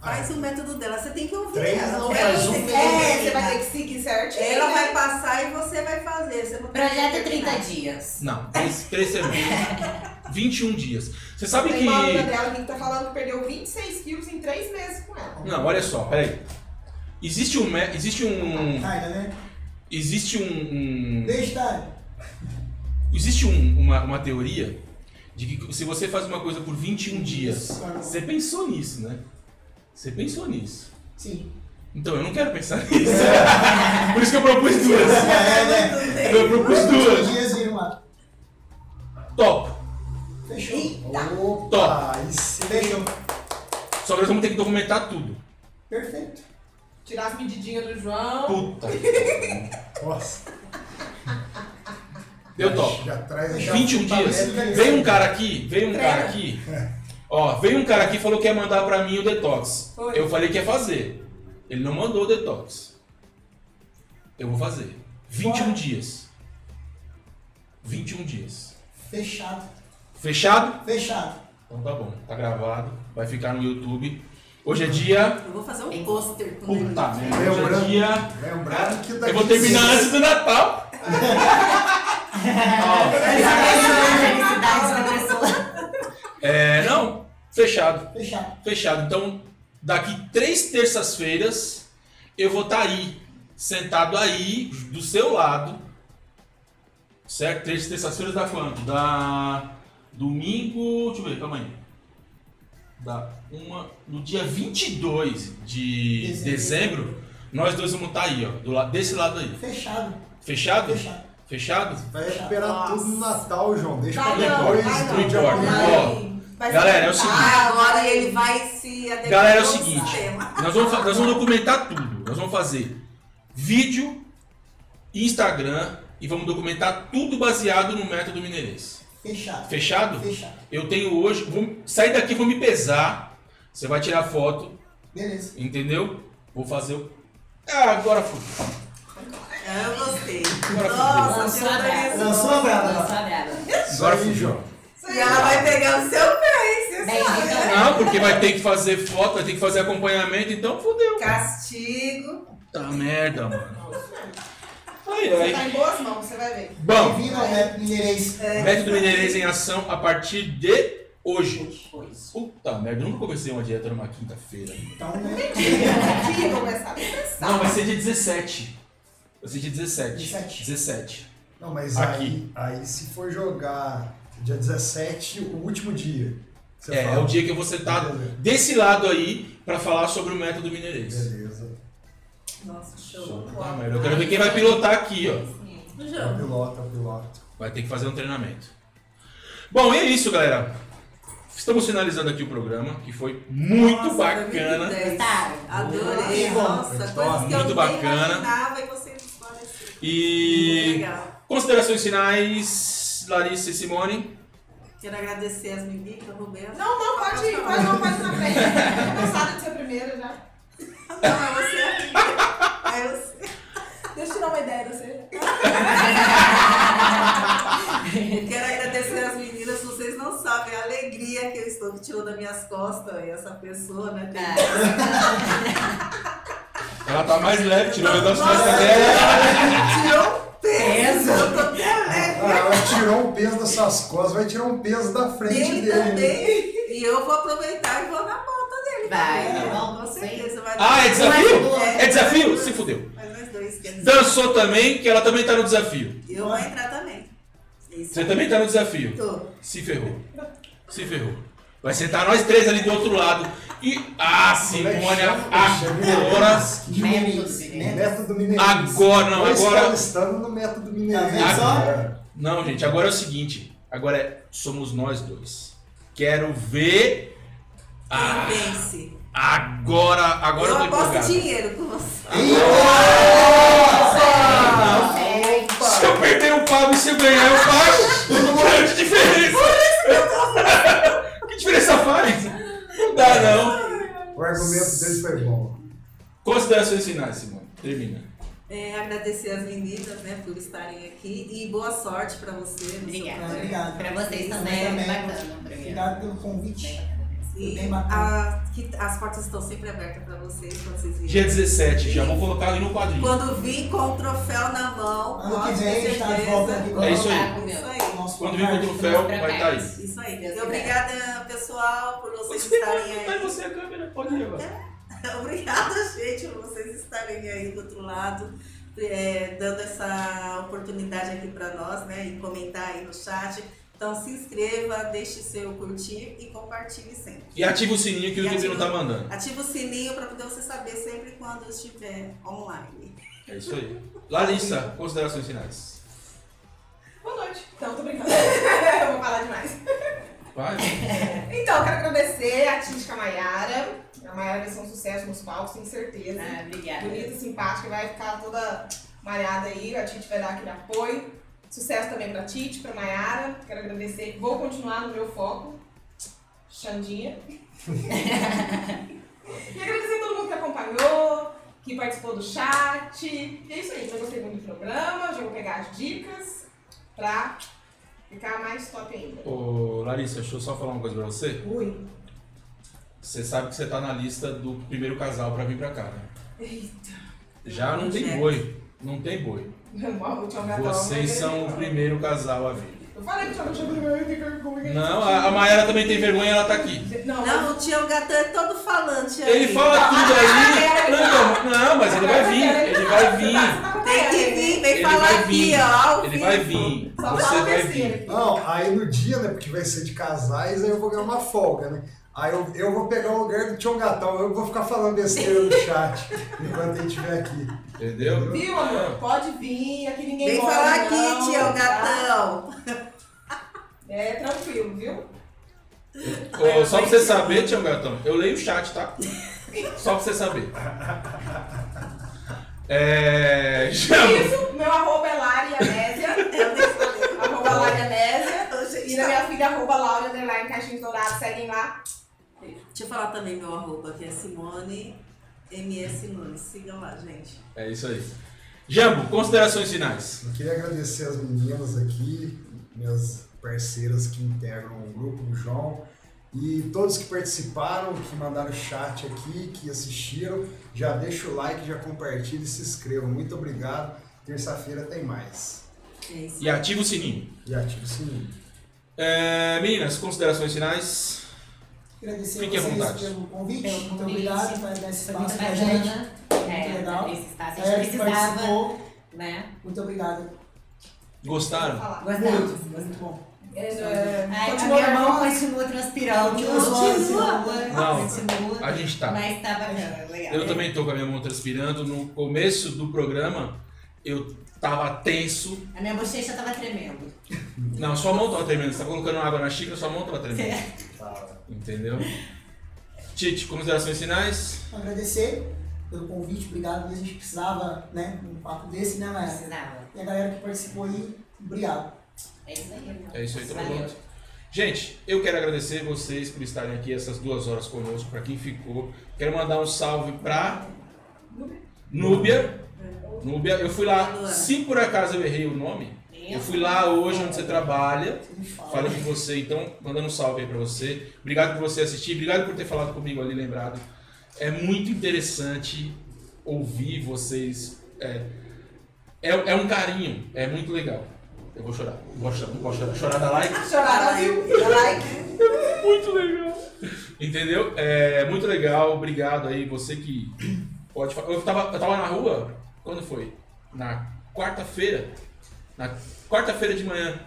Speaker 6: Faz o método dela. Você tem que ouvir
Speaker 2: Três,
Speaker 6: ela.
Speaker 2: não
Speaker 6: Ou
Speaker 2: faz
Speaker 6: ela
Speaker 2: um,
Speaker 6: tem que
Speaker 3: É,
Speaker 6: ouvir
Speaker 3: você vai
Speaker 6: ela.
Speaker 3: ter que seguir certinho.
Speaker 6: tá. Ela
Speaker 3: né?
Speaker 6: vai passar e você vai fazer. Você não tem que
Speaker 4: Projeto
Speaker 6: terminar.
Speaker 4: 30 dias.
Speaker 1: Não, três, três semanas. 21 dias. Você sabe
Speaker 3: Tem
Speaker 1: que.
Speaker 3: uma aluna dela que tá falando que perdeu 26 quilos em 3 meses com ela.
Speaker 1: Não, olha só, peraí. Existe um. mé- Existe um.
Speaker 5: Ainda, né?
Speaker 1: Existe um. um-
Speaker 5: Vegetário.
Speaker 1: existe um- uma, uma teoria de que se você faz uma coisa por 21 dias. Você pensou nisso, né? Você pensou nisso.
Speaker 5: Sim.
Speaker 1: Então eu não quero pensar nisso. por isso que eu propus duas.
Speaker 5: É, né?
Speaker 1: Eu propus duas.
Speaker 5: Dias viram lá.
Speaker 1: Top.
Speaker 5: Fechou.
Speaker 2: Opa, aí sim.
Speaker 5: Fechou.
Speaker 1: Só que nós vamos ter que documentar tudo.
Speaker 5: Perfeito.
Speaker 3: Tirar as medidinhas do João.
Speaker 1: Puta.
Speaker 2: Nossa.
Speaker 1: Deu top.
Speaker 2: Já traz já
Speaker 1: 21
Speaker 2: tá
Speaker 1: dias.
Speaker 2: vendo que-
Speaker 1: Veio um cara aqui, veio um
Speaker 6: Treina.
Speaker 1: cara aqui. Ó, veio um cara aqui e falou que ia mandar pra mim o detox.
Speaker 3: Foi.
Speaker 1: Eu falei que ia fazer. Ele não mandou o detox. Eu vou fazer. 21
Speaker 5: Bora.
Speaker 1: dias. 21 dias.
Speaker 5: Fechado.
Speaker 1: Fechado?
Speaker 5: Fechado.
Speaker 1: Então tá bom, tá gravado, vai ficar no YouTube. Hoje é dia.
Speaker 6: Eu vou fazer um pôster com ele.
Speaker 1: Puta merda, hoje é
Speaker 2: Lembrando,
Speaker 1: dia.
Speaker 2: lembrando que daqui
Speaker 1: Eu vou terminar
Speaker 2: seis-
Speaker 1: antes do Natal. Ó,
Speaker 4: é
Speaker 1: é, não, fechado.
Speaker 5: Fechado.
Speaker 1: Fechado. Então, daqui três terças-feiras, eu vou estar aí, sentado aí, do seu lado. Certo? Três terças-feiras dá quanto? Da. Domingo. Deixa eu ver, calma aí. Da uma. No dia 22 de
Speaker 5: Dezembro.
Speaker 1: dezembro, nós dois vamos estar aí, ó. Do la- desse lado aí.
Speaker 5: Fechado.
Speaker 1: Fechado?
Speaker 5: Fechado.
Speaker 1: Fechado?
Speaker 2: Vai recuperar tudo no Natal, João. Deixa
Speaker 3: Vai
Speaker 2: pra
Speaker 3: não,
Speaker 2: depois.
Speaker 3: vai não,
Speaker 2: pro dia
Speaker 1: vai
Speaker 2: primeiro.
Speaker 1: não.
Speaker 3: Vai
Speaker 1: Galera, é o
Speaker 3: sentar,
Speaker 1: seguinte.
Speaker 6: Ah, agora ele vai se adequar
Speaker 1: Galera, é o
Speaker 6: ao
Speaker 1: seguinte.
Speaker 6: sistema.
Speaker 1: Nós vamos, fa- nós vamos documentar tudo. Nós vamos fazer vídeo, Instagram e vamos documentar tudo baseado no método mineirense.
Speaker 5: Fechado.
Speaker 1: Fechado?
Speaker 5: Fechado.
Speaker 1: Eu tenho hoje. Vou sair daqui, vou me pesar. Você vai tirar foto,
Speaker 5: Beleza.
Speaker 1: entendeu? Vou fazer o. Ah, agora fui.
Speaker 6: Ah, Eu gostei.
Speaker 1: Agora
Speaker 6: Nossa,
Speaker 4: Lançou
Speaker 6: que
Speaker 4: a brava.
Speaker 6: organização.
Speaker 5: Lançou a brava.
Speaker 4: Lançou a brava.
Speaker 1: Agora
Speaker 2: Isso aí,
Speaker 1: fugiu.
Speaker 2: João.
Speaker 6: E ela vai pegar o seu pé, você
Speaker 4: Bem,
Speaker 6: sabe,
Speaker 4: então-
Speaker 6: né?
Speaker 1: Não, porque vai ter que fazer foto, vai ter que fazer acompanhamento, então fudeu.
Speaker 6: É um Castigo.
Speaker 1: Tá merda, mano.
Speaker 3: Você
Speaker 1: Ai, ai.
Speaker 3: tá em boas mãos, você vai ver.
Speaker 1: Bom,
Speaker 5: Bem-vindo ao é Rap Mineirês.
Speaker 1: método mineirês em ação a partir de hoje.
Speaker 4: Depois.
Speaker 1: Puta merda, eu nunca comecei uma dieta numa quinta-feira.
Speaker 5: Então, né?
Speaker 3: Aqui, vou começar
Speaker 1: Não,
Speaker 3: a pensar.
Speaker 1: vai ser dia 17. Vai ser dia 17.
Speaker 5: 17.
Speaker 1: 17.
Speaker 2: Não, mas
Speaker 1: Aqui.
Speaker 2: Aí, aí se for jogar dia 17, o último dia. Você
Speaker 1: É,
Speaker 2: fala,
Speaker 1: é o dia que eu vou sentar
Speaker 2: Beleza.
Speaker 1: desse lado aí pra falar sobre o método mineirês.
Speaker 2: Beleza.
Speaker 6: Nossa, show.
Speaker 1: Puta merda, Ah, eu quero ver quem vai pilotar aqui, ó.
Speaker 6: No
Speaker 2: É o
Speaker 6: jogo.
Speaker 2: piloto, é o piloto.
Speaker 1: Vai ter que fazer um treinamento. Bom, e é isso, galera. Estamos finalizando aqui o programa, que foi muito
Speaker 6: Nossa,
Speaker 1: bacana.
Speaker 6: 2010.
Speaker 3: Tá.
Speaker 4: Gostaram?
Speaker 6: Adorei.
Speaker 5: Boa.
Speaker 6: Nossa,
Speaker 2: Muito
Speaker 6: coisas que eu
Speaker 1: bom. Muito
Speaker 6: nem
Speaker 1: bacana.
Speaker 6: imaginava e você esclareceu. Muito
Speaker 1: E
Speaker 6: legal.
Speaker 1: considerações finais, Larissa e Simone.
Speaker 6: Quero agradecer as meninas, o Rubens.
Speaker 3: Não, não, pode ir, pode não, pode ir na frente. Tô cansada de ser a primeira já.
Speaker 6: Não, é você. É você.
Speaker 3: Deixa eu tirar uma ideia de você.
Speaker 6: Eu Quero agradecer as meninas, vocês não sabem a alegria que eu estou que tirou das minhas costas e essa pessoa, né? Tem...
Speaker 4: Ah,
Speaker 1: Ela tá mais leve, tirou o das
Speaker 6: Nossa.
Speaker 1: costas dela.
Speaker 3: É.
Speaker 6: Tirou um peso,
Speaker 4: Peso.
Speaker 6: eu tô até
Speaker 2: Ah,
Speaker 6: alegre.
Speaker 2: ela tirou um peso das suas costas, vai tirar um peso da frente
Speaker 6: Ele
Speaker 2: dele.
Speaker 6: também. E eu vou aproveitar e vou na ponta dele.
Speaker 4: Vai,
Speaker 6: também, né?
Speaker 4: tá bom.
Speaker 6: Com certeza. Vai
Speaker 1: Ah, é desafio? É desafio? Se fudeu.
Speaker 6: Mas nós dois, quer dizer,
Speaker 1: Dançou também, que ela também tá no desafio.
Speaker 6: eu vou entrar também. É isso.
Speaker 1: Você também tá no desafio.
Speaker 6: Tô.
Speaker 1: Se ferrou. Se ferrou. Vai sentar nós três ali do outro lado. E. Ah, Simone,
Speaker 2: um
Speaker 1: agora.
Speaker 5: De Mineirês. né?
Speaker 2: Método Mineirês.
Speaker 1: Agora, não,
Speaker 2: Nós
Speaker 1: agora.
Speaker 2: estamos estando no método Mineirês.
Speaker 5: Tá vendo
Speaker 2: né?
Speaker 1: Não, gente, agora é o seguinte. Agora é, somos nós dois. Quero ver. Ah,
Speaker 6: Quem vence?
Speaker 1: agora, agora eu
Speaker 6: eu
Speaker 1: tô
Speaker 6: aposto
Speaker 1: empolgado.
Speaker 6: dinheiro com você.
Speaker 2: É.
Speaker 1: Nossa!
Speaker 4: sei.
Speaker 1: Se eu perder o Fábio e se eu ganhar o Fábio, uma grande diferença. que diferença faz? Não dá, não.
Speaker 2: O argumento dele foi bom.
Speaker 1: Considerações finais, Simone. Termina.
Speaker 6: É, agradecer as meninas, né, por estarem aqui. E boa sorte pra você. no seu
Speaker 4: Obrigada.
Speaker 6: projeto.
Speaker 5: Obrigado.
Speaker 4: Pra vocês também.
Speaker 5: Também.
Speaker 4: Bacana o programa.
Speaker 5: Obrigado pelo convite.
Speaker 6: E
Speaker 5: Bem bacana.
Speaker 6: a- que as portas estão sempre abertas pra vocês, quando vocês virem.
Speaker 1: Dia 17, já vou colocar ali no quadrinho.
Speaker 6: Quando vir com o troféu na mão,
Speaker 5: Ano que
Speaker 6: pode
Speaker 5: vem a
Speaker 6: ter
Speaker 5: gente tá de
Speaker 6: certeza.
Speaker 5: volta aqui com
Speaker 1: É isso aí.
Speaker 6: Isso aí.
Speaker 5: o nosso
Speaker 1: Quando vir com o troféu, vai tá estar aí.
Speaker 6: Isso aí. E
Speaker 4: Deus quiser.
Speaker 6: Obrigada, pessoal, por vocês
Speaker 1: Você
Speaker 6: estarem
Speaker 1: vai
Speaker 6: aí.
Speaker 1: você a câmera, pode ir agora.
Speaker 6: Obrigada, gente, por vocês estarem aí do outro lado, é, dando essa oportunidade aqui para nós, né? E comentar aí no chat. Então se inscreva, deixe seu curtir e compartilhe sempre.
Speaker 1: E ativa o sininho que o
Speaker 6: E
Speaker 1: YouTube não
Speaker 6: ativa.
Speaker 1: tá mandando.
Speaker 6: Ativa o sininho para poder você saber sempre quando eu estiver online.
Speaker 1: É isso aí. Larissa, considerações finais.
Speaker 3: Boa noite. Então, tô brincando. Eu vou falar demais.
Speaker 1: Vai.
Speaker 3: Então, eu quero agradecer a Títica Maiara. A Maiara vai ser um sucesso nos palcos, tenho certeza.
Speaker 4: Ah, Obrigada.
Speaker 3: Bonita, simpática, vai ficar toda malhada aí. A Tite vai dar aquele apoio. Sucesso também pra Tite, pra Maiara. Quero agradecer. Vou continuar no meu foco. Xandinha. e agradecer a todo mundo que acompanhou, que participou do chat. E é isso aí. Eu gostei muito do programa. Já vou pegar as dicas pra ficar mais top ainda.
Speaker 1: Ô, Larissa, deixa eu só falar uma coisa pra você.
Speaker 3: Ui.
Speaker 1: Você sabe que você tá na lista do primeiro casal pra vir pra cá, né?
Speaker 3: Eita.
Speaker 1: Já não tem boi. Não tem boi.
Speaker 3: Normal, vou te jogar
Speaker 1: Vocês são o primeiro casal a vir.
Speaker 3: é Eu falei que eu tinha vergonha como é que
Speaker 1: Não, a, a Mayara também tem vergonha, ela tá aqui.
Speaker 3: Não, não.
Speaker 6: Não, o Tião Gatão é todo falante aí.
Speaker 1: Ele fala tudo aí. Não, não, mas ele vai vir. Ele
Speaker 3: tá,
Speaker 1: vai vir.
Speaker 6: Tem que
Speaker 3: né?
Speaker 6: vir, vem
Speaker 1: Ele
Speaker 6: falar
Speaker 1: vai
Speaker 6: aqui,
Speaker 1: vir.
Speaker 6: ó. ao
Speaker 1: Ele vai
Speaker 6: vivo.
Speaker 1: vir.
Speaker 3: Só
Speaker 1: Você
Speaker 3: fala
Speaker 1: vai vir.
Speaker 3: besteira.
Speaker 2: Não, aí no dia, né, porque vai ser de casais, aí eu vou ganhar uma folga, né? Aí eu, eu vou pegar o lugar do Tião Gatão, eu vou ficar falando besteira no chat enquanto ele estiver aqui.
Speaker 1: Entendeu?
Speaker 3: Viu, amor? Pode vir, aqui ninguém
Speaker 6: Vem
Speaker 3: mora,
Speaker 6: falar aqui,
Speaker 3: não,
Speaker 6: Tião
Speaker 3: tá?
Speaker 6: Gatão.
Speaker 3: É, tranquilo, viu?
Speaker 1: Ô, só pra você saber, Tião Gatão, eu leio o chat, tá? Só pra você saber. É. já-
Speaker 3: Isso, meu arroba é Lari Anésia. arroba Lari Anésia. E
Speaker 6: tá
Speaker 3: na minha filha, arroba Laura Underline Caixinhos Dourados. Seguem lá.
Speaker 6: Deixa eu falar também meu arroba, que é Simone MS Nunes. Sigam lá, gente.
Speaker 1: É isso aí. Jambo, considerações finais.
Speaker 2: Eu queria agradecer as meninas aqui, minhas parceiras que integram o grupo, o João, e todos que participaram, que mandaram chat aqui, que assistiram, já deixa o like, já compartilha e se inscreva. Muito obrigado. Terça-feira tem mais.
Speaker 6: É isso.
Speaker 1: E ativa o sininho.
Speaker 2: E ativa o sininho.
Speaker 1: É, meninas, considerações finais.
Speaker 5: Agradecer
Speaker 1: Fique
Speaker 5: a
Speaker 1: à
Speaker 5: vocês
Speaker 1: vontade.
Speaker 5: pelo convite.
Speaker 4: Pelo
Speaker 5: Muito
Speaker 4: convite.
Speaker 5: obrigado por dar esse
Speaker 4: Foi muito
Speaker 5: espaço pra gente.
Speaker 4: bacana.
Speaker 5: Muito
Speaker 4: É,
Speaker 5: legal.
Speaker 4: esse espaço a
Speaker 5: Galera
Speaker 4: gente
Speaker 5: que
Speaker 4: precisava,
Speaker 5: participou,
Speaker 4: né?
Speaker 5: muito obrigado.
Speaker 1: Gostaram?
Speaker 3: Falar.
Speaker 4: Gostamos.
Speaker 5: Muito, muito bom.
Speaker 3: É,
Speaker 4: Ai, a
Speaker 5: Continua,
Speaker 4: minha mão
Speaker 5: irmão.
Speaker 4: continua transpirando.
Speaker 5: Continua suando.
Speaker 1: Não.
Speaker 4: continua.
Speaker 1: A gente tá.
Speaker 4: Mas tá bacana, legal.
Speaker 1: Eu também tô com a minha mão transpirando. No começo do programa, eu tava tenso.
Speaker 4: A minha bochecha tava tremendo.
Speaker 1: Não, sua mão tava tremendo. Você tá colocando água na xícara, sua mão tava tremendo.
Speaker 2: Tá.
Speaker 1: Entendeu? Tite, considerações finais?
Speaker 5: Agradecer pelo convite, obrigado. mesmo. A gente precisava, né? Um papo desse, né, Maia?
Speaker 4: Precisava.
Speaker 5: E a galera que participou aí, obrigado.
Speaker 4: É isso aí. irmão.
Speaker 1: É isso aí, tamo
Speaker 4: Valeu.
Speaker 1: junto. Gente, eu quero agradecer vocês por estarem aqui essas duas horas conosco, pra quem ficou. Quero mandar um salve pra Núbia. Núbia, eu fui lá, se por acaso eu errei o nome, eu fui lá hoje onde você trabalha.
Speaker 5: Você me fala.
Speaker 1: Falei com você, então, mandando um salve aí pra você. Obrigado por você assistir, obrigado por ter falado comigo ali, lembrado. É muito interessante ouvir vocês. É, é, é um carinho, é muito legal. Eu vou chorar, eu gosto, eu gosto de chorar. Chorar da like?
Speaker 3: tá,
Speaker 6: Chorar, viu? Dá like.
Speaker 1: Muito legal. Entendeu? É muito legal, obrigado aí, você que pode falar. Eu tava, eu tava na rua, quando foi? Na quarta-feira. Na quarta-feira de manhã.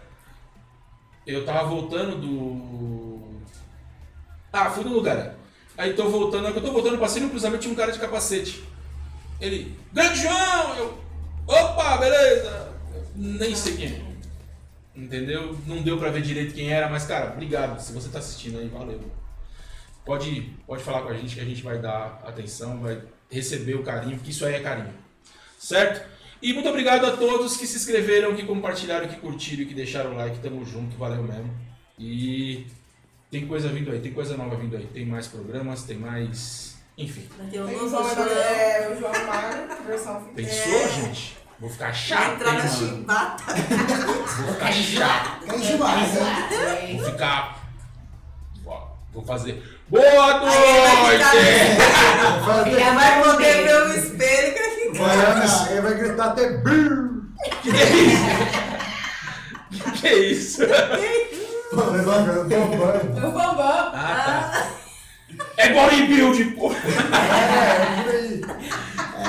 Speaker 1: Eu tava voltando do. Ah, fui no lugar. Aí tô voltando, na hora que eu tô voltando, eu passei no cruzamento tinha um cara de capacete. Ele, grande João! Eu, opa, beleza! Eu nem sei quem é. Entendeu? Não deu pra ver direito quem era, mas cara, obrigado. Se você tá assistindo aí, valeu. Pode, pode falar com a gente que a gente vai dar atenção, vai receber o carinho, que isso aí é carinho. Certo? E muito obrigado a todos que se inscreveram, que compartilharam, que curtiram, que deixaram o like. Tamo junto, valeu mesmo. E tem coisa vindo aí, tem coisa nova vindo aí. Tem mais programas, tem mais. Enfim.
Speaker 6: Vai ter um
Speaker 3: Tem o
Speaker 6: novo
Speaker 3: João
Speaker 6: João.
Speaker 3: é, o João Mário, versão final.
Speaker 1: Pensou, gente? Vou ficar
Speaker 6: Vai
Speaker 1: chato, hein,
Speaker 6: É. entrar na
Speaker 1: mano?
Speaker 6: chibata.
Speaker 1: Vou ficar chato.
Speaker 5: Quem demais, né?
Speaker 1: Vou ficar. Ó, Vou fazer. Boa
Speaker 6: Aí vai assim,
Speaker 1: noite!
Speaker 2: Vai,
Speaker 4: Já vai
Speaker 6: Vai poder
Speaker 4: poder.
Speaker 6: ver o um espelho que aqui.
Speaker 2: vai, vai, vai gritar até brrr.
Speaker 1: Que isso? Que isso?
Speaker 2: Tô levantando, tô banho.
Speaker 3: O Bambam.
Speaker 1: Ah, tá. É bodybuild, pô!
Speaker 2: É, por aí.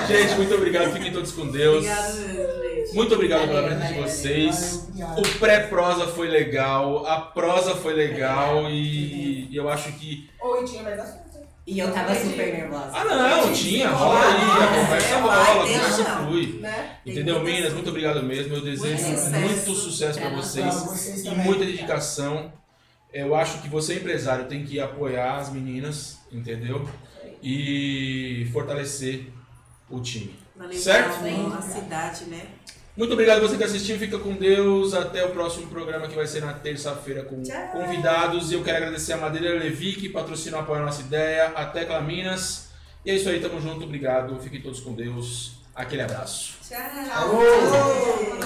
Speaker 1: Gente, muito obrigado. Fiquem todos com Deus.
Speaker 6: Obrigado mesmo, gente.
Speaker 1: Muito obrigado pela
Speaker 4: Valeu,
Speaker 1: presença de
Speaker 4: valeu,
Speaker 1: vocês.
Speaker 5: Obrigado.
Speaker 1: O pré-prosa foi legal, a prosa foi legal e eu acho que.
Speaker 3: Oi, tinha mais assunto.
Speaker 4: E eu tava super nervosa.
Speaker 1: Ah, não, tinha, rola aí, a conversa rola, a conversa flui.
Speaker 3: Né?
Speaker 1: Entendeu, meninas? Muito obrigado mesmo. Eu desejo
Speaker 4: Muito
Speaker 1: muito
Speaker 4: sucesso.
Speaker 1: sucesso, para
Speaker 4: Pra
Speaker 1: vocês
Speaker 5: vocês
Speaker 1: e
Speaker 5: também.
Speaker 1: muita dedicação. Eu acho que você, empresário, tem que apoiar as meninas, entendeu? E fortalecer o time.
Speaker 6: Valeu,
Speaker 1: Certo?
Speaker 6: João, A cidade, né?
Speaker 1: Muito obrigado você que assistiu. Fica com Deus. Até o próximo programa que vai ser na terça-feira com
Speaker 6: Tchau.
Speaker 1: convidados. E eu quero agradecer a Madeira Levi, que patrocina e apoia a nossa ideia. A Tecla Minas. E é isso aí, tamo junto. Obrigado. Fiquem todos com Deus. Aquele abraço.
Speaker 6: Tchau.
Speaker 2: Alô.
Speaker 6: Tchau.